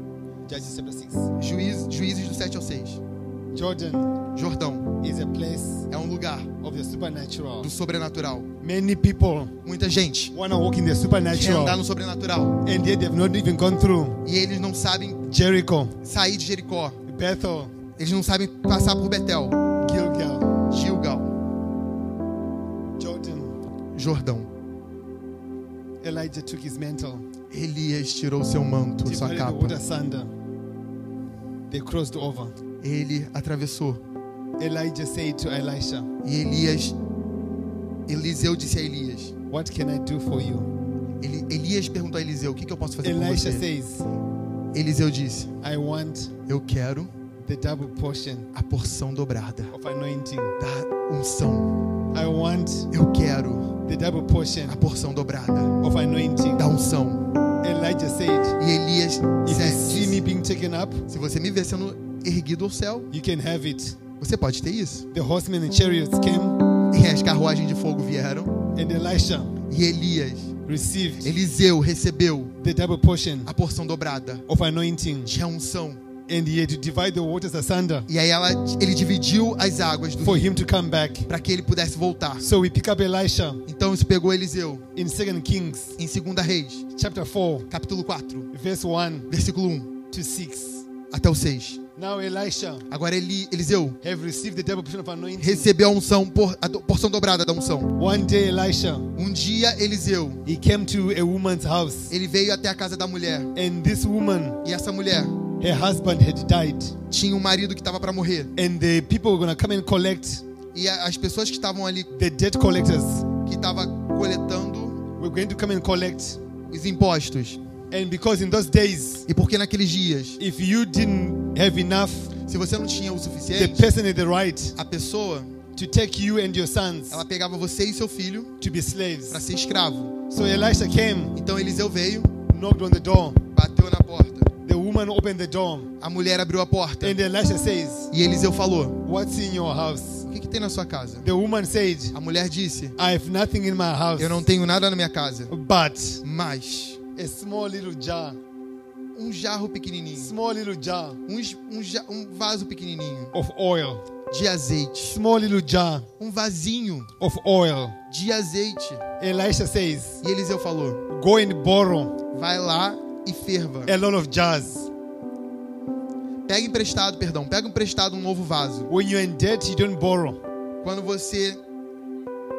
[SPEAKER 1] Judges chapter 6.
[SPEAKER 2] Juiz, juízes do 7 ao 6.
[SPEAKER 1] Jordan
[SPEAKER 2] Jordão
[SPEAKER 1] is a place
[SPEAKER 2] é um lugar
[SPEAKER 1] of the supernatural.
[SPEAKER 2] do sobrenatural.
[SPEAKER 1] Many people
[SPEAKER 2] Muita gente
[SPEAKER 1] want to walk in the
[SPEAKER 2] quer andar
[SPEAKER 1] supernatural
[SPEAKER 2] no sobrenatural
[SPEAKER 1] and yet they've not even gone through
[SPEAKER 2] e eles não sabem
[SPEAKER 1] Jericho,
[SPEAKER 2] sair de Jericó.
[SPEAKER 1] Bethel,
[SPEAKER 2] Eles não sabem passar por Betel,
[SPEAKER 1] Gilgal,
[SPEAKER 2] Gilgal,
[SPEAKER 1] Jordan.
[SPEAKER 2] Jordão.
[SPEAKER 1] Elijah took his mantle,
[SPEAKER 2] Elias tirou seu manto, sua
[SPEAKER 1] divided the
[SPEAKER 2] capa.
[SPEAKER 1] water asunder. They crossed over.
[SPEAKER 2] Ele atravessou.
[SPEAKER 1] Elijah said to Elisha,
[SPEAKER 2] E Elias, Eliseu disse a Elias:
[SPEAKER 1] What can I do for you?
[SPEAKER 2] Ele, Elias perguntou a Eliseu: O que, que eu posso fazer
[SPEAKER 1] Elisha
[SPEAKER 2] por você?
[SPEAKER 1] says,
[SPEAKER 2] Eliseu disse:
[SPEAKER 1] I want
[SPEAKER 2] Eu quero
[SPEAKER 1] the double portion
[SPEAKER 2] a porção dobrada
[SPEAKER 1] of anointing.
[SPEAKER 2] da unção.
[SPEAKER 1] I want
[SPEAKER 2] Eu quero
[SPEAKER 1] the double
[SPEAKER 2] a
[SPEAKER 1] portion
[SPEAKER 2] porção dobrada
[SPEAKER 1] of anointing.
[SPEAKER 2] da unção.
[SPEAKER 1] Elijah said,
[SPEAKER 2] E Elias
[SPEAKER 1] If you
[SPEAKER 2] disse,
[SPEAKER 1] see me being taken up,
[SPEAKER 2] Se você me ver sendo erguido ao céu,
[SPEAKER 1] you can have it.
[SPEAKER 2] você pode ter isso.
[SPEAKER 1] The horsemen and chariots came,
[SPEAKER 2] E as carruagens de fogo vieram.
[SPEAKER 1] and Elisha
[SPEAKER 2] E Elias,
[SPEAKER 1] received
[SPEAKER 2] Eliseu, recebeu
[SPEAKER 1] the double portion
[SPEAKER 2] a porção dobrada.
[SPEAKER 1] of anointing,
[SPEAKER 2] Tinha unção.
[SPEAKER 1] and he had to divide the waters asunder
[SPEAKER 2] E aí ela, ele dividiu as águas do
[SPEAKER 1] for him to come back.
[SPEAKER 2] para que ele pudesse voltar.
[SPEAKER 1] So we pick up Elisha
[SPEAKER 2] Então isso pegou Eliseu
[SPEAKER 1] in 2 Kings
[SPEAKER 2] em 2 Reis,
[SPEAKER 1] chapter 4,
[SPEAKER 2] capítulo 4,
[SPEAKER 1] verse 1
[SPEAKER 2] versículo 1
[SPEAKER 1] to 6.
[SPEAKER 2] até o 6.
[SPEAKER 1] Now Elisha
[SPEAKER 2] Agora Eli, Eliseu
[SPEAKER 1] have received the double portion of anointing.
[SPEAKER 2] recebeu a unção, por, a do- porção dobrada da unção.
[SPEAKER 1] One day Elisha
[SPEAKER 2] Um dia Eliseu,
[SPEAKER 1] he came to a woman's house,
[SPEAKER 2] ele veio até a casa da mulher.
[SPEAKER 1] and this woman,
[SPEAKER 2] E essa mulher
[SPEAKER 1] her husband had died,
[SPEAKER 2] tinha um marido que estava para morrer.
[SPEAKER 1] and the people were gonna come and collect.
[SPEAKER 2] E a- as pessoas que estavam ali,
[SPEAKER 1] The debt collectors
[SPEAKER 2] que estavam coletando
[SPEAKER 1] were going to come and collect,
[SPEAKER 2] os impostos.
[SPEAKER 1] and because in those days
[SPEAKER 2] E porque naqueles dias,
[SPEAKER 1] if you didn't have enough,
[SPEAKER 2] se você não tinha o
[SPEAKER 1] the
[SPEAKER 2] suficiente,
[SPEAKER 1] person had the right
[SPEAKER 2] a pessoa,
[SPEAKER 1] to take you and your sons
[SPEAKER 2] ela pegava você e seu filho
[SPEAKER 1] to be
[SPEAKER 2] para
[SPEAKER 1] slaves.
[SPEAKER 2] ser escravo.
[SPEAKER 1] So Elisha came,
[SPEAKER 2] Então Eliseu veio,
[SPEAKER 1] knocked on the door.
[SPEAKER 2] bateu na porta.
[SPEAKER 1] The woman opened the door,
[SPEAKER 2] A mulher abriu a porta.
[SPEAKER 1] and Elisha says,
[SPEAKER 2] E Eliseu falou:
[SPEAKER 1] What's in your house?
[SPEAKER 2] O que, que tem na sua casa?
[SPEAKER 1] The woman said,
[SPEAKER 2] A mulher disse:
[SPEAKER 1] I have nothing in my house,
[SPEAKER 2] Eu não tenho nada na minha casa,
[SPEAKER 1] but
[SPEAKER 2] mas
[SPEAKER 1] a small little jar,
[SPEAKER 2] um jarro pequenininho,
[SPEAKER 1] small little jar
[SPEAKER 2] um, j- um, ja- um vaso pequenininho
[SPEAKER 1] of oil,
[SPEAKER 2] de azeite,
[SPEAKER 1] small little jar
[SPEAKER 2] um vasinho
[SPEAKER 1] of oil.
[SPEAKER 2] de azeite.
[SPEAKER 1] Elisha says,
[SPEAKER 2] E Eliseu falou:
[SPEAKER 1] Go and borrow
[SPEAKER 2] Vai lá e ferva.
[SPEAKER 1] a lot of jars.
[SPEAKER 2] Pega emprestado, perdão, pega emprestado um novo vaso.
[SPEAKER 1] When you're in debt, you don't borrow.
[SPEAKER 2] Quando você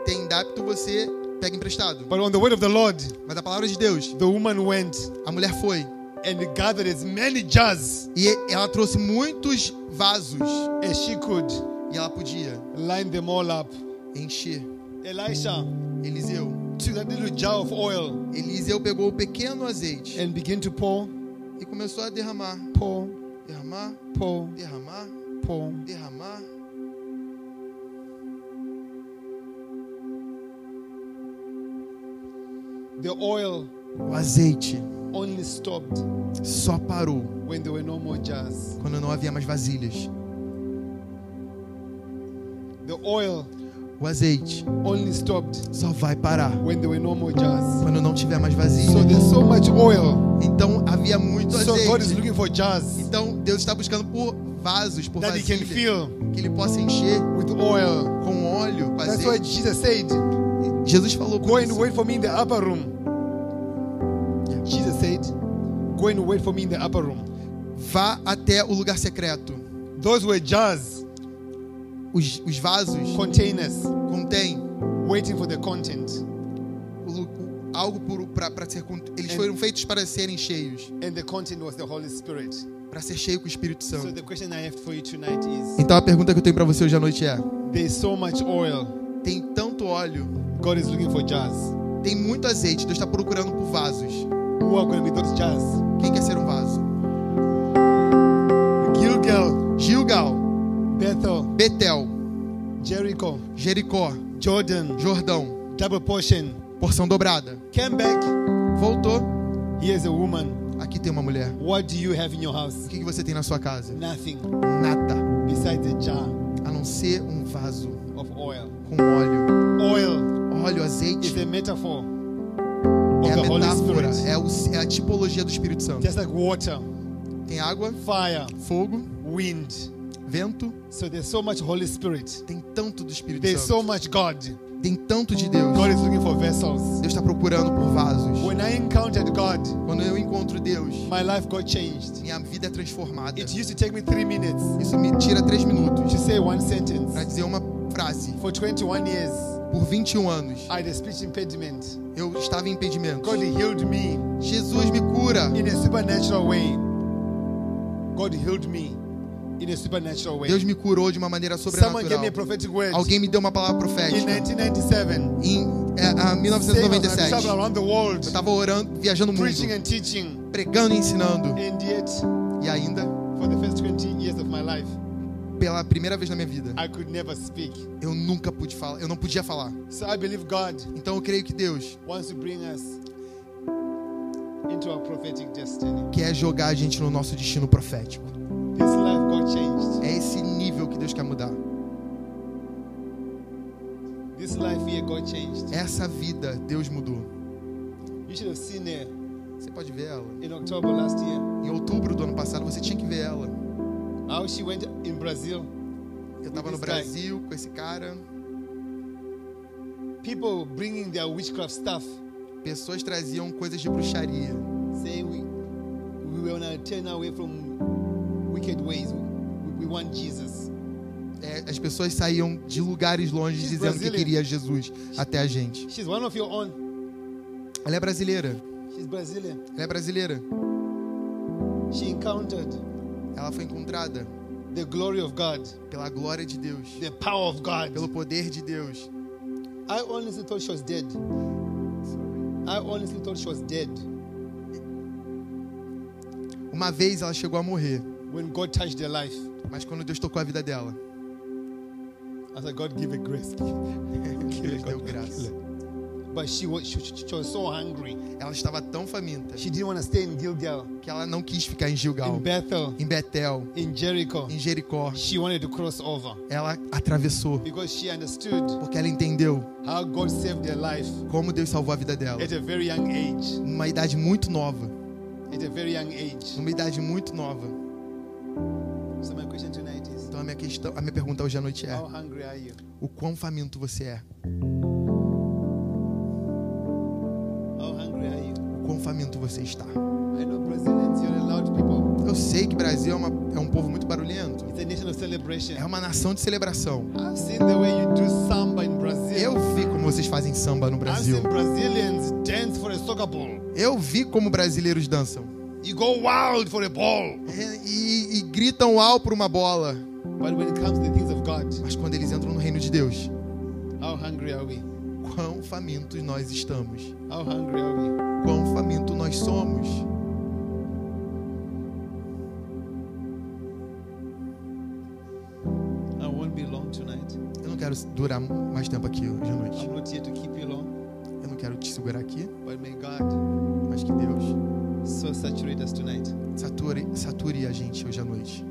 [SPEAKER 2] tem débito, você pega emprestado.
[SPEAKER 1] But on the word of the Lord,
[SPEAKER 2] Mas a palavra de Deus,
[SPEAKER 1] the woman went
[SPEAKER 2] a mulher foi
[SPEAKER 1] and gathered as many jars
[SPEAKER 2] e ela trouxe muitos vasos
[SPEAKER 1] as she could,
[SPEAKER 2] e ela podia
[SPEAKER 1] lined them all up.
[SPEAKER 2] encher.
[SPEAKER 1] Elisha
[SPEAKER 2] Eliseu,
[SPEAKER 1] took that little jar of oil
[SPEAKER 2] Eliseu pegou o pequeno azeite
[SPEAKER 1] and began to pour,
[SPEAKER 2] e começou a derramar,
[SPEAKER 1] pour,
[SPEAKER 2] derramar,
[SPEAKER 1] pour,
[SPEAKER 2] derramar,
[SPEAKER 1] pour.
[SPEAKER 2] derramar.
[SPEAKER 1] The oil
[SPEAKER 2] O azeite
[SPEAKER 1] only stopped
[SPEAKER 2] só parou
[SPEAKER 1] when there were no more jars.
[SPEAKER 2] quando não havia mais vasilhas.
[SPEAKER 1] The oil
[SPEAKER 2] O azeite
[SPEAKER 1] only stopped
[SPEAKER 2] só vai parar
[SPEAKER 1] when there were no more jars.
[SPEAKER 2] quando não tiver mais
[SPEAKER 1] So
[SPEAKER 2] vasilhas.
[SPEAKER 1] there's so much oil.
[SPEAKER 2] Então havia muito
[SPEAKER 1] So God is
[SPEAKER 2] azeite.
[SPEAKER 1] looking for jars
[SPEAKER 2] Então Deus está buscando por vasos, por
[SPEAKER 1] that He can
[SPEAKER 2] vasilhas
[SPEAKER 1] fill
[SPEAKER 2] que ele possa encher
[SPEAKER 1] with oil.
[SPEAKER 2] com óleo, com
[SPEAKER 1] That's why
[SPEAKER 2] azeite.
[SPEAKER 1] Jesus said,
[SPEAKER 2] Jesus falou
[SPEAKER 1] Go
[SPEAKER 2] com
[SPEAKER 1] and wait for me in the upper room. Jesus said, Go and wait for me in the upper room.
[SPEAKER 2] Vá até o lugar secreto.
[SPEAKER 1] Those were jars,
[SPEAKER 2] Os, os vasos
[SPEAKER 1] containers,
[SPEAKER 2] contêm
[SPEAKER 1] waiting for the content.
[SPEAKER 2] o lu- o- algo para ser cont- eles
[SPEAKER 1] É.
[SPEAKER 2] foram feitos para serem cheios
[SPEAKER 1] And the content was the Holy Spirit.
[SPEAKER 2] para ser cheio com o Espírito
[SPEAKER 1] So
[SPEAKER 2] Santo
[SPEAKER 1] the question I have for you tonight is
[SPEAKER 2] então a pergunta que eu tenho para você hoje à noite é
[SPEAKER 1] there's so much oil.
[SPEAKER 2] tem tanto óleo
[SPEAKER 1] God is looking for jars.
[SPEAKER 2] tem muito azeite Deus está procurando por vasos
[SPEAKER 1] Who are going to be those jars?
[SPEAKER 2] quem quer ser um vaso
[SPEAKER 1] Gilgal,
[SPEAKER 2] Gilgal
[SPEAKER 1] Bethel,
[SPEAKER 2] Betel
[SPEAKER 1] Jericho,
[SPEAKER 2] Jericó
[SPEAKER 1] Jordan,
[SPEAKER 2] Jordão
[SPEAKER 1] double portion.
[SPEAKER 2] porção dobrada
[SPEAKER 1] Came back.
[SPEAKER 2] voltou
[SPEAKER 1] Here's a woman.
[SPEAKER 2] aqui tem uma mulher
[SPEAKER 1] What do you have in your house?
[SPEAKER 2] o que, que você tem na sua casa
[SPEAKER 1] Nothing
[SPEAKER 2] nada
[SPEAKER 1] besides a jar
[SPEAKER 2] a não ser um vaso
[SPEAKER 1] of oil.
[SPEAKER 2] com óleo
[SPEAKER 1] Oil
[SPEAKER 2] óleo
[SPEAKER 1] is
[SPEAKER 2] azeite
[SPEAKER 1] a metaphor
[SPEAKER 2] é
[SPEAKER 1] of
[SPEAKER 2] a
[SPEAKER 1] the Holy
[SPEAKER 2] metáfora
[SPEAKER 1] Spirit.
[SPEAKER 2] é, o- é a tipologia do Espírito Santo
[SPEAKER 1] Just like water,
[SPEAKER 2] tem água
[SPEAKER 1] fire,
[SPEAKER 2] fogo
[SPEAKER 1] wind.
[SPEAKER 2] vento,
[SPEAKER 1] So there's so much Holy Spirit.
[SPEAKER 2] tem tanto do Espírito
[SPEAKER 1] There's
[SPEAKER 2] Santo.
[SPEAKER 1] so much God.
[SPEAKER 2] Tem tanto de Deus.
[SPEAKER 1] God is looking for vessels.
[SPEAKER 2] Deus está procurando por vasos.
[SPEAKER 1] When I encountered God,
[SPEAKER 2] Quando eu encontro Deus,
[SPEAKER 1] my life got changed.
[SPEAKER 2] minha vida é transformada.
[SPEAKER 1] It used to take me three minutes
[SPEAKER 2] Isso me tira três minutos
[SPEAKER 1] to say one
[SPEAKER 2] para
[SPEAKER 1] sentence.
[SPEAKER 2] dizer uma frase.
[SPEAKER 1] For 21 years,
[SPEAKER 2] Por 21 anos,
[SPEAKER 1] I had a speech impediment.
[SPEAKER 2] eu estava em impedimento.
[SPEAKER 1] God healed me
[SPEAKER 2] Jesus me cura.
[SPEAKER 1] in a supernatural way. God healed me in a supernatural way.
[SPEAKER 2] Deus me curou de uma maneira
[SPEAKER 1] Someone gave
[SPEAKER 2] sobrenatural.
[SPEAKER 1] me a prophetic word
[SPEAKER 2] Alguém me deu uma palavra
[SPEAKER 1] in
[SPEAKER 2] profética.
[SPEAKER 1] 1997.
[SPEAKER 2] Em, é,
[SPEAKER 1] Save us. I
[SPEAKER 2] a
[SPEAKER 1] travel
[SPEAKER 2] 1997.
[SPEAKER 1] around the
[SPEAKER 2] Eu
[SPEAKER 1] world,
[SPEAKER 2] estava orando, viajando o
[SPEAKER 1] preaching
[SPEAKER 2] mundo,
[SPEAKER 1] and teaching,
[SPEAKER 2] pregando e ensinando.
[SPEAKER 1] and yet
[SPEAKER 2] E ainda,
[SPEAKER 1] for the first 20 years of my life,
[SPEAKER 2] pela primeira vez na minha vida,
[SPEAKER 1] I could never speak.
[SPEAKER 2] eu nunca pude falar, eu não podia falar.
[SPEAKER 1] So I believe God
[SPEAKER 2] Então eu creio que Deus
[SPEAKER 1] wants to bring us into our prophetic destiny.
[SPEAKER 2] quer jogar a gente no nosso destino profético.
[SPEAKER 1] This life got changed.
[SPEAKER 2] É esse nível que Deus quer mudar.
[SPEAKER 1] This life here got changed.
[SPEAKER 2] Essa vida Deus mudou.
[SPEAKER 1] You should have seen her
[SPEAKER 2] Você pode ver ela.
[SPEAKER 1] in October last year.
[SPEAKER 2] Em outubro do ano passado você tinha que ver ela.
[SPEAKER 1] How she went in Brazil.
[SPEAKER 2] Eu tava no Brasil com esse cara,
[SPEAKER 1] People bringing their witchcraft stuff,
[SPEAKER 2] pessoas traziam coisas de bruxaria.
[SPEAKER 1] saying we we want to turn away from wicked ways. We, we want Jesus.
[SPEAKER 2] É, as pessoas saíam de lugares longe
[SPEAKER 1] She's
[SPEAKER 2] dizendo que
[SPEAKER 1] Brazilian.
[SPEAKER 2] queria Jesus até a gente.
[SPEAKER 1] She's one of your own.
[SPEAKER 2] Ela é brasileira.
[SPEAKER 1] She's Brazilian.
[SPEAKER 2] Ela é brasileira.
[SPEAKER 1] She encountered
[SPEAKER 2] Ela foi encontrada
[SPEAKER 1] the glory of God,
[SPEAKER 2] pela glória de Deus,
[SPEAKER 1] the power of God.
[SPEAKER 2] pelo poder de Deus.
[SPEAKER 1] I honestly thought she was dead. I honestly thought she was dead
[SPEAKER 2] Uma vez ela chegou a morrer,
[SPEAKER 1] when God touched her life.
[SPEAKER 2] mas quando Deus tocou a vida dela,
[SPEAKER 1] I said, God, give her grace.
[SPEAKER 2] Deus deu graça.
[SPEAKER 1] But she was, she, she- she was so hungry.
[SPEAKER 2] Ela estava tão faminta
[SPEAKER 1] She didn't want to stay in Gilgal,
[SPEAKER 2] que ela não quis ficar em
[SPEAKER 1] in
[SPEAKER 2] Gilgal,
[SPEAKER 1] Bethel,
[SPEAKER 2] em Betel,
[SPEAKER 1] in Jericho.
[SPEAKER 2] em Jericó.
[SPEAKER 1] She wanted to cross over
[SPEAKER 2] Ela atravessou,
[SPEAKER 1] because she understood
[SPEAKER 2] porque ela entendeu
[SPEAKER 1] how God saved her life
[SPEAKER 2] como Deus salvou a vida dela.
[SPEAKER 1] at a very young age.
[SPEAKER 2] Numa idade muito nova.
[SPEAKER 1] At a very young age.
[SPEAKER 2] Numa idade muito nova.
[SPEAKER 1] So my question tonight is,
[SPEAKER 2] Então a minha questão, a minha pergunta hoje à noite é:
[SPEAKER 1] how hungry are you?
[SPEAKER 2] o quão faminto você é?
[SPEAKER 1] How hungry are you?
[SPEAKER 2] O quão faminto você está?
[SPEAKER 1] I know Brazilians, you're a loud people.
[SPEAKER 2] Eu sei que Brasil é, uma- é um povo muito barulhento.
[SPEAKER 1] It's a nation of celebration.
[SPEAKER 2] É uma nação de celebração.
[SPEAKER 1] I've seen the way you do samba in
[SPEAKER 2] Eu
[SPEAKER 1] Brazil.
[SPEAKER 2] vi como vocês fazem samba no
[SPEAKER 1] I've
[SPEAKER 2] Brasil.
[SPEAKER 1] seen Brazilians dance for a soccer ball.
[SPEAKER 2] Eu vi como brasileiros dançam
[SPEAKER 1] You go wild for a ball.
[SPEAKER 2] É, e, e gritam ao por uma bola.
[SPEAKER 1] But when it comes to the things of God,
[SPEAKER 2] Mas quando eles entram no reino de Deus,
[SPEAKER 1] how hungry are we?
[SPEAKER 2] quão famintos nós estamos?
[SPEAKER 1] How hungry are we?
[SPEAKER 2] Quão faminto nós somos?
[SPEAKER 1] I won't be long tonight.
[SPEAKER 2] Eu não quero durar mais tempo aqui hoje à noite.
[SPEAKER 1] I'm not here to keep you long,
[SPEAKER 2] Eu não quero te segurar aqui,
[SPEAKER 1] but may God
[SPEAKER 2] mas que Deus
[SPEAKER 1] so saturate us tonight
[SPEAKER 2] sature, sature a gente hoje à noite.